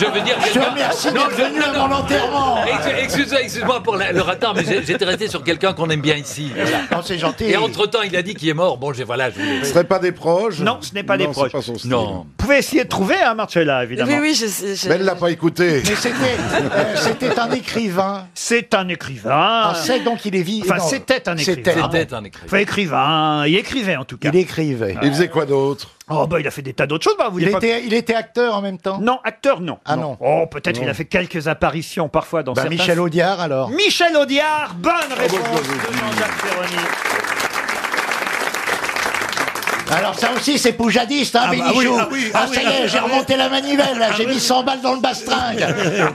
Speaker 18: Je veux dire.
Speaker 13: Je te remercie d'être venu à mon enterrement.
Speaker 18: Ex- Excuse-moi, excuse-moi pour la- le retard, mais j'ai- j'étais resté sur quelqu'un qu'on aime bien ici.
Speaker 12: Non, c'est gentil.
Speaker 18: Et entre temps, il a dit qu'il est mort. Bon, j'ai voilà. Je voulais-
Speaker 27: Ce serait pas des proches
Speaker 1: Non, ce n'est pas des
Speaker 27: c'est
Speaker 1: proches.
Speaker 27: pas son style.
Speaker 18: Non.
Speaker 1: Vous pouvez essayer de trouver, hein, Marcella, évidemment.
Speaker 27: Oui, oui,
Speaker 1: je sais.
Speaker 27: Mais elle l'a pas écouté.
Speaker 1: Mais c'était,
Speaker 12: euh, c'était un écrivain.
Speaker 1: C'est un écrivain.
Speaker 12: Ah, c'est donc il est vivant.
Speaker 1: Enfin,
Speaker 12: Non.
Speaker 1: c'était un écrivain.
Speaker 12: C'était. C'était
Speaker 18: un écrivain.
Speaker 1: Enfin, écrivain. Il écrivait, en tout cas. Il
Speaker 12: écrivait.
Speaker 27: Il faisait quoi d'autre
Speaker 1: Oh, bah, il a fait des tas d'autres choses. Bah, vous
Speaker 12: Il
Speaker 1: voulez pas-
Speaker 12: était, il était acteur en même temps
Speaker 1: Non, acteur non.
Speaker 12: Ah non.
Speaker 1: Oh, peut-être
Speaker 12: Non.
Speaker 1: qu'il a fait quelques apparitions parfois dans
Speaker 12: Bah,
Speaker 1: certains...
Speaker 12: Michel Audiard alors.
Speaker 1: Michel Audiard, bonne
Speaker 27: Ah,
Speaker 1: réponse de Jean-Jacques Perroni.
Speaker 12: Alors ça aussi c'est poujadiste, hein,
Speaker 13: Ah bah
Speaker 12: Bénichou
Speaker 13: oui, ah oui, ah oui,
Speaker 12: ça y
Speaker 13: ah
Speaker 12: est, j'ai
Speaker 13: oui.
Speaker 12: remonté la manivelle, là,
Speaker 1: Ah,
Speaker 12: j'ai mis 100 balles dans le bastringue.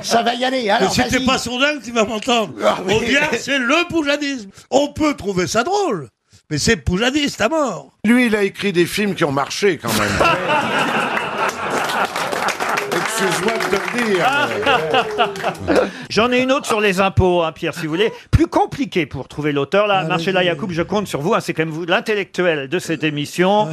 Speaker 12: ça va y aller, alors
Speaker 21: Mais c'était
Speaker 12: vas-y.
Speaker 21: pas son dingue, tu vas m'entendre.
Speaker 12: Ah oui.
Speaker 21: On dit, ah, c'est le poujadisme. On peut trouver ça drôle, mais c'est poujadiste à mort.
Speaker 27: Lui, il a écrit des films qui ont marché quand même.
Speaker 13: Ah,
Speaker 27: Excuse-moi de te le
Speaker 4: Ah.
Speaker 27: dire.
Speaker 23: euh,
Speaker 1: J'en ai une autre sur les impôts, hein, Pierre, si vous voulez. Plus compliqué pour trouver l'auteur. Là,
Speaker 12: Ah,
Speaker 23: Allez-y.
Speaker 1: Marcella Yacoub, je compte sur vous. hein, c'est quand même vous l'intellectuel de cette émission.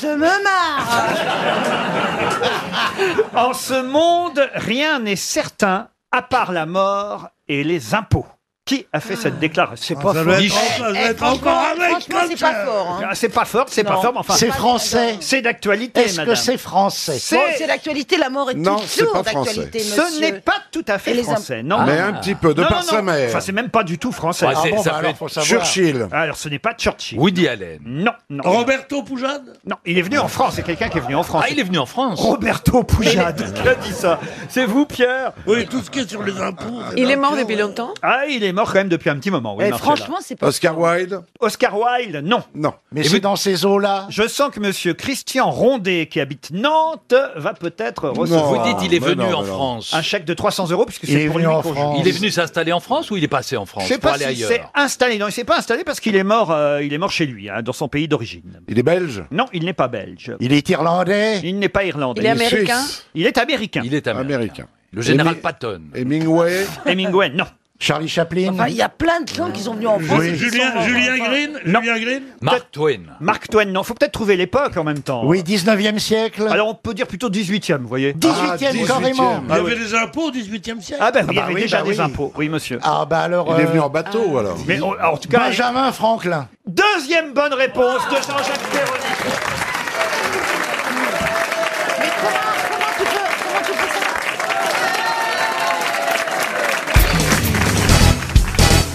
Speaker 10: Je me marre
Speaker 1: En ce monde, rien n'est certain à part la mort et les impôts. Qui a fait cette déclaration C'est pas
Speaker 21: Ah. ça
Speaker 1: fort.
Speaker 21: doit être en- ça doit être encore avec
Speaker 10: franchement, c'est pas fort. hein.
Speaker 1: Ah, C'est pas fort, c'est pas
Speaker 10: Non.
Speaker 1: fort, mais enfin.
Speaker 10: C'est français.
Speaker 1: C'est d'actualité,
Speaker 12: Est-ce que
Speaker 1: madame.
Speaker 12: c'est français
Speaker 1: C'est-
Speaker 10: Bon, c'est l'actualité, la mort est
Speaker 1: Non, c'est
Speaker 10: toujours
Speaker 1: pas
Speaker 10: d'actualité,
Speaker 1: français. Ce
Speaker 10: monsieur.
Speaker 1: n'est pas tout à fait français, non
Speaker 27: Ah. Mais un petit peu, de
Speaker 1: Non,
Speaker 27: par
Speaker 1: non,
Speaker 27: sa
Speaker 1: non.
Speaker 27: mère.
Speaker 1: Enfin, c'est même pas du tout français.
Speaker 27: Ouais, Ah c'est- bon, ça bah peut alors, être faut savoir. Churchill.
Speaker 1: Alors, ce n'est pas Churchill.
Speaker 18: Woody Allen.
Speaker 1: Non, non.
Speaker 21: Roberto Poujade
Speaker 1: Non, il est venu en France. C'est quelqu'un qui est venu en France.
Speaker 18: Ah, il est venu en France.
Speaker 1: Roberto Poujade. Qui a dit ça C'est vous, Pierre
Speaker 21: Oui, tout ce qui est sur les impôts.
Speaker 1: Il est mort
Speaker 21: depuis
Speaker 1: longtemps Ah, il est mort quand même depuis un petit moment. Oui,
Speaker 21: Eh,
Speaker 1: Marcella.
Speaker 21: franchement, c'est
Speaker 27: pas- Oscar Wilde
Speaker 1: Oscar Wilde, non.
Speaker 27: Non.
Speaker 1: Mais
Speaker 27: c'est
Speaker 1: dans
Speaker 12: ces eaux-là.
Speaker 1: Je sens que monsieur Christian Rondet, qui habite Nantes, va peut-être recevoir.
Speaker 18: Vous dites, il est venu en France.
Speaker 1: Un chèque de 300 euros, puisque c'est pour lui qu'on joue.
Speaker 18: Il est venu s'installer en France ou il est passé en France
Speaker 1: Je sais
Speaker 18: pour
Speaker 1: pas
Speaker 18: aller
Speaker 1: s'il
Speaker 18: ailleurs
Speaker 1: s'est installé. Non, il s'est pas installé parce qu'il est mort. euh, il est mort chez lui, hein, dans son pays d'origine.
Speaker 27: Il est belge
Speaker 1: Non, il n'est pas belge.
Speaker 12: Il est irlandais
Speaker 1: Il n'est pas irlandais.
Speaker 27: Il est Il est américain suisse
Speaker 1: Il est américain.
Speaker 18: Il est américain. Le
Speaker 27: général
Speaker 18: Patton.
Speaker 27: Hemingway
Speaker 1: Hemingway, non.
Speaker 12: Charlie Chaplin
Speaker 10: Enfin, il y a plein de gens qui sont venus en France. et qui sont morts. Enfin,
Speaker 1: Julien
Speaker 21: Green
Speaker 18: Mark Twain.
Speaker 1: Mark Twain, non. Faut peut-être trouver l'époque en même temps.
Speaker 12: Oui, 19e siècle.
Speaker 1: Alors on peut dire plutôt 18e, vous voyez.
Speaker 12: 18e, carrément.
Speaker 27: Ah
Speaker 21: Il y avait des impôts au 18e siècle.
Speaker 1: Ah ben, oui, il y
Speaker 12: Ah bah
Speaker 1: avait
Speaker 12: oui,
Speaker 1: déjà
Speaker 12: bah
Speaker 1: des
Speaker 12: oui.
Speaker 1: impôts, oui monsieur.
Speaker 12: Ah bah alors...
Speaker 27: Il est
Speaker 12: euh,
Speaker 27: venu en bateau alors.
Speaker 1: ah. Mais on- alors, en tout cas,
Speaker 12: Benjamin Franklin.
Speaker 1: deuxième bonne réponse de Jean-Jacques Perroni.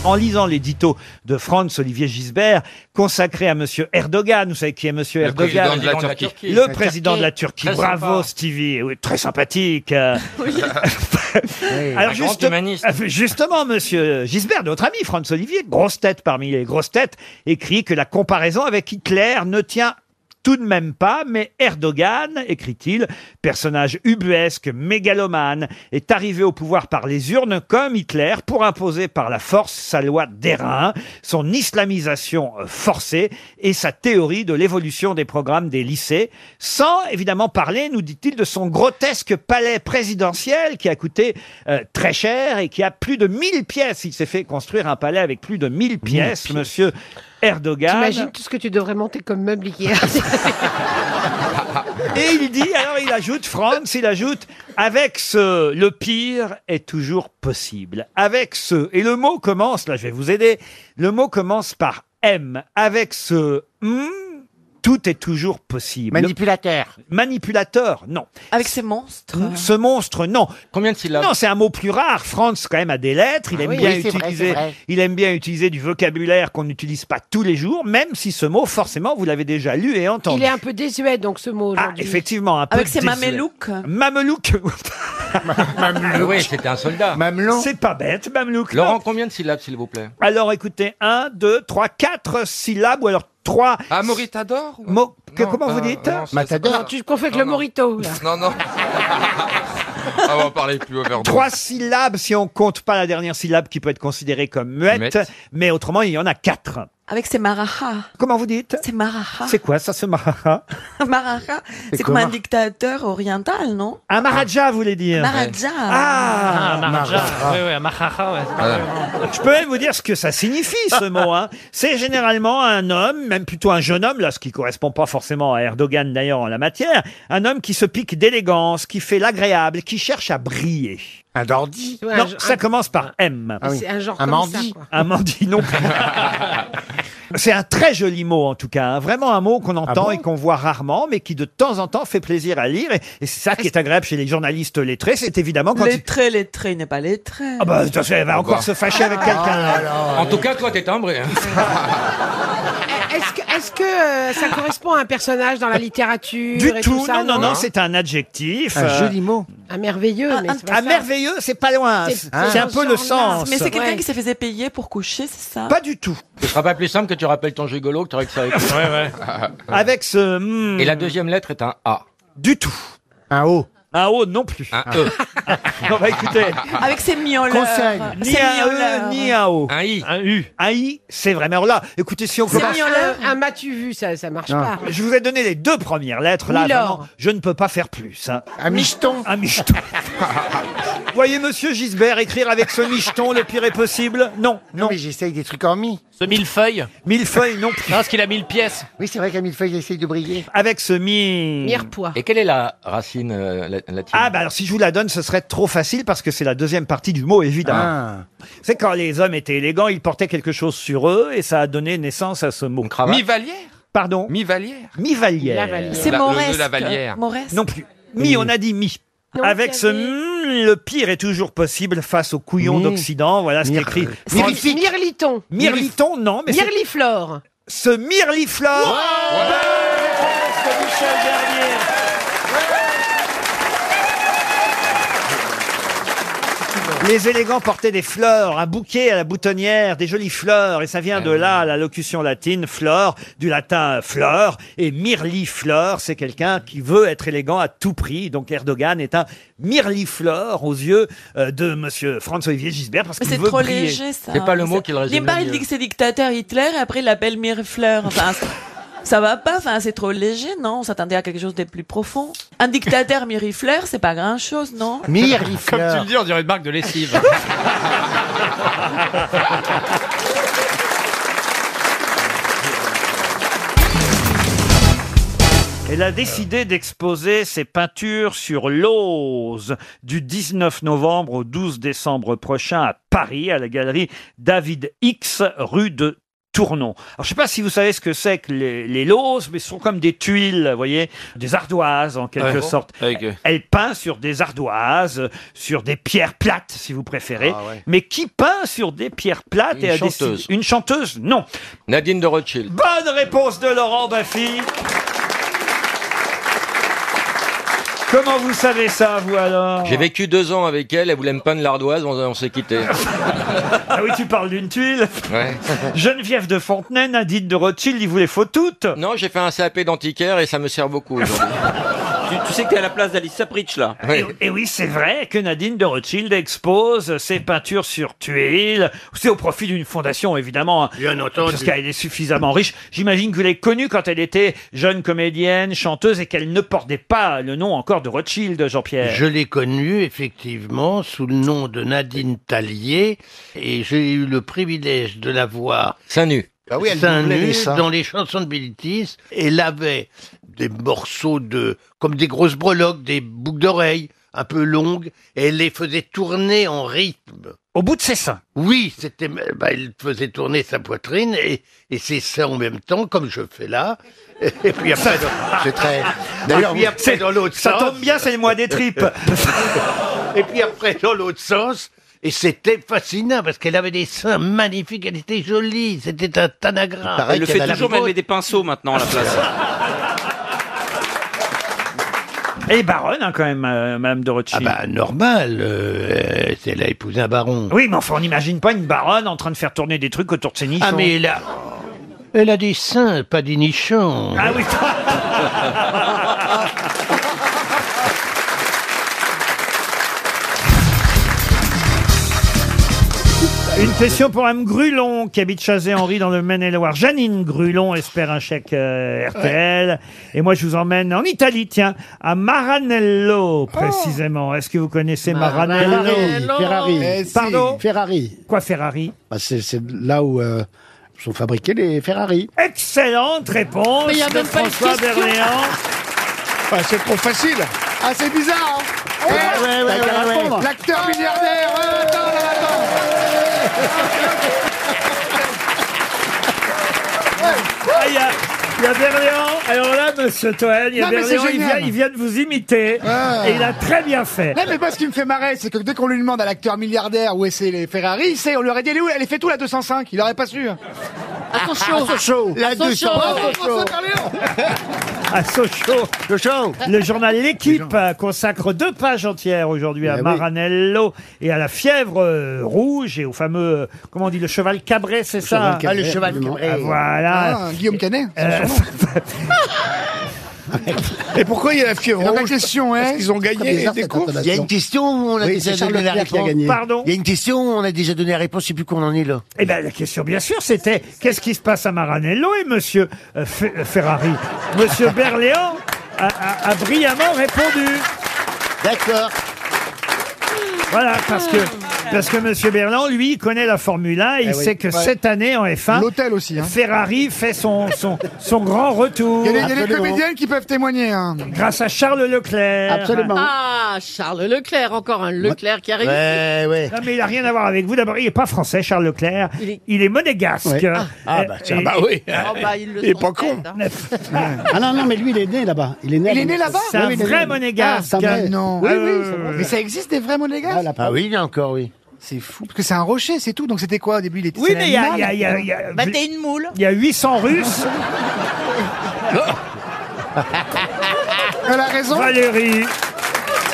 Speaker 1: En lisant l'édito de Franz Olivier Gisbert consacré à Monsieur Erdogan, vous savez qui est Monsieur
Speaker 18: Le
Speaker 1: Erdogan
Speaker 18: président de la Le Turquie. Turquie.
Speaker 1: Le
Speaker 18: La
Speaker 1: président de la
Speaker 18: Turquie.
Speaker 1: Turquie.
Speaker 18: Très
Speaker 1: Bravo
Speaker 18: sympa.
Speaker 1: Stevie, oui, très sympathique. euh.
Speaker 18: un grand humaniste.
Speaker 1: euh, justement, Monsieur Gisbert, notre ami Franz Olivier, grosse tête parmi les grosses têtes, écrit que la comparaison avec Hitler ne tient tout de même pas, mais Erdogan, écrit-il, personnage ubuesque, mégalomane, est arrivé au pouvoir par les urnes comme Hitler pour imposer par la force sa loi d'airain, son islamisation euh, forcée et sa théorie de l'évolution des programmes des lycées, sans évidemment parler, nous dit-il, de son grotesque palais présidentiel qui a coûté euh, très cher et qui a plus de 1000 pièces. Il s'est fait construire un palais avec plus de 1000 pièces, monsieur Erdogan.
Speaker 11: T'imagines tout ce que tu devrais monter comme meuble Ikea.
Speaker 1: Et il dit, alors il ajoute, Franz, il ajoute, avec ce, le pire est toujours possible. Avec ce, et le mot commence, là je vais vous aider, le mot commence par M. Avec ce, hmm, tout est toujours possible.
Speaker 16: Manipulateur.
Speaker 1: Manipulateur, non.
Speaker 16: Avec ces monstres.
Speaker 1: Ce monstre, non.
Speaker 16: Combien de syllabes
Speaker 1: Non, c'est un mot plus rare. Franz, quand même, a des lettres. Il
Speaker 16: Ah
Speaker 1: aime
Speaker 16: oui,
Speaker 1: bien
Speaker 16: oui, c'est vrai,
Speaker 1: utiliser,
Speaker 16: c'est vrai.
Speaker 1: il aime bien utiliser du vocabulaire qu'on n'utilise pas tous les jours, même si ce mot, forcément, vous l'avez déjà lu et entendu.
Speaker 11: Il est un peu désuet, donc, ce mot
Speaker 1: Ah,
Speaker 11: aujourd'hui.
Speaker 1: effectivement, un peu.
Speaker 11: Avec ses
Speaker 1: désuet.
Speaker 11: mamelouks
Speaker 1: Mamelouk.
Speaker 16: Oui, c'était un soldat.
Speaker 1: C'est pas bête, mamelouk. non.
Speaker 16: Laurent, combien de syllabes, s'il vous plaît
Speaker 1: Alors écoutez, 1, 2, 3, 4 syllabes, ou alors 3.
Speaker 16: Ah, Moritador
Speaker 1: Mo- que- Comment vous dites
Speaker 11: Non, tu confonds le morito, là.
Speaker 16: Non, non.
Speaker 15: Ah, on va parler plus overdose.
Speaker 1: Trois syllabes si on compte pas la dernière syllabe qui peut être considérée comme muette,
Speaker 15: Muette.
Speaker 1: mais autrement il y en a quatre.
Speaker 2: avec ses marachas.
Speaker 1: Comment vous dites
Speaker 2: Ses marachas.
Speaker 1: C'est quoi ça, ce maraha
Speaker 2: Un maraja,
Speaker 1: C'est
Speaker 2: c'est comme un
Speaker 1: comment
Speaker 2: dictateur oriental, non
Speaker 1: Un maharaja, vous voulez dire
Speaker 2: Maharaja.
Speaker 1: Ah,
Speaker 17: un maharaja.
Speaker 1: maharaja.
Speaker 17: Oui, oui, un maharaja, ouais.
Speaker 1: Je peux même vous dire ce que ça signifie, ce mot. hein. C'est généralement un homme, même plutôt un jeune homme, là, ce qui correspond pas forcément à Erdogan d'ailleurs en la matière, un homme qui se pique d'élégance, qui fait l'agréable, qui cherche à briller. Un dandy
Speaker 31: Ouais,
Speaker 1: Non,
Speaker 31: un-
Speaker 1: ça commence par M.
Speaker 31: Ah oui. C'est un genre Un comme mandy. ça, quoi.
Speaker 1: Un mandy, non. C'est un très joli mot en tout cas, hein. vraiment un mot qu'on
Speaker 31: Ah
Speaker 1: entend et qu'on voit rarement, mais qui de temps en temps fait plaisir à lire. Et, et c'est ça qui est agréable chez les journalistes lettrés, c'est évidemment quand ils...
Speaker 2: Lettré, lettré, il n'est pas lettré.
Speaker 1: Ah bah, de toute façon, elle va encore se fâcher
Speaker 31: Ah,
Speaker 1: avec
Speaker 14: Ah,
Speaker 1: quelqu'un. hein. Ah,
Speaker 14: En tout cas, toi, t'es timbré. hein.
Speaker 31: Est-ce que, est-ce que euh, ça correspond à un personnage dans la littérature
Speaker 1: Du
Speaker 31: et
Speaker 1: tout,
Speaker 31: ça,
Speaker 1: non, non, non, c'est un adjectif. euh,
Speaker 31: Un joli
Speaker 1: mot.
Speaker 31: Un merveilleux, mais c'est pas
Speaker 1: Ah, un
Speaker 31: ça.
Speaker 1: merveilleux, c'est pas loin.
Speaker 31: C'est-
Speaker 1: Hein C'est un peu le sens.
Speaker 2: Mais c'est quelqu'un qui se faisait payer pour coucher, c'est ça
Speaker 1: Pas du tout.
Speaker 14: Ce sera pas plus simple que tu rappelles ton gigolo que tu aurais que ça avec ouais,
Speaker 1: Avec ce. hmm.
Speaker 14: Et la deuxième lettre est un A.
Speaker 1: Du tout.
Speaker 14: Un O.
Speaker 1: Un O non plus.
Speaker 14: Un E.
Speaker 1: Non, Ah. bah écoutez.
Speaker 2: Avec ses miauleurs.
Speaker 1: Ni
Speaker 2: Ses
Speaker 1: un E,
Speaker 2: miauleurs.
Speaker 1: ni un O.
Speaker 14: Un I.
Speaker 1: Un U. Un I, c'est vrai. Mais alors là, écoutez, si on
Speaker 31: C'est
Speaker 1: commence.
Speaker 31: mis en l'air, un m'as-tu vu, ça, ça marche
Speaker 1: Non.
Speaker 31: pas.
Speaker 1: Je vous ai donné les deux premières lettres, là,
Speaker 31: Milord.
Speaker 1: vraiment, je ne peux pas faire plus. hein. Un micheton. Un micheton. Voyez, monsieur Gisbert, écrire avec ce micheton, le pire est possible Non, non. mais j'essaye des trucs en mi.
Speaker 17: Ce millefeuille
Speaker 1: Millefeuille, non plus.
Speaker 17: Parce qu'il a mille pièces.
Speaker 32: Oui, c'est vrai qu'à mille feuilles, j'essaye de briller.
Speaker 1: Avec ce mi...
Speaker 14: Et quelle est la racine euh, la- latine
Speaker 1: Ah bah alors si je vous la donne, ce serait trop facile parce que c'est la deuxième partie du mot évidemment.
Speaker 14: Ah.
Speaker 1: C'est quand les hommes étaient élégants, ils portaient quelque chose sur eux et ça a donné naissance à ce mot.
Speaker 14: Mi-valière
Speaker 1: Pardon
Speaker 14: Mi-valière
Speaker 1: Mi-valière.
Speaker 14: C'est La- le- Mauresque. de la Vallière. Mauresque.
Speaker 1: Non plus. Mi, on a dit mi.
Speaker 14: Non,
Speaker 1: Avec
Speaker 14: vous
Speaker 1: ce
Speaker 14: avez-
Speaker 1: mm, le pire est toujours possible face aux couillons
Speaker 14: Mi.
Speaker 1: d'Occident. Voilà ce
Speaker 14: Mir-
Speaker 1: qu'écrit.
Speaker 31: Myrliton. Mirliton.
Speaker 1: Mirliton, non, mais c'est-
Speaker 31: Mirliflore.
Speaker 1: Ce mirliflore. Les élégants portaient des fleurs, un bouquet à la boutonnière, des jolies fleurs, et ça vient de là, la locution latine, fleur, du latin fleur, et mirliflore, c'est quelqu'un qui veut être élégant à tout prix, donc Erdogan est un mirliflore aux yeux euh, de monsieur François-Olivier Gisbert, parce
Speaker 2: Mais
Speaker 1: qu'il
Speaker 2: c'est
Speaker 1: veut
Speaker 2: trop
Speaker 1: briller.
Speaker 2: léger, ça.
Speaker 1: résumait
Speaker 2: Il pas, il dit que c'est dictateur Hitler et après il l'appelle Mirfleur. Enfin, ça- ça va pas, enfin, c'est trop léger, non On s'attendait à quelque chose de plus profond. Un dictateur Mirifleur, c'est pas grand chose,
Speaker 1: oh.
Speaker 2: non
Speaker 17: Comme tu le dis, on dirait une marque de lessive.
Speaker 1: Elle a décidé d'exposer ses peintures sur l'Ose du 19 novembre au 12 décembre prochain à Paris, à la galerie David X, rue de Tournon. Alors, je sais pas si vous savez ce que c'est que les, les loses, mais ce sont comme des tuiles, vous voyez, des ardoises en quelque
Speaker 14: Ah
Speaker 18: Ouais.
Speaker 1: sorte.
Speaker 14: euh,
Speaker 1: Elle peint sur des ardoises, euh, sur des pierres plates, si vous préférez.
Speaker 14: Ah ouais.
Speaker 1: Mais qui peint sur Ah, des pierres plates
Speaker 14: Une
Speaker 1: et a
Speaker 14: chanteuse.
Speaker 1: décidé- Une chanteuse, non.
Speaker 14: Nadine de Rothschild.
Speaker 1: Bonne réponse de Laurent Baffy. Comment vous savez ça, vous alors
Speaker 14: J'ai vécu deux ans avec elle, elle voulait me peindre l'ardoise, on, on s'est quitté.
Speaker 1: Ah oui, tu parles d'une tuile.
Speaker 14: Ouais.
Speaker 1: Geneviève de Fontenay, Nadine de Rothschild, il vous les faut toutes.
Speaker 14: Non, j'ai fait un CAP d'antiquaire et ça me sert beaucoup aujourd'hui.
Speaker 9: Tu, tu sais que t'es à la place d'Alice Sapritch là.
Speaker 1: Et, et oui, c'est vrai que Nadine de Rothschild expose ses peintures sur tuiles. C'est au profit d'une fondation, évidemment. hein,
Speaker 9: entendu.
Speaker 1: Parce qu'elle est suffisamment riche. J'imagine que vous l'avez connue quand elle était jeune comédienne, chanteuse, et qu'elle ne portait pas le nom encore de Rothschild, Jean-Pierre.
Speaker 9: Je l'ai connue effectivement sous le nom de Nadine Tallier et j'ai eu le privilège de la voir.
Speaker 14: Seins nu.
Speaker 9: Ah
Speaker 14: oui, elle doublait les seins.
Speaker 9: dans les chansons de Billy Tees. Elle avait des morceaux de comme des grosses breloques, des boucles d'oreilles un peu longues et elle les faisait tourner en rythme.
Speaker 1: Au bout de ses seins.
Speaker 9: Oui, c'était, bah, elle faisait tourner sa poitrine et, et ses seins en même temps, comme je fais là. Et puis après, dans-
Speaker 1: C'est très-
Speaker 9: Et
Speaker 1: D'ailleurs,
Speaker 9: puis après,
Speaker 1: c'est-
Speaker 9: dans l'autre
Speaker 1: ça
Speaker 9: sens.
Speaker 1: tombe bien, c'est le mois des tripes.
Speaker 9: et puis après, dans l'autre sens. Et c'était fascinant parce qu'elle avait des seins magnifiques, elle était jolie, c'était un tanagra. Pareil Ah. Elle le fait toujours, mais elle met des pinceaux maintenant à la place.
Speaker 4: Ah,
Speaker 1: Et baronne, hein, quand même, euh, Madame de Rothschild.
Speaker 9: Ah bah, normal, euh, c'est- elle a épousé un baron.
Speaker 1: Oui, mais enfin, on n'imagine pas une baronne en train de faire tourner des trucs autour de ses nichons.
Speaker 9: Ah mais elle a, elle a des seins, pas des nichons.
Speaker 1: Ah oui Une Question pour Mme Grulon, qui habite Chazé-Henri dans le Maine-et-Loire. Janine Grulon espère un chèque euh, RTL. Et moi, je vous emmène en Italie, tiens, à Maranello, précisément. Est-ce que vous connaissez Maranello,
Speaker 23: Oh. Maranello. Ferrari. Eh, si.
Speaker 1: Pardon
Speaker 23: Ferrari.
Speaker 1: Quoi, Ferrari
Speaker 23: Bah, c'est, c'est là où euh, sont fabriqués les Ferrari.
Speaker 1: Excellente réponse
Speaker 23: Mais il y a
Speaker 1: de
Speaker 23: même pas une
Speaker 1: Oh, François
Speaker 23: question.
Speaker 1: Berléand.
Speaker 23: c'est trop facile.
Speaker 9: Ah, c'est bizarre, hein
Speaker 23: Ouais,
Speaker 9: Eh,
Speaker 23: ouais, ouais,
Speaker 9: t'as qu'à
Speaker 23: ouais, Ah.
Speaker 9: répondre.
Speaker 23: ouais.
Speaker 9: L'acteur milliardaire euh, Attends, là, attends
Speaker 1: Ah, il y a- il y a Berléand. Alors là, monsieur Toen, il y a
Speaker 23: Non, mais c'est
Speaker 1: Berléand, il
Speaker 23: génial. Ah.
Speaker 1: vient, il vient de vous imiter. Et il a très bien fait.
Speaker 23: Non, mais moi, ce qui me fait marrer, c'est que dès qu'on lui demande à l'acteur milliardaire où est c'est les Ferrari, c'est, on lui aurait dit, elle est où Elle est fait tout la 205, il aurait pas su. hein. Ah, À son show. À son show.
Speaker 9: La 200.
Speaker 23: Bravo,
Speaker 9: Sochaux.
Speaker 23: François Berléand.
Speaker 1: à Sochaux. Le journal L'équipe euh, consacre deux pages entières aujourd'hui
Speaker 23: Eh
Speaker 1: à Maranello et à la fièvre euh, rouge et au fameux, euh, comment on dit, le cheval cabré, c'est ça hein,
Speaker 23: cheval cabré, Ah, le cheval absolument. cabré.
Speaker 1: Ah, Voilà.
Speaker 23: Ah, Guillaume Canet. c'est
Speaker 1: Euh,
Speaker 23: son nom.
Speaker 9: Et pourquoi il y a la fièvre
Speaker 23: Alors, la
Speaker 9: rouge
Speaker 23: Euh, question hein. est-
Speaker 9: Parce qu'ils ont
Speaker 23: C'est très
Speaker 9: gagné
Speaker 23: bizarre,
Speaker 9: des
Speaker 23: cette
Speaker 9: courses
Speaker 23: intonation.
Speaker 9: Il y a une question où on a
Speaker 23: Oui,
Speaker 9: déjà
Speaker 23: c'est Charles
Speaker 9: donné la
Speaker 23: Leclerc qui a
Speaker 9: réponse.
Speaker 23: gagné. Pardon
Speaker 9: Il y a une question où on a déjà donné la réponse, je sais plus qu'on en est là.
Speaker 1: Eh bien, la question, bien sûr, c'était qu'est-ce qui se passe à Maranello Et monsieur euh, Fe- euh, Ferrari, monsieur Berléand a, a- a brillamment répondu. Ah.
Speaker 9: D'accord.
Speaker 1: Voilà, parce que, parce que monsieur Berléand, lui, il connaît la Formule 1 et il
Speaker 23: Eh oui.
Speaker 1: sait que
Speaker 23: Ouais.
Speaker 1: cette année, en F1,
Speaker 23: L'hôtel aussi. hein.
Speaker 1: Ferrari fait son, son, son grand retour.
Speaker 23: Il y a des- il y a des comédiennes qui peuvent témoigner. hein.
Speaker 1: Grâce à Charles Leclerc.
Speaker 2: Ah, Charles Leclerc, encore un Leclerc qui arrive.
Speaker 9: Ouais, ouais.
Speaker 1: Non, mais il n'a rien à voir avec vous. D'abord, il n'est pas français, Charles Leclerc. Il est, monégasque.
Speaker 23: Ouais.
Speaker 1: Euh,
Speaker 23: Ah, bah, tiens, bah oui.
Speaker 2: Oh, bah, il le
Speaker 23: Il est
Speaker 2: sent
Speaker 23: pas
Speaker 2: de
Speaker 23: con.
Speaker 2: tête, hein.
Speaker 23: Ah non, non, mais lui, il est né là-bas. Il est né, Il est né là-bas
Speaker 1: C'est un vrai monégasque.
Speaker 23: non.
Speaker 1: Ah,
Speaker 23: oui,
Speaker 1: oui,
Speaker 23: oui,
Speaker 1: c'est vrai.
Speaker 23: Mais ça existe des vrais monégasques
Speaker 9: Ah oui, il y a encore, oui.
Speaker 23: C'est fou, parce que c'est un rocher, c'est tout. Donc c'était quoi au début il était,
Speaker 1: Oui,
Speaker 23: c'est
Speaker 1: mais il y a-
Speaker 23: l'animal.
Speaker 1: il y a- il y a- il y a-
Speaker 2: Bah, t'es une moule.
Speaker 1: Il y a 800 Russes.
Speaker 33: Ah.
Speaker 23: Elle a raison.
Speaker 1: Valérie,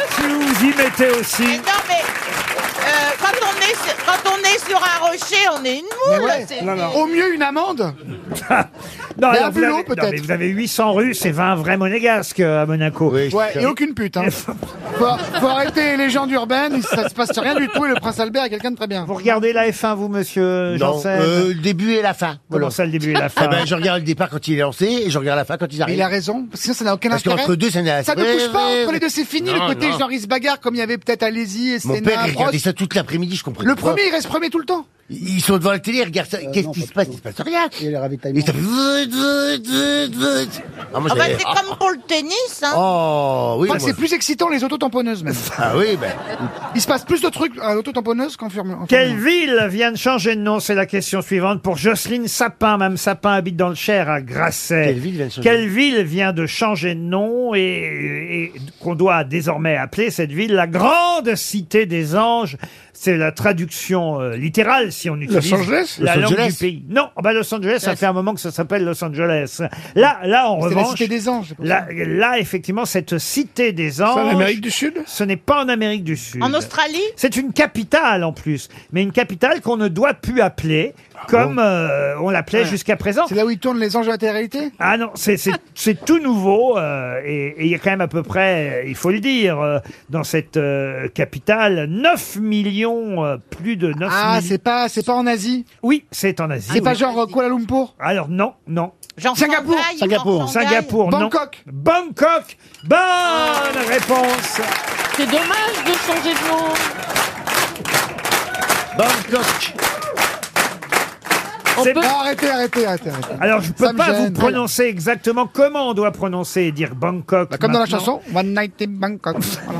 Speaker 1: si vous vous y mettez aussi.
Speaker 2: Eh, Non, mais euh, quand, on est sur, quand on est sur un rocher, on est une
Speaker 23: Mais
Speaker 2: moule.
Speaker 23: Ah, ouais.
Speaker 2: c'est-
Speaker 23: Au mieux, une amende
Speaker 1: Non,
Speaker 23: Mais
Speaker 1: alors,
Speaker 23: un
Speaker 1: vous,
Speaker 23: bulot,
Speaker 1: avez, non,
Speaker 23: peut-être.
Speaker 1: mais vous avez 800 Russes et 20 vrais monégasques euh, à Monaco.
Speaker 23: Ouais, et aucune pute. Hein. faut, faut arrêter les gens d'urbaine, ça se passe rien du tout. Et le prince Albert est quelqu'un de très bien.
Speaker 1: Vous regardez la F1, vous, monsieur
Speaker 9: Non,
Speaker 1: Janssen
Speaker 9: euh, le début et la fin.
Speaker 1: Comment ça, le début et la fin
Speaker 9: Ah ben, je regarde le départ quand il est lancé et je regarde la fin quand ils
Speaker 23: Mais
Speaker 9: arrivent.
Speaker 23: il a raison, parce que sinon, ça n'a aucun
Speaker 9: Parce
Speaker 23: intérêt.
Speaker 9: qu'entre deux, ça n'a-
Speaker 23: ne
Speaker 9: Ouais,
Speaker 23: bouge pas.
Speaker 9: ouais,
Speaker 23: Entre les
Speaker 9: ouais.
Speaker 23: deux, c'est fini.
Speaker 9: Non,
Speaker 23: le côté
Speaker 9: non.
Speaker 23: Jean-Ris Bagarre, comme il y avait peut-être Alési et
Speaker 9: Mon père,
Speaker 23: Sénat,
Speaker 9: il regardait
Speaker 23: Prost.
Speaker 9: ça toute l'après-midi, je comprenais
Speaker 23: Le
Speaker 9: pas.
Speaker 23: premier, il reste premier tout le temps.
Speaker 9: Ils sont devant la télé, ils regardent ça. Qu'est-ce
Speaker 23: non,
Speaker 9: qui
Speaker 23: pas
Speaker 9: se passe Il se passe rien.
Speaker 23: Et le ravitaillement.
Speaker 9: Et ça fait vut, vut, vut, vut. Ah, moi,
Speaker 2: Ah, bah,
Speaker 9: j'avais-
Speaker 2: c'est comme pour le tennis. Hein.
Speaker 9: Oh, oui.
Speaker 23: Enfin,
Speaker 9: moi-
Speaker 23: c'est plus excitant les autotamponneuses même.
Speaker 9: Ah oui, ben.
Speaker 23: Il se passe plus de trucs à l'autotamponneuse qu'en Formule en
Speaker 1: Quelle
Speaker 23: Formule
Speaker 1: ville vient de changer de nom C'est la question suivante pour Jocelyne Sapin. Mme Sapin habite dans le Cher, à Grasset.
Speaker 9: Quelle ville vient de changer
Speaker 1: Quelle ville vient de changer de nom et, et qu'on doit désormais appeler cette ville la Grande Cité des Anges C'est la traduction euh, littérale, si on utilise
Speaker 9: Angeles
Speaker 1: la
Speaker 9: Los
Speaker 1: langue
Speaker 9: Angeles
Speaker 1: du pays. Non, bah Los Angeles, ça fait un moment que ça s'appelle Los Angeles. Là, là en
Speaker 23: C'est la
Speaker 1: revanche...
Speaker 23: cité des anges. c'est pour
Speaker 1: Là,
Speaker 23: ça.
Speaker 1: là, effectivement, cette cité des anges.
Speaker 9: en Amérique
Speaker 1: du Sud Ce n'est pas en Amérique du Sud.
Speaker 2: En Australie
Speaker 1: C'est une capitale en plus, mais une capitale qu'on ne doit plus appeler comme euh, on l'appelait
Speaker 23: Ah Ouais.
Speaker 1: jusqu'à présent.
Speaker 23: C'est là où ils tournent les anges de la télé-réalité
Speaker 1: Ah non, c'est- c'est c'est tout nouveau euh, et et il y a quand même à peu près, euh, il faut le dire, euh, dans cette euh, capitale, 9 millions, euh, plus de 9
Speaker 23: Ah,
Speaker 1: millions.
Speaker 23: c'est pas, c'est pas en Asie.
Speaker 1: Oui, c'est en Asie.
Speaker 23: C'est pas
Speaker 1: oui.
Speaker 23: genre euh, Kuala Lumpur.
Speaker 1: Alors non, non.
Speaker 2: Ah Genre
Speaker 23: Singapour.
Speaker 2: Shanghai, genre Shanghai.
Speaker 1: Singapour, non.
Speaker 23: Bangkok.
Speaker 1: Bangkok. Bonne
Speaker 2: Ah.
Speaker 1: réponse.
Speaker 2: C'est dommage de changer de nom.
Speaker 9: Bangkok.
Speaker 1: C'est
Speaker 23: Non, arrêtez, arrêtez, arrêtez. arrêtez.
Speaker 1: Alors, je
Speaker 23: Ça
Speaker 1: peux
Speaker 23: me
Speaker 1: pas vous
Speaker 23: gêne.
Speaker 1: prononcer exactement comment on doit prononcer et dire Bangkok.
Speaker 23: Bah, comme dans la
Speaker 1: maintenant.
Speaker 23: chanson One Night in Bangkok. Voilà.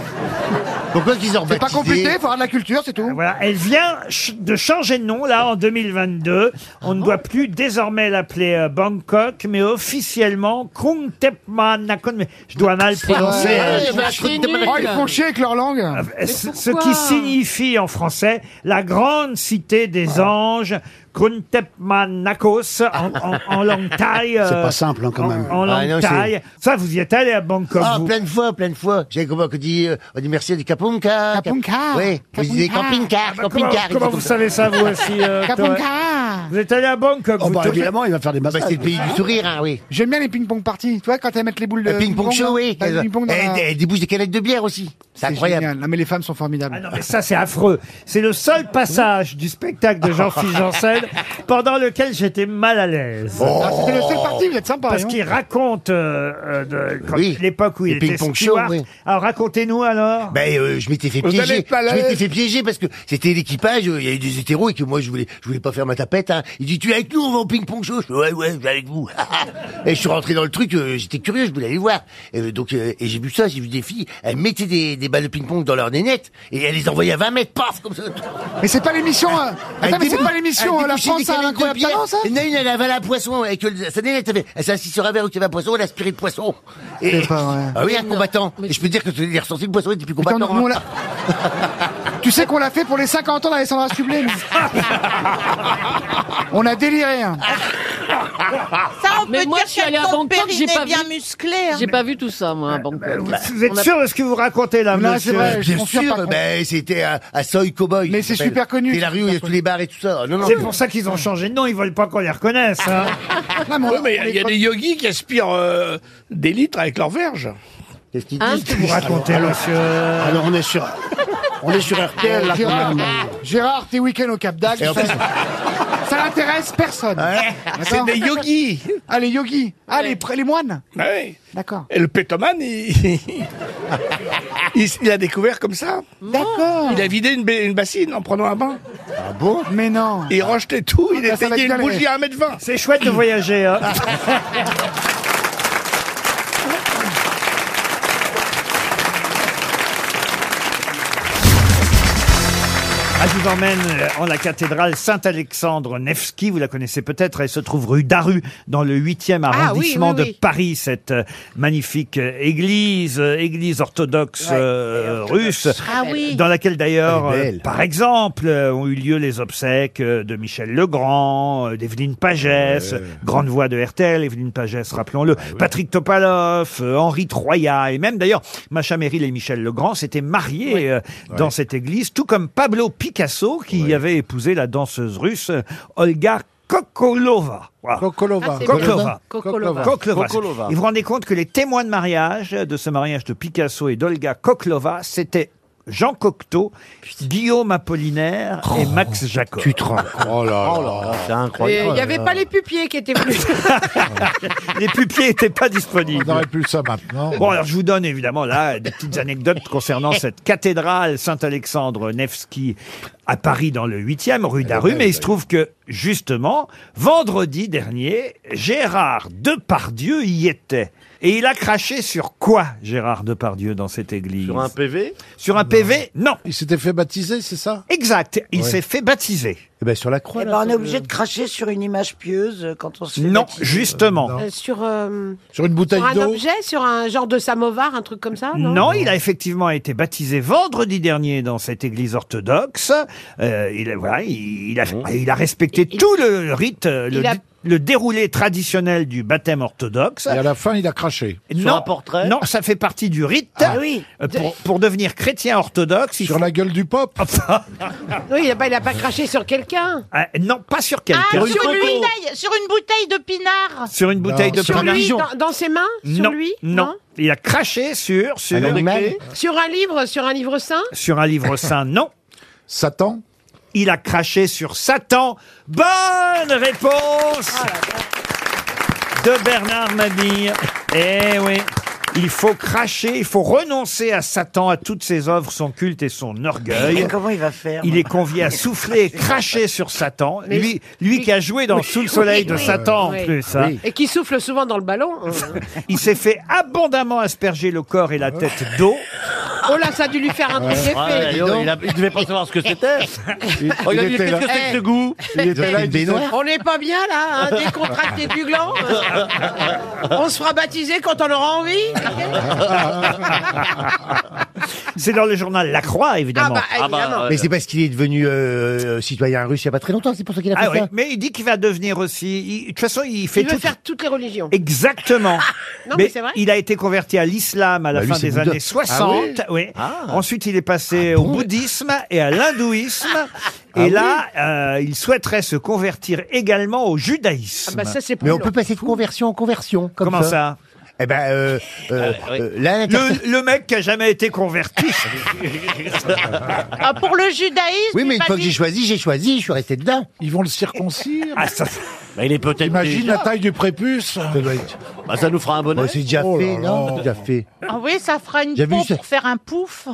Speaker 9: Pourquoi qu'ils ont
Speaker 23: C'est pas
Speaker 9: baptisé
Speaker 23: compliqué, faut avoir de la culture, c'est tout.
Speaker 1: Euh, Voilà, elle vient ch- de changer de nom là en 2022. On ne doit plus désormais l'appeler euh, Bangkok, mais officiellement Krung Thep Man Nakhon. Mais je dois mal prononcer.
Speaker 9: Ouais,
Speaker 1: euh,
Speaker 9: ouais, bah,
Speaker 23: Oh,
Speaker 9: c'est nul.
Speaker 23: ils font chier avec leur langue.
Speaker 1: ce ce qui signifie en français la grande cité des anges, Kruntepmanakos, en, en, en langue thaï. euh,
Speaker 23: C'est pas simple, hein, quand
Speaker 1: en-
Speaker 23: même.
Speaker 1: En, langue
Speaker 9: Ah, non, c'est-
Speaker 1: thaï. Ça, vous y êtes allé à Bangkok,
Speaker 9: Ah,
Speaker 1: vous
Speaker 9: plein de fois, plein de fois. J'avais compris qu'on dit, euh, on dit merci, on dit Kapunka.
Speaker 23: Kapunka.
Speaker 9: Oui, vous disiez camping-car,
Speaker 1: Bah, comment,
Speaker 9: camping-car. ils
Speaker 1: comment
Speaker 9: sont
Speaker 1: vous
Speaker 9: comme ça.
Speaker 1: savez ça, vous aussi euh, Toen
Speaker 9: Ah,
Speaker 23: Kapunka.
Speaker 1: Vous êtes allé à Bangkok
Speaker 23: Oh,
Speaker 1: vous
Speaker 23: bah,
Speaker 1: tous
Speaker 23: évidemment, il va faire des
Speaker 9: Bah,
Speaker 23: massages.
Speaker 9: c'est le pays du sourire, hein, oui.
Speaker 23: J'aime bien les ping-pong parties. Tu vois, quand elles mettent les boules de
Speaker 9: Le ping-pong show,
Speaker 23: là,
Speaker 9: oui.
Speaker 23: t'as le ping-pong dans
Speaker 9: Et
Speaker 23: la-
Speaker 9: des- des bouches de canettes de bière aussi.
Speaker 23: C'est génial. Non, mais les femmes sont formidables.
Speaker 1: Ah Non, mais ça, c'est affreux. C'est le seul passage du spectacle de Jean-Philippe Janssen pendant lequel j'étais mal à l'aise.
Speaker 23: Oh. Ah, c'était le seul parti, vous êtes sympa,
Speaker 1: Parce
Speaker 23: hein.
Speaker 1: qu'il raconte euh, euh, de- quand- l'époque où il
Speaker 9: Les
Speaker 1: était
Speaker 9: ping-pong
Speaker 1: steward.
Speaker 9: shows, oui.
Speaker 1: Alors, racontez-nous alors.
Speaker 9: Ben, euh, je m'étais fait
Speaker 1: Vous allez
Speaker 9: piéger.
Speaker 1: pas là-
Speaker 9: Je m'étais fait piéger parce que c'était l'équipage, euh, il y avait des hétéros et que moi je voulais, je voulais pas faire ma tapette. Hein. Il dit tu es avec nous, on va au ping-pong show. Je fais, ouais ouais, je vais avec vous. et je suis rentré dans le truc, euh, j'étais curieux, je voulais aller voir. Et, euh, donc euh, et j'ai vu ça, j'ai vu des filles, elles mettaient des, des balles de ping-pong dans leurs nénettes et elles les envoyaient à 20 mètres, paf comme ça.
Speaker 23: Mais c'est pas l'émission, hein. Attends, mais c'est pas l'émission, hein, la France a un incroyable talent, ça
Speaker 9: Il y en a une, elle avalait un poisson et que le- sa nénette, avait- elle s'est assise sur un verre où il y avait un poisson, elle a aspiré le poisson. Et,
Speaker 23: C'est pas vrai.
Speaker 9: Ah oui, un combattant. Et je peux dire que les ressorti le poisson était plus combattant.
Speaker 23: nous, on l'a- Tu sais qu'on l'a fait pour les 50 ans d'Alessandra Sublime. on a déliré. hein.
Speaker 34: Ça, on
Speaker 33: Ah. Mais
Speaker 34: peut
Speaker 33: moi,
Speaker 34: dire
Speaker 33: je suis
Speaker 34: qu'elles
Speaker 33: allée à
Speaker 34: sont
Speaker 33: Bangkok, j'ai
Speaker 34: périnées
Speaker 33: pas
Speaker 34: bien
Speaker 33: vu-
Speaker 34: musclées. hein.
Speaker 33: J'ai pas vu tout ça, moi, à Bangkok.
Speaker 1: Bah, Vous êtes
Speaker 33: On a-
Speaker 1: sûr de ce que vous racontez là,
Speaker 9: Non,
Speaker 1: monsieur
Speaker 9: c'est vrai,
Speaker 1: Je
Speaker 9: Ah, bien
Speaker 1: m'en souviens pas
Speaker 9: sûr,
Speaker 1: trop.
Speaker 9: ben, c'était à, à Soy Cowboy.
Speaker 1: Mais
Speaker 9: ça
Speaker 1: c'est
Speaker 9: s'appelle.
Speaker 1: super connu,
Speaker 9: C'est la rue où il y a tous les bars et tout ça. Non, non,
Speaker 1: C'est
Speaker 9: mais-
Speaker 1: pour ça qu'ils ont changé de nom. Ils veulent pas qu'on les reconnaisse. hein.
Speaker 13: Ouais, mais il y a des yogis qui aspirent euh, des litres avec leur verge.
Speaker 9: Qu'est-ce
Speaker 1: Hein disent, Qu'est-ce que vous racontez, monsieur
Speaker 13: Ah, Alors on est sur, on est sur RTL, là, quand
Speaker 23: Gérard, ah,
Speaker 13: même.
Speaker 23: Gérard, tes week-ends au Cap d'Agde,
Speaker 13: Et en
Speaker 23: ça,
Speaker 13: plus-
Speaker 23: ça n'intéresse personne.
Speaker 13: C'est
Speaker 23: D'accord
Speaker 13: des yogis.
Speaker 23: Ah, les yogis. Ah, les, pr- les moines.
Speaker 13: Ouais.
Speaker 23: D'accord.
Speaker 13: Et le pétoman, il... il, il a découvert comme ça.
Speaker 23: D'accord.
Speaker 13: Il a vidé une, ba- une bassine en prenant un bain.
Speaker 9: Ah bon
Speaker 23: Mais non.
Speaker 13: Il rejetait tout, il
Speaker 23: Ah, ça va
Speaker 13: éteignait une
Speaker 23: galérer.
Speaker 13: bougie à 1m20.
Speaker 1: C'est chouette de voyager. hein. Ah, je vous emmène euh, en la cathédrale Saint-Alexandre Nevski. Vous la connaissez peut-être. Elle se trouve rue Daru, dans le 8e arrondissement
Speaker 20: Ah oui, oui,
Speaker 1: de
Speaker 20: oui.
Speaker 1: Paris. Cette euh, magnifique euh, église, euh, église orthodoxe euh, russe,
Speaker 20: Ah oui.
Speaker 1: dans laquelle d'ailleurs,
Speaker 20: Elle est
Speaker 1: euh,
Speaker 20: belle.
Speaker 1: par exemple, euh, ont eu lieu les obsèques euh, de Michel Legrand, euh, d'Evelyne Pagès, euh, grande voix de RTL, Evelyne Pagès,
Speaker 20: Ah
Speaker 1: rappelons-le, Patrick Topalov, euh, Henri Troya, et même d'ailleurs, Macha Merrill et Michel Legrand s'étaient mariés euh, dans cette église, tout comme Pablo Picasso, qui avait épousé la danseuse russe euh, Olga Kokolova. Voilà.
Speaker 23: Kokolova.
Speaker 1: Ah, Kokolova.
Speaker 23: Kokolova.
Speaker 1: Koklova.
Speaker 23: Koklova.
Speaker 1: Et vous vous rendez compte que les témoins de mariage, de ce mariage de Picasso et d'Olga Koklova, c'était Jean Cocteau, Guillaume Apollinaire et Max Jacob. Oh, Tu te rends
Speaker 9: Oh là là, c'est
Speaker 2: Et Il n'y avait pas les pupiers qui étaient venus.
Speaker 1: Les pupiers n'étaient pas disponibles.
Speaker 5: On n'aurait plus ça maintenant.
Speaker 1: Bon, alors je vous donne évidemment là des petites anecdotes concernant cette cathédrale Saint-Alexandre Nevski à Paris dans le 8e rue
Speaker 5: Eh ben,
Speaker 1: d'Aru. Mais il se trouve que justement, vendredi dernier, Gérard Depardieu y était. Et il a craché sur quoi, Gérard Depardieu, dans cette église Sur un
Speaker 5: PV
Speaker 1: Sur un PV, non.
Speaker 5: Il s'était fait baptiser, c'est ça
Speaker 1: Exact, il
Speaker 5: Ouais.
Speaker 1: s'est fait baptiser.
Speaker 5: Eh ben sur la croix.
Speaker 10: Eh ben, on est obligé de cracher sur une image pieuse euh, quand on se fait
Speaker 1: Non,
Speaker 10: baptiser.
Speaker 1: justement.
Speaker 2: Euh, sur, euh,
Speaker 5: Sur une
Speaker 2: sur un objet, sur un genre de samovar, un truc comme ça
Speaker 1: Non,
Speaker 2: Ah Non,
Speaker 1: il a effectivement été baptisé vendredi dernier dans cette église orthodoxe. Euh, il, a- voilà, il, il a,
Speaker 5: Mmh.
Speaker 1: il a respecté tout le rite, euh, le,
Speaker 2: il a-
Speaker 1: dé- le déroulé traditionnel du baptême orthodoxe.
Speaker 5: Et à la fin, il a craché.
Speaker 1: non, non, ça fait partie du rite. Euh, Pour, pour devenir chrétien orthodoxe, sur
Speaker 5: Ah. la gueule du pape.
Speaker 2: Oui, il n'a pas, il a pas craché sur quelqu'un.
Speaker 1: bah. non, pas sur quelqu'un.
Speaker 10: Ah, sur, une bouteille, sur une bouteille de pinard.
Speaker 1: Sur une bouteille de
Speaker 2: Sur
Speaker 1: pinard.
Speaker 2: lui, dans, dans ses mains Sur
Speaker 1: non,
Speaker 2: lui
Speaker 1: non. il a craché sur sur
Speaker 5: Un animal
Speaker 2: Sur un livre Sur un livre saint
Speaker 1: sur un livre saint. Non.
Speaker 5: Satan.
Speaker 1: Il a craché sur Satan. Bonne réponse
Speaker 2: Ah,
Speaker 1: de Bernard Mabille. Eh oui. Il faut cracher, il faut renoncer à Satan, à toutes ses œuvres, son culte et son orgueil.
Speaker 10: Mais Comment il va faire
Speaker 1: Il est convié à souffler et cracher sur Satan.
Speaker 2: Mais-
Speaker 1: Lui, lui qui a joué dans
Speaker 2: Oui,
Speaker 1: Sous le soleil de
Speaker 2: oui, oui,
Speaker 1: Satan
Speaker 2: oui.
Speaker 1: en plus. hein.
Speaker 2: Et qui souffle souvent dans le ballon. hein.
Speaker 1: Il s'est fait abondamment asperger le corps et la tête d'eau.
Speaker 2: oh là, ça a dû lui faire un truc effet.
Speaker 1: devait pas savoir ce que c'était.
Speaker 2: Oh, il a dit, qu'est-ce que c'est que ce goût
Speaker 5: Il était là, il disait-
Speaker 2: On n'est pas bien là, hein, décontracté du gland. On se fera baptiser quand on aura envie.
Speaker 1: C'est dans le journal La Croix, évidemment.
Speaker 2: Ah bah, évidemment.
Speaker 9: Mais c'est parce qu'il est devenu euh, citoyen russe il n'y a pas très longtemps, c'est pour ça qu'il a fait
Speaker 1: Ah oui,
Speaker 9: ça.
Speaker 1: mais il dit qu'il va devenir aussi. il- de toute façon, il fait
Speaker 2: Il
Speaker 1: tout.
Speaker 2: veut faire toutes les religions.
Speaker 1: Exactement.
Speaker 2: Non, mais c'est vrai.
Speaker 1: il a été converti à l'islam à la
Speaker 9: Bah, lui,
Speaker 1: fin
Speaker 9: c'est
Speaker 1: des
Speaker 9: Bouddha.
Speaker 1: années 60.
Speaker 9: Ah
Speaker 1: oui. Ensuite, il est passé au bouddhisme et à l'hindouisme. et
Speaker 9: Ah
Speaker 1: là, euh, il souhaiterait se convertir également au judaïsme.
Speaker 2: Ah bah,
Speaker 1: bah
Speaker 9: Mais on peut passer de conversion en conversion. Comme
Speaker 1: Comment ça Ah,
Speaker 9: Eh ben, euh, euh, euh, là,
Speaker 1: le, le mec qui a jamais été converti.
Speaker 9: Ah, pour le judaïsme. Oui, mais une fois que j'ai choisi, j'ai choisi, je suis resté dedans.
Speaker 8: Ils vont le circoncire.
Speaker 6: Bah, il est peut-être.
Speaker 8: Imagine
Speaker 6: déjà-
Speaker 8: la taille du prépuce.
Speaker 6: Bah, ça nous fera un bonheur.
Speaker 9: Bon, c'est déjà
Speaker 8: Oh là
Speaker 9: fait,
Speaker 8: là.
Speaker 9: non C'est déjà fait.
Speaker 2: Ah oui, ça fera une
Speaker 9: J'ai vu
Speaker 2: peau
Speaker 9: ça. Ah.
Speaker 2: pour faire un pouf.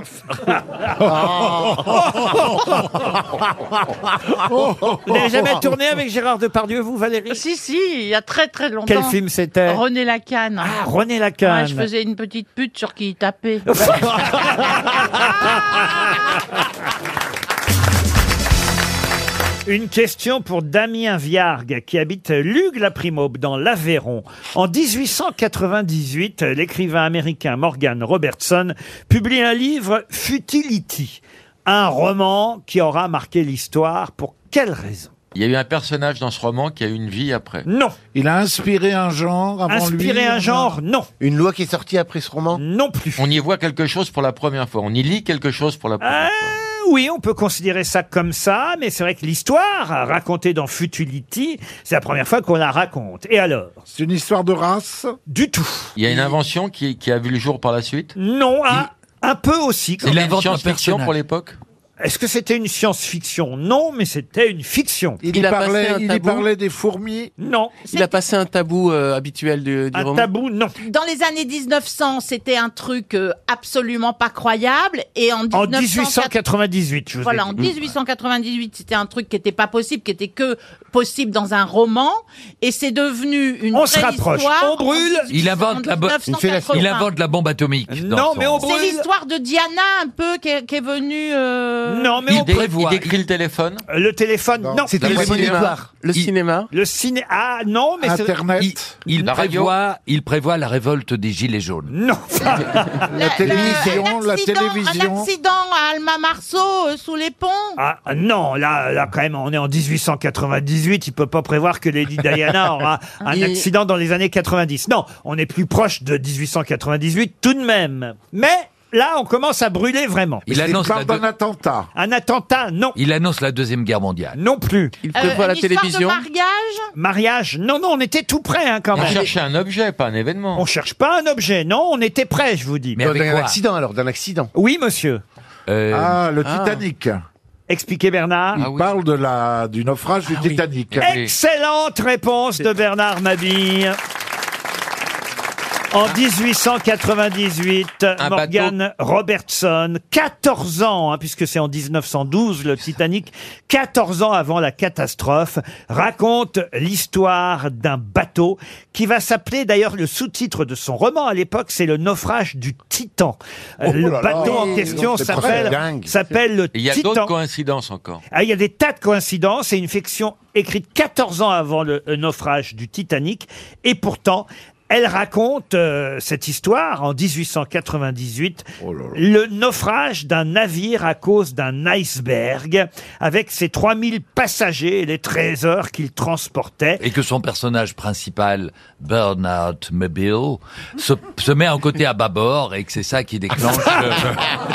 Speaker 1: Vous n'avez jamais tourné avec Gérard Depardieu, vous, Valérie
Speaker 2: Si, si, il y a très très longtemps.
Speaker 1: Quel film c'était
Speaker 2: René Lacan. Ah,
Speaker 1: René Lacan.
Speaker 2: je faisais une petite pute sur qui il tapait.
Speaker 1: Une question pour Damien Viargue, qui habite Lugue la Primaube dans l'Aveyron. En 1898, l'écrivain américain Morgan Robertson publie un livre Futility, un roman qui aura marqué l'histoire. Pour quelle raison
Speaker 14: Il y a eu un personnage dans ce roman qui a eu une vie après.
Speaker 1: Non.
Speaker 8: Il a inspiré un genre avant lui.
Speaker 14: Inspiré un genre,
Speaker 1: non.
Speaker 14: Une loi qui est sortie après ce roman
Speaker 1: Non plus.
Speaker 14: On y voit quelque chose pour la première fois. On y lit quelque chose pour la première fois.
Speaker 1: Ah Oui, on peut considérer ça comme ça, mais c'est vrai que l'histoire racontée dans Futility, c'est la première fois qu'on la raconte. Et alors
Speaker 8: C'est une histoire de race
Speaker 1: Du tout.
Speaker 14: Il y a une invention qui, qui a vu le jour par la suite.
Speaker 1: Non, un, un peu aussi.
Speaker 14: Il invente un science-fiction pour l'époque
Speaker 1: Est-ce que c'était une science-fiction Non, mais c'était une fiction.
Speaker 19: Il Il y a passé parlait- un il y tabou parlait
Speaker 1: des fourmis Non.
Speaker 19: Il a passé un tabou euh, habituel du, du
Speaker 1: Un
Speaker 19: roman.
Speaker 1: tabou, non.
Speaker 2: Dans les années 1900, c'était un truc euh, absolument pas croyable. Et en,
Speaker 1: En
Speaker 2: 1998,
Speaker 1: 1898, je vous ai
Speaker 2: Voilà, en
Speaker 1: dit.
Speaker 2: 1898, c'était un truc qui n'était pas possible, qui était que possible dans un roman. Et c'est devenu une
Speaker 1: On
Speaker 2: vraie histoire en
Speaker 18: Il invente, la bo-
Speaker 2: 1980.
Speaker 18: il invente la bombe atomique. dans son-
Speaker 2: C'est l'histoire de Diana un peu qui est, qui est venue. euh,
Speaker 1: Non, mais
Speaker 14: il,
Speaker 1: on
Speaker 14: dé-
Speaker 1: prévoit.
Speaker 14: il décrit le téléphone.
Speaker 1: Le téléphone, non.
Speaker 19: C'est le cinéma. Le cinéma.
Speaker 1: Le ciné... Ah non, mais c'est-
Speaker 19: Il, il
Speaker 1: La radio.
Speaker 19: prévoit, il prévoit la révolte des gilets jaunes.
Speaker 1: Non.
Speaker 19: la
Speaker 2: un accident- Un accident à Alma Marceau euh, sous les ponts.
Speaker 1: Ah ah, non, là, là quand même, on est en 1898, il peut pas prévoir que Lady Diana aura un
Speaker 2: Il-
Speaker 1: accident dans les années 90. Non, on est plus proche de 1898 tout de même. Mais là, on commence à brûler vraiment.
Speaker 19: Il Mais c'est annonce pas la deux- d'un
Speaker 1: attentat. Un attentat, non.
Speaker 19: Il annonce la deuxième guerre mondiale.
Speaker 1: Non plus.
Speaker 19: Il
Speaker 2: Euh,
Speaker 19: prévoit la télévision.
Speaker 2: mariage
Speaker 1: Mariage Non, non, on était tout près hein, quand
Speaker 14: On
Speaker 1: même.
Speaker 14: cherchait un objet, pas un événement.
Speaker 1: On cherche pas un objet, non, on était prêt, je vous dis.
Speaker 14: Mais avec D'un quoi Euh, accident,
Speaker 1: alors, d'un accident. Oui, monsieur.
Speaker 8: Ah, le Titanic.
Speaker 1: Expliquez Bernard.
Speaker 14: Ah
Speaker 8: Il parle de la, du naufrage du Titanic.
Speaker 14: Eh
Speaker 1: Excellente réponse de Bernard Mabille. En 1898, Morgan Robertson, 14 ans, hein, puisque c'est en 1912 le Titanic, 14 ans avant la catastrophe, raconte l'histoire d'un bateau qui va s'appeler d'ailleurs le sous-titre de son roman à l'époque, c'est le naufrage du Titan. Euh,
Speaker 14: Oh
Speaker 1: le
Speaker 14: là là,
Speaker 1: bateau en
Speaker 14: oui,
Speaker 1: question
Speaker 14: c'est très
Speaker 1: s'appelle
Speaker 14: dingue.
Speaker 1: s'appelle le
Speaker 14: Il y a
Speaker 1: Titan.
Speaker 14: d'autres coïncidences encore.
Speaker 1: Ah, il y a des tas de coïncidences et une fiction écrite 14 ans avant le euh, naufrage du Titanic. Et pourtant, elle raconte euh, cette histoire en 1898, le naufrage d'un navire à cause d'un iceberg avec ses 3000 passagers et les trésors qu'il transportait.
Speaker 19: Et que son personnage principal, Bernard Mobile, se, se met en côté à bâbord et que c'est ça qui déclenche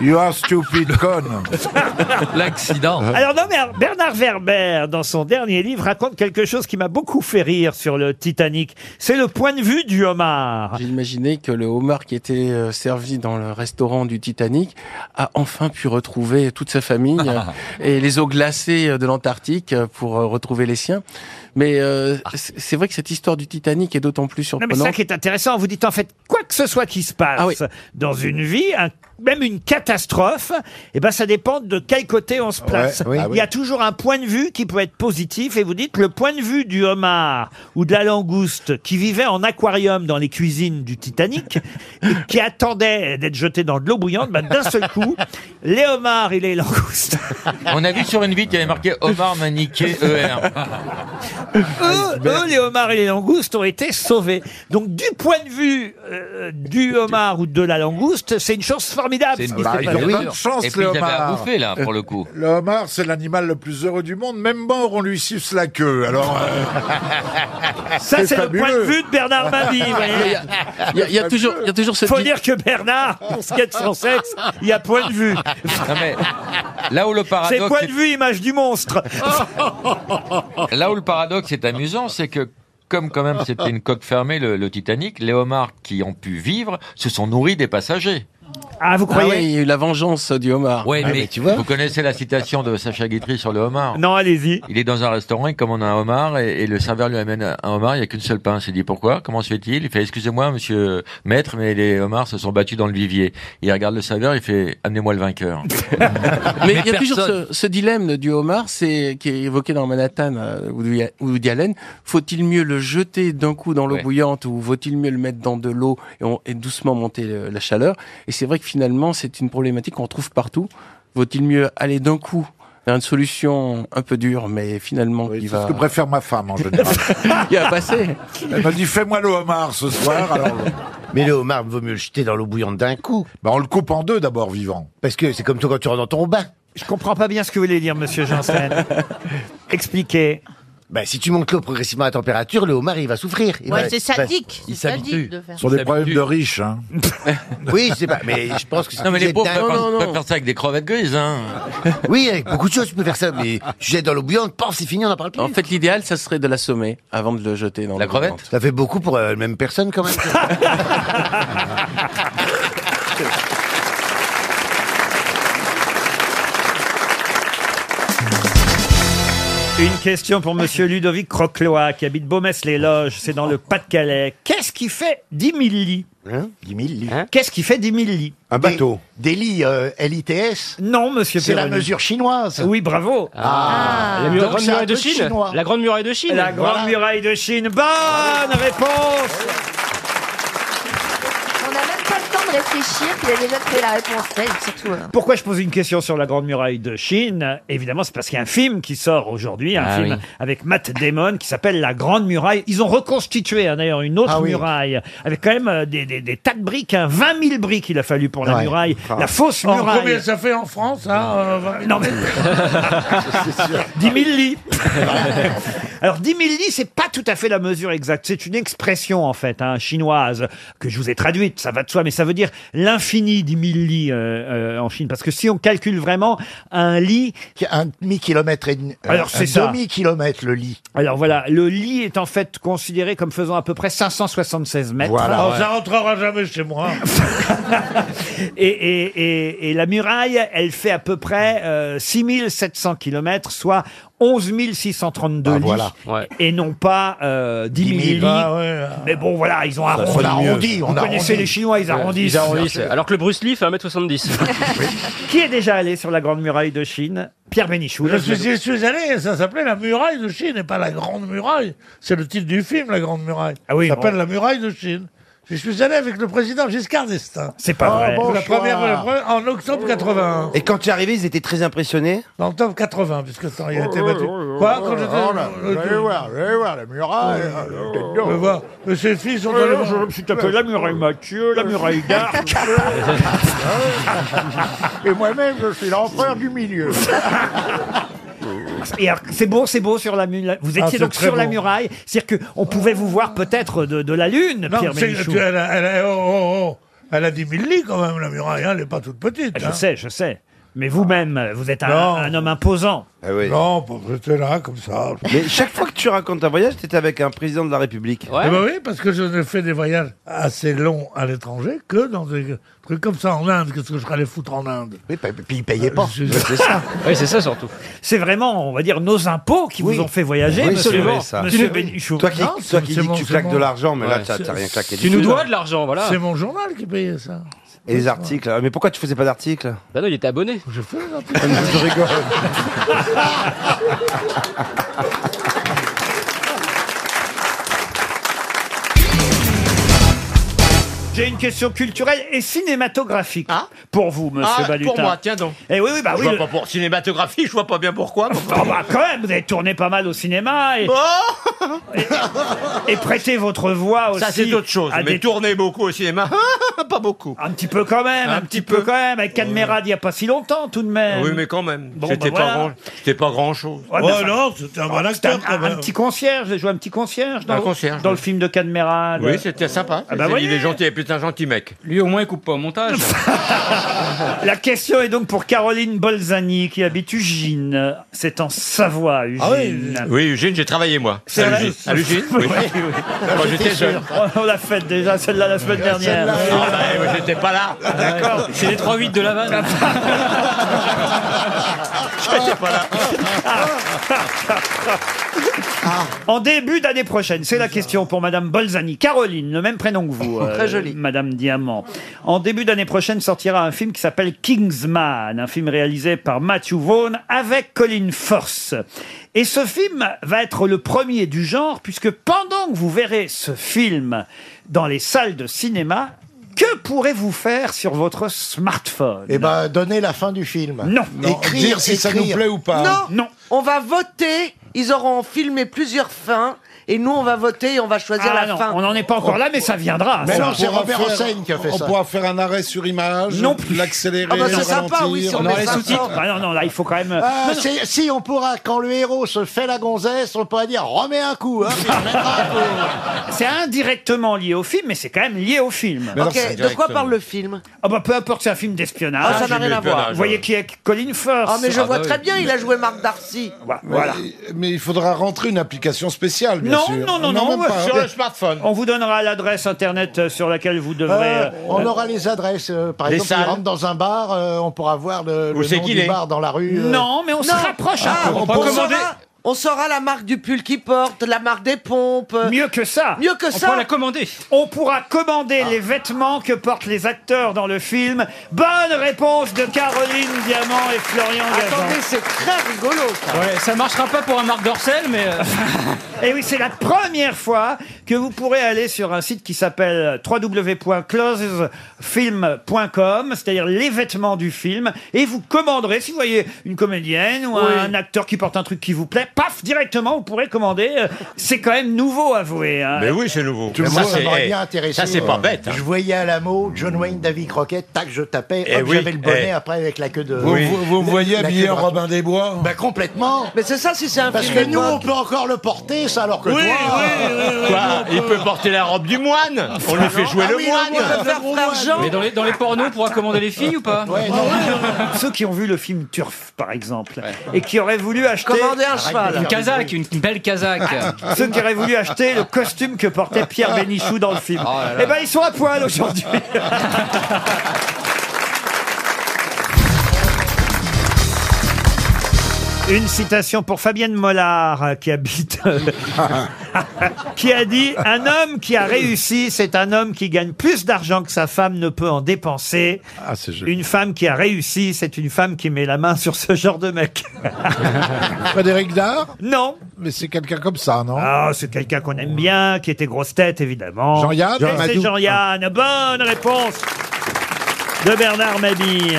Speaker 8: You are stupid con.
Speaker 19: le- l'accident.
Speaker 5: Ah.
Speaker 1: Alors non, mais alors, Bernard Werber, dans son dernier livre, raconte quelque chose qui m'a beaucoup fait rire sur le Titanic. C'est le point de vue du homard.
Speaker 19: J'imaginais que le homard qui était euh, servi dans le restaurant du Titanic a enfin pu retrouver toute sa famille euh, et les eaux glacées euh, de l'Antarctique euh, pour euh, retrouver les siens. Mais euh, c- c'est vrai que cette histoire du Titanic est d'autant plus
Speaker 1: Ah. Non, mais c'est
Speaker 19: surprenante.
Speaker 1: ça qui est intéressant. Vous dites en fait, quoi que ce soit qui se passe dans une vie, un- même une catastrophe, eh ben, ça dépend de quel côté on se place.
Speaker 14: oui. Ah
Speaker 1: Il y a toujours un point de vue qui peut être positif et vous dites le point de vue du homard ou de la langouste qui vivait en aquarium dans les cuisines du Titanic et qui attendait d'être jeté dans de l'eau bouillante, ben, d'un seul coup, les homards et les langoustes.
Speaker 14: On a vu sur une vie qu'il y avait marqué Omar Maniqué ER.
Speaker 8: Ah,
Speaker 14: Ah,
Speaker 1: eux, eux, les homards et les langoustes ont été sauvés. Donc, du point de vue euh, du homard ou de la langouste, c'est une chance formidable.
Speaker 14: C'est une
Speaker 1: ce qui s'est
Speaker 8: Bah, ils ont
Speaker 1: passé.
Speaker 8: pas de chance,
Speaker 14: Et puis
Speaker 8: le
Speaker 14: ils avaient à
Speaker 8: homard.
Speaker 14: bouffer, là, pour le coup.
Speaker 8: Le homard, c'est l'animal le plus heureux du monde. Même mort, on lui suce la queue. Alors, euh,
Speaker 1: Ça, c'est le
Speaker 8: fabuleux.
Speaker 1: point de vue de Bernard Mabille. vous voyez.
Speaker 19: Il y a- il y a- il y a toujours- il y a toujours cette
Speaker 1: Faut
Speaker 19: di-
Speaker 1: dire que Bernard, pour ce qui est de son sexe, il y a point de vue.
Speaker 14: Là où le paradoxe.
Speaker 1: C'est point de vue, image du monstre.
Speaker 14: Là où le paradoxe est amusant, c'est que comme quand même c'était une coque fermée, le, le Titanic, les homards qui ont pu vivre se sont nourris des passagers.
Speaker 1: Ah, vous Ah
Speaker 19: croyez Il y a eu la vengeance du homard.
Speaker 9: Ah,
Speaker 14: Ouais, mais, vous connaissez la citation de Sacha Guitry sur le homard
Speaker 1: Non, allez-y.
Speaker 14: Il est dans un restaurant, il commande un homard et, et le serveur lui amène un homard, il n'y a qu'une seule pince. Il dit pourquoi Comment se fait-il Il fait excusez-moi monsieur maître, mais les homards se sont battus dans le vivier. Il regarde le serveur, il fait amenez-moi le vainqueur.
Speaker 19: Ah, Mais il y a toujours
Speaker 14: personne-
Speaker 19: ce, ce dilemme du homard, c'est qui est évoqué dans Manhattan euh, ou du- ou Woody Allen. Faut-il mieux le jeter d'un coup dans l'eau bouillante ou vaut-il mieux le mettre dans de l'eau et, on- et doucement monter euh, la chaleur Et c'est vrai que finalement, c'est une problématique qu'on retrouve partout. Vaut-il mieux aller d'un coup vers une solution un peu dure, mais finalement qui
Speaker 5: C'est
Speaker 19: va
Speaker 5: ce que préfère ma femme en général.
Speaker 19: qui va passer
Speaker 5: Elle m'a dit fais-moi le homard ce soir. Alors...
Speaker 9: Mais le homard, vaut mieux le jeter dans l'eau bouillante d'un coup.
Speaker 5: Bah on le coupe en deux d'abord vivant.
Speaker 9: Parce que c'est comme toi quand tu rentres dans ton bain.
Speaker 1: Je comprends pas bien ce que vous voulez dire, monsieur Janssen. Expliquez.
Speaker 9: Bah, si tu montes l'eau progressivement à température, le homard, il va souffrir. Il
Speaker 35: Ouais,
Speaker 9: va-
Speaker 35: c'est
Speaker 9: il va-
Speaker 35: sadique, Il c'est s'habitue. sadique de faire
Speaker 5: Ce sont des problèmes de riches. Hein.
Speaker 9: Oui, c'est pas. Mais je pense que si
Speaker 14: Non mais
Speaker 9: tu
Speaker 14: les
Speaker 9: jettes
Speaker 14: pauvres
Speaker 9: d'un-
Speaker 14: peuvent- peuvent faire ça avec des crevettes grises. Hein.
Speaker 9: Oui, avec beaucoup de choses, tu peux faire ça. Mais tu jettes dans l'eau bouillante, paf, c'est fini, on n'en parle plus.
Speaker 19: En fait, l'idéal, ça serait de l'assommer avant de le jeter dans la crevette.
Speaker 9: Ça fait beaucoup pour euh, la même personne quand même.
Speaker 1: Une question pour monsieur Ludovic Croclois, qui habite Baumès-les-Loges, c'est dans le Pas-de-Calais. Qu'est-ce qui fait 10 000 lits
Speaker 9: 10 000 lits.
Speaker 1: Qu'est-ce qui fait 10 000 lits
Speaker 5: Un bateau.
Speaker 9: Des, lits euh, LITS
Speaker 1: Non, monsieur
Speaker 9: C'est la
Speaker 1: Perroni.
Speaker 9: mesure chinoise.
Speaker 1: Oui, bravo.
Speaker 9: Ah,
Speaker 4: La grande muraille de Chine La grande muraille de Chine
Speaker 1: La Grande Muraille de Chine. Bonne réponse
Speaker 2: On n'a même pas le temps de réfléchir, qu'il a déjà trouvé la réponse, elle, surtout. hein.
Speaker 1: Pourquoi je pose une question sur la Grande Muraille de Chine Évidemment, c'est parce qu'il y a un film qui sort aujourd'hui, un
Speaker 11: Ah
Speaker 1: film
Speaker 11: oui.
Speaker 1: avec Matt Damon qui s'appelle La Grande Muraille. Ils ont reconstitué hein, d'ailleurs une autre
Speaker 11: Ah oui.
Speaker 1: muraille avec quand même euh, des, des- des tas de briques, hein. 20 000 briques il a fallu pour la
Speaker 11: Ouais.
Speaker 1: muraille, la fausse
Speaker 13: Ah. En
Speaker 1: muraille.
Speaker 13: combien ça fait en France hein,
Speaker 1: Non, mais... 10 000 lits. Alors 10 000 lits, c'est pas tout à fait la mesure exacte. C'est une expression en fait hein, chinoise que je vous ai traduite. Ça va de soi, mais ça veut dire l'infini 10 000 lits euh, euh, en Chine. Parce que si on calcule vraiment un lit,
Speaker 9: un demi kilomètre et demi. euh,
Speaker 1: Alors c'est
Speaker 9: Un
Speaker 1: ça.
Speaker 9: demi-kilomètre le lit.
Speaker 1: Alors voilà, le lit est en fait considéré comme faisant à peu près 576 mètres.
Speaker 13: Alors, ça rentrera jamais chez moi.
Speaker 1: Et, et, et, et la muraille, elle fait à peu près euh, 6700 km, soit 11 632 lits,
Speaker 9: Bah, voilà.
Speaker 1: et non pas euh, 10 000 lits.
Speaker 13: Ah ouais.
Speaker 1: Mais bon, voilà, ils ont
Speaker 13: Ça
Speaker 1: arrondi.
Speaker 13: sonne mieux.
Speaker 1: Vous
Speaker 13: On
Speaker 1: connaissez
Speaker 13: arrondit.
Speaker 1: les Chinois, ils arrondissent.
Speaker 4: Ils arrondissent. Alors que le Bruce Lee fait 1m70.
Speaker 1: Qui est déjà allé sur la Grande Muraille de Chine Pierre Bénichou.
Speaker 13: Je suis, je suis allé, ça s'appelait la muraille de Chine et pas la grande muraille. C'est le titre du film, la grande muraille.
Speaker 1: oui,
Speaker 13: ça s'appelle
Speaker 1: bon.
Speaker 13: la muraille de Chine. Je suis allé avec le président Giscard d'Estaing.
Speaker 1: C'est pas
Speaker 13: Ah,
Speaker 1: vrai.
Speaker 13: bon, la
Speaker 1: Bonsoir.
Speaker 13: première, la première- en octobre 81.
Speaker 11: Et quand tu es arrivé, ils étaient très impressionnés
Speaker 13: En octobre 80, puisque ça, il a été
Speaker 11: Oh,
Speaker 13: battu.
Speaker 11: oh, oh,
Speaker 13: Quoi
Speaker 11: oh,
Speaker 13: Quand
Speaker 11: oh,
Speaker 13: j'étais.
Speaker 11: oh, là,
Speaker 13: euh,
Speaker 11: vous allez voir,
Speaker 5: vous allez voir, la muraille.
Speaker 1: Oh,
Speaker 19: Oh,
Speaker 13: Vous allez voir. Mais ces filles sont allées voir.
Speaker 1: Euh, Je me suis tapé la muraille Mathieu, la muraille d'Arc.
Speaker 5: Et moi-même, je suis l'empereur du milieu.
Speaker 1: Et alors, c'est beau, c'est beau sur la muraille. Vous
Speaker 13: Ah,
Speaker 1: étiez
Speaker 13: c'est
Speaker 1: donc
Speaker 13: très
Speaker 1: sur la
Speaker 13: beau.
Speaker 1: muraille, c'est-à-dire qu'on pouvait vous voir peut-être de, de la Lune,
Speaker 13: Non,
Speaker 1: Pierre
Speaker 13: c'est-
Speaker 1: Bénichou.
Speaker 13: tu- elle, a, elle, a, oh, oh, oh. elle a 10 000 lits quand même, la muraille. hein, Elle n'est pas toute petite.
Speaker 1: Ah, Je
Speaker 13: hein.
Speaker 1: sais, je sais. Mais vous-même, vous êtes un,
Speaker 13: Non.
Speaker 1: un homme imposant.
Speaker 13: Non, bon, j'étais là comme ça.
Speaker 11: Mais chaque fois que tu racontes un voyage, t'étais avec un président de la République.
Speaker 13: Eh ben oui, parce que je ne fais des voyages assez longs à l'étranger que dans des trucs comme ça en Inde. Qu'est-ce que je serais allé foutre en Inde Euh,
Speaker 9: Oui, puis il payait
Speaker 13: pas.
Speaker 11: C'est ça.
Speaker 13: Oui,
Speaker 11: c'est ça surtout.
Speaker 1: C'est vraiment, on va dire, nos impôts qui vous ont fait voyager,
Speaker 11: Oui,
Speaker 1: monsieur,
Speaker 11: c'est vrai, ça.
Speaker 1: monsieur
Speaker 11: Tu-
Speaker 1: Bénichou.
Speaker 11: Toi qui-
Speaker 1: Non,
Speaker 11: toi
Speaker 1: c'est-
Speaker 11: qui
Speaker 1: c'est
Speaker 11: dis que
Speaker 1: mon-
Speaker 11: tu
Speaker 1: c'est
Speaker 11: claques
Speaker 1: mon-
Speaker 11: de l'argent, mais là, t'as- t'as rien claqué du tout, là.
Speaker 13: C'est mon journal qui payait ça.
Speaker 11: Et les articles. hein. Mais pourquoi tu faisais pas d'articles
Speaker 4: Bah non, il était abonné.
Speaker 13: Je fais les articles.
Speaker 11: Je rigole.
Speaker 1: J'ai une question culturelle et cinématographique pour vous, monsieur
Speaker 36: Ah,
Speaker 1: Balutin.
Speaker 36: pour moi, tiens donc.
Speaker 1: Eh oui, oui, bah
Speaker 36: je
Speaker 1: oui.
Speaker 36: vois
Speaker 1: le-
Speaker 36: pas pour cinématographie, je vois pas bien pourquoi. Oh mais enfin.
Speaker 1: Ah bah, quand même, vous avez tourné pas mal au cinéma et, et, et prêtez votre voix aussi.
Speaker 36: Ça, c'est autre chose.
Speaker 1: à
Speaker 36: mais
Speaker 1: des-
Speaker 36: tourner beaucoup au cinéma.
Speaker 1: Pas beaucoup. Un petit peu quand même, un, petit peu. quand même. Avec Cadmerade, il n'y a pas si longtemps tout de même.
Speaker 4: Oui, mais quand même.
Speaker 1: Bon,
Speaker 4: c'était
Speaker 1: bah
Speaker 4: pas
Speaker 1: voilà.
Speaker 4: grand, c'était pas grand chose.
Speaker 1: Ouais, mais enfin-
Speaker 4: bon
Speaker 1: c'était un, un petit concierge, j'ai joué un petit concierge dans,
Speaker 4: Un concierge,
Speaker 1: dans
Speaker 4: oui.
Speaker 1: le film de Cadmerade.
Speaker 4: Oui, c'était sympa.
Speaker 1: Ah bah
Speaker 4: C'est-
Speaker 1: voyez.
Speaker 4: il est gentil, et puis c'est un gentil mec.
Speaker 1: Lui au moins il coupe pas au montage. La question est donc pour Caroline Bolzani qui habite Ugine. C'est en Savoie, Ugine.
Speaker 4: Ah Oui, Eugène, j'ai travaillé moi.
Speaker 1: Ah C'est
Speaker 4: À
Speaker 1: vrai
Speaker 4: l'usine. À l'usine, oui. Quand j'étais jeune.
Speaker 1: On l'a faite déjà, celle-là, la semaine dernière.
Speaker 4: Ah bah, ouais, j'étais pas là. D'accord. C'est les 3-8 de la vanne.
Speaker 1: J'étais pas là.
Speaker 19: Ah.
Speaker 1: Ah. En début d'année prochaine, c'est la question pour Madame Bolzani. Caroline, le même prénom que vous. euh,
Speaker 9: Très joli.
Speaker 1: Madame Diamant. En début d'année prochaine sortira un film qui s'appelle Kingsman, un film réalisé par Matthew Vaughn avec Colin Firth. Et ce film va être le premier du genre puisque pendant que vous verrez ce film dans les salles de cinéma, que pourrez-vous faire sur votre smartphone
Speaker 9: Eh ben, donner la fin du film.
Speaker 1: Non.
Speaker 9: Écrire, écrire.
Speaker 1: Non.
Speaker 7: On va voter. Ils auront filmé plusieurs fins. Et nous, on va voter et on va choisir
Speaker 1: Ah
Speaker 7: la
Speaker 1: non,
Speaker 7: fin.
Speaker 1: on n'en est pas encore là, mais ça viendra.
Speaker 13: Mais
Speaker 1: ça.
Speaker 13: non, c'est Robert Hossein qui a fait ça. On pourra faire un arrêt sur image, l'accélérer,
Speaker 9: bah,
Speaker 13: le ralentir.
Speaker 1: Ah non, non, là, il faut quand même.
Speaker 9: Ah,
Speaker 1: Non, non.
Speaker 9: c'est- si on pourra, quand le héros se fait la gonzesse, on pourra dire remets un coup. hein, puis on mettra un coup.
Speaker 1: C'est indirectement lié au film, mais c'est quand même lié au film.
Speaker 9: Mais alors, Ok, c'est de quoi directement. parle
Speaker 1: le film Ah bah peu importe, c'est un film d'espionnage.
Speaker 7: Ah, ça n'a rien à voir.
Speaker 1: Vous voyez qui est Colin Firth
Speaker 7: Ah, mais je vois très bien, il a joué Marc Darcy.
Speaker 1: Voilà.
Speaker 13: Mais, mais il faudra rentrer une application spéciale, bien
Speaker 1: Non,
Speaker 13: sûr.
Speaker 1: non, non, non,
Speaker 13: même pas.
Speaker 1: smartphone. On vous donnera l'adresse internet euh, sur laquelle vous devrez.
Speaker 9: Euh, on
Speaker 1: euh,
Speaker 9: aura les adresses. euh, par
Speaker 1: Les
Speaker 9: exemple,
Speaker 1: salles.
Speaker 9: on rentre dans un bar, euh, on pourra voir le,
Speaker 1: Où
Speaker 9: le
Speaker 1: c'est
Speaker 9: nom
Speaker 1: qu'il
Speaker 9: du
Speaker 1: est
Speaker 9: bar dans la rue. euh.
Speaker 1: Non, mais on se rapproche un
Speaker 7: Ah,
Speaker 1: peu.
Speaker 7: on,
Speaker 1: On peut commander-
Speaker 7: saura, on saura la marque du pull qu'il porte, la marque des pompes.
Speaker 1: Mieux que ça.
Speaker 7: Mieux que ça.
Speaker 1: commander. On pourra commander les vêtements que portent les acteurs dans le film. Bonne réponse de Caroline Diamant et Florian Gazan.
Speaker 7: Attendez, c'est très rigolo. ça.
Speaker 1: Ouais, ça marchera pas pour un Marc Dorcel, mais.
Speaker 37: euh,
Speaker 1: Et Eh oui, c'est la première fois que vous pourrez aller sur un site qui s'appelle www.closesfilm.com, c'est-à-dire les vêtements du film, et vous commanderez, si vous voyez une comédienne ou
Speaker 7: Oui.
Speaker 1: un acteur qui porte un truc qui vous plaît, paf, directement, vous pourrez commander. Euh, C'est quand même nouveau, avouez. hein.
Speaker 4: Mais oui, c'est nouveau.
Speaker 9: Mais moi, ça m'aurait
Speaker 4: eh,
Speaker 9: bien intéressé.
Speaker 4: ça, c'est pas bête. hein.
Speaker 9: Je voyais à l'amo John Wayne, David Crockett, tac, je tapais,
Speaker 4: Eh
Speaker 9: hop,
Speaker 4: oui,
Speaker 9: j'avais le bonnet
Speaker 4: eh.
Speaker 9: après avec la queue de.
Speaker 4: Vous- vous- vous me voyez habillé en
Speaker 9: Robin des Bois Bah complètement.
Speaker 7: Mais c'est ça, si c'est un
Speaker 9: Parce que
Speaker 7: film
Speaker 9: nous, on
Speaker 7: d'époque.
Speaker 9: peut encore le porter, ça, alors que
Speaker 4: Oui,
Speaker 9: toi.
Speaker 4: Quoi Ah, Il peut porter la robe du moine. On lui fait jouer
Speaker 9: Ah
Speaker 4: le
Speaker 9: oui, le
Speaker 4: moine.
Speaker 9: moine.
Speaker 37: Mais dans les, dans les pornos, on pourra commander les filles ou pas
Speaker 1: Ceux qui ont vu le film Turf, par exemple, et qui auraient voulu acheter.
Speaker 37: Commander un cheval. Une casaque, une- une belle casaque.
Speaker 1: Ceux qui auraient voulu acheter le costume que portait Pierre Bénichou dans le film.
Speaker 37: Oh là là.
Speaker 1: Eh ben, ils sont à poil aujourd'hui. Une citation pour Fabienne Mollard euh, qui habite, euh, qui a dit Un homme qui a réussi, c'est un homme qui gagne plus d'argent que sa femme ne peut en dépenser.
Speaker 13: Ah,
Speaker 1: Une femme qui a réussi, c'est une femme qui met la main sur ce genre de mec.
Speaker 13: Frédéric Dard
Speaker 1: Non.
Speaker 13: Mais c'est quelqu'un comme ça, non
Speaker 1: Ah, c'est quelqu'un qu'on aime bien, qui était grosse tête, évidemment.
Speaker 13: Jean-Yann
Speaker 1: Et C'est
Speaker 13: Madou.
Speaker 1: Jean-Yann. Bonne réponse de Bernard Mabille.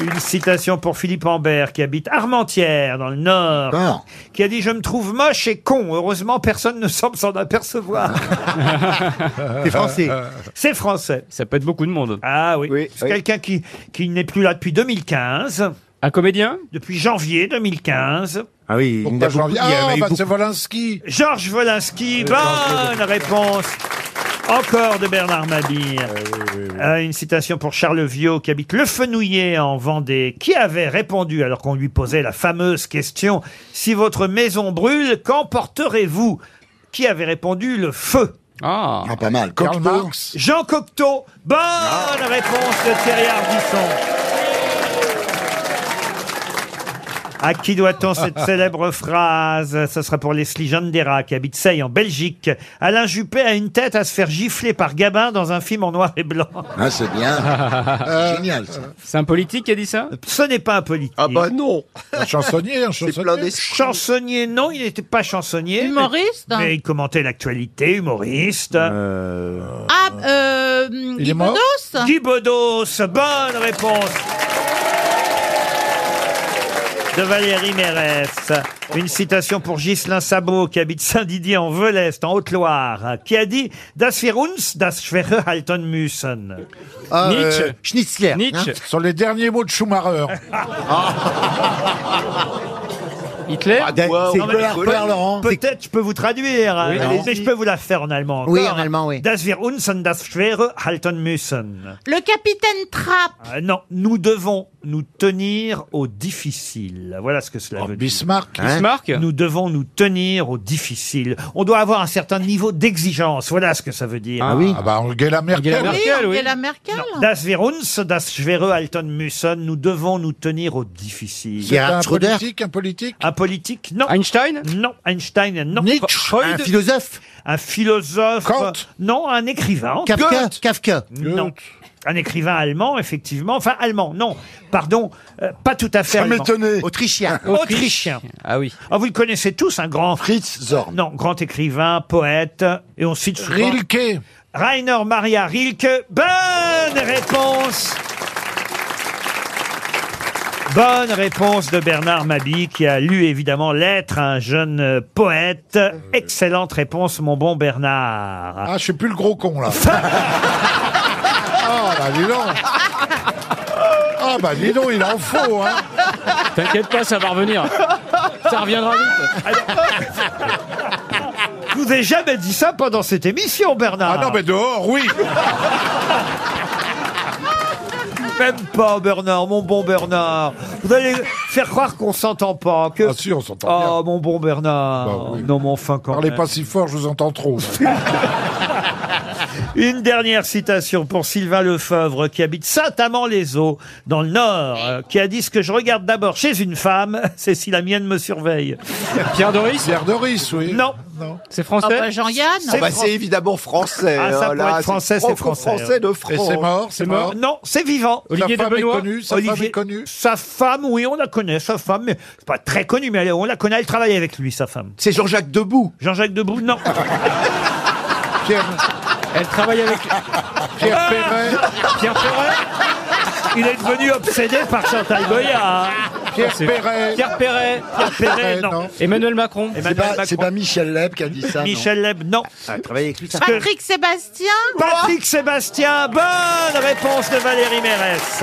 Speaker 1: Une citation pour Philippe Ambert, qui habite Armentières, dans le Nord, qui a dit « Je me trouve moche et con. Heureusement, personne ne semble s'en apercevoir.
Speaker 38: C'est français. »
Speaker 1: C'est français. Ça peut être beaucoup de monde. Ah oui. C'est quelqu'un qui, qui n'est plus là depuis 2015. Un comédien Depuis janvier 2015.
Speaker 39: Ah oui,
Speaker 13: Pourquoi janvier Ah, bah, c'est Volinsky
Speaker 1: Georges Volinsky, bonne réponse encore de Bernard Mabille. Euh, une citation pour Charles Viau qui habite Le Fenouillet en Vendée, qui avait répondu alors qu'on lui posait la fameuse question Si votre maison brûle, qu'emporterez-vous Qui avait répondu Le feu. Ah, pas mal.
Speaker 13: Karl Marx.
Speaker 1: Jean Cocteau, bonne réponse de Thierry Ardisson. À qui doit-on cette célèbre phrase Ce sera pour Leslie Jandera, qui habite Seille, en Belgique. Alain Juppé a une tête à se faire gifler par Gabin dans un film en noir et blanc.
Speaker 5: Ah, c'est bien. Génial, ça.
Speaker 1: Euh, C'est un politique qui a dit ça Ce n'est pas un politique. Ah bah non Un
Speaker 13: chansonnier, un chansonnier.
Speaker 1: Chansonnier, non, il n'était pas chansonnier.
Speaker 2: Humoriste
Speaker 1: mais, mais il commentait l'actualité, humoriste.
Speaker 2: Ah, euh, Guy Bedos
Speaker 1: Guy Bedos, bonne réponse de Valérie Mérès. Une citation pour Ghislain Sabot, qui habite Saint-Didier en Velest, en Haute-Loire, qui a dit Das für uns, das schwere halten müssen.
Speaker 8: Nietzsche. euh,
Speaker 1: Schnitzler.
Speaker 8: Nietzsche. Sur les derniers mots de Schumacher.
Speaker 1: Ah. Hitler
Speaker 8: Ah, Dan- c'est Gollard, Gollard, Laurent.
Speaker 1: Peut-être je peux vous traduire,
Speaker 8: Oui,
Speaker 1: euh,
Speaker 8: allez-y.
Speaker 1: mais je peux vous la faire en allemand.
Speaker 8: Oui,
Speaker 1: encore.
Speaker 8: en allemand, oui.
Speaker 1: Das wir uns und das schwere halten müssen.
Speaker 2: Le capitaine Trapp.
Speaker 1: Euh, non, nous devons nous tenir au difficile. Voilà ce que cela veut
Speaker 8: Oh, Bismarck.
Speaker 1: dire. Hein
Speaker 8: Bismarck
Speaker 1: Nous devons nous tenir au difficile. On doit avoir un certain niveau d'exigence. Voilà ce que ça veut dire.
Speaker 8: Ah oui. Ah bah Angela Merkel.
Speaker 2: Angela Merkel.
Speaker 1: Das wir uns, das schwere halten müssen. Nous devons nous tenir au difficile.
Speaker 8: C'est un politique,
Speaker 1: Un politique Un politique, non. Einstein Non. Einstein, non.
Speaker 8: Un philosophe
Speaker 1: Un philosophe.
Speaker 8: Kant
Speaker 1: Non, un écrivain.
Speaker 8: Kafka
Speaker 1: Kafka. Non. Un écrivain allemand, effectivement. Enfin, allemand, non. Pardon, euh, pas tout à fait
Speaker 8: Ça
Speaker 1: allemand.
Speaker 8: m'étonnait.
Speaker 1: Autrichien.
Speaker 8: Autriche.
Speaker 1: Autrichien. Ah oui. vous le connaissez tous, un grand... Fritz Zorn. Non, grand écrivain, poète, et on cite souvent...
Speaker 8: Rilke.
Speaker 1: Rainer Maria Rilke. Bonne réponse Bonne réponse de Bernard Mabi qui a lu évidemment L'être à un jeune euh, poète. Excellente réponse, mon bon Bernard. Ah, je suis plus le gros con là.
Speaker 8: Ah bah dis donc. Ah bah dis donc, il en faut, hein.
Speaker 17: T'inquiète pas, ça va revenir. Ça reviendra vite.
Speaker 1: Je vous ai jamais dit ça pendant cette émission, Bernard.
Speaker 8: Ah non, mais dehors, oui.
Speaker 1: Même pas, Bernard, mon bon Bernard. Vous allez faire croire qu'on s'entend pas. Que... Ah si, on s'entend pas. Oh, mon bon Bernard. Non, mais enfin, quand
Speaker 8: Bah Parlez
Speaker 1: même.
Speaker 8: pas si fort, je vous entends trop.
Speaker 1: Une dernière citation pour Sylvain Lefebvre, qui habite Saint-Amand-les-Eaux, dans le Nord, euh, qui a dit ce que je regarde d'abord chez une femme, c'est si la mienne me surveille. Pierre Doris Pierre Doris, oui. Non. C'est
Speaker 2: français Ah bah, Jean-Yann.
Speaker 16: Ah bah, c'est évidemment français.
Speaker 1: Ah, ça
Speaker 16: hein,
Speaker 1: pour
Speaker 16: là,
Speaker 1: être français, c'est français.
Speaker 16: franco-français de France.
Speaker 1: Non, c'est vivant.
Speaker 16: Sa Olivier de femme est Benoît connue, sa femme est
Speaker 1: connue. Sa femme, oui, on la connaît, sa femme. mais C'est pas très connue, mais elle- on la connaît, elle travaille avec lui, sa femme. C'est Jean-Jacques Debout. Jean-Jacques Debout, non. Elle travaille avec... Ah
Speaker 8: Pierre Perret.
Speaker 1: Pierre Perret Il est devenu obsédé par Chantal Goya. hein.
Speaker 8: Pierre Perret.
Speaker 1: Pierre Perret. Pierre Perret, non.
Speaker 8: Emmanuel Macron.
Speaker 1: Emmanuel Macron.
Speaker 16: C'est pas Michel Leb qui a dit ça. non.
Speaker 1: Michel Leb, non.
Speaker 9: Ah,
Speaker 16: Travailler avec lui, ça.
Speaker 2: Patrick Sébastien.
Speaker 1: Patrick Sébastien, bonne réponse de Valérie Mérès.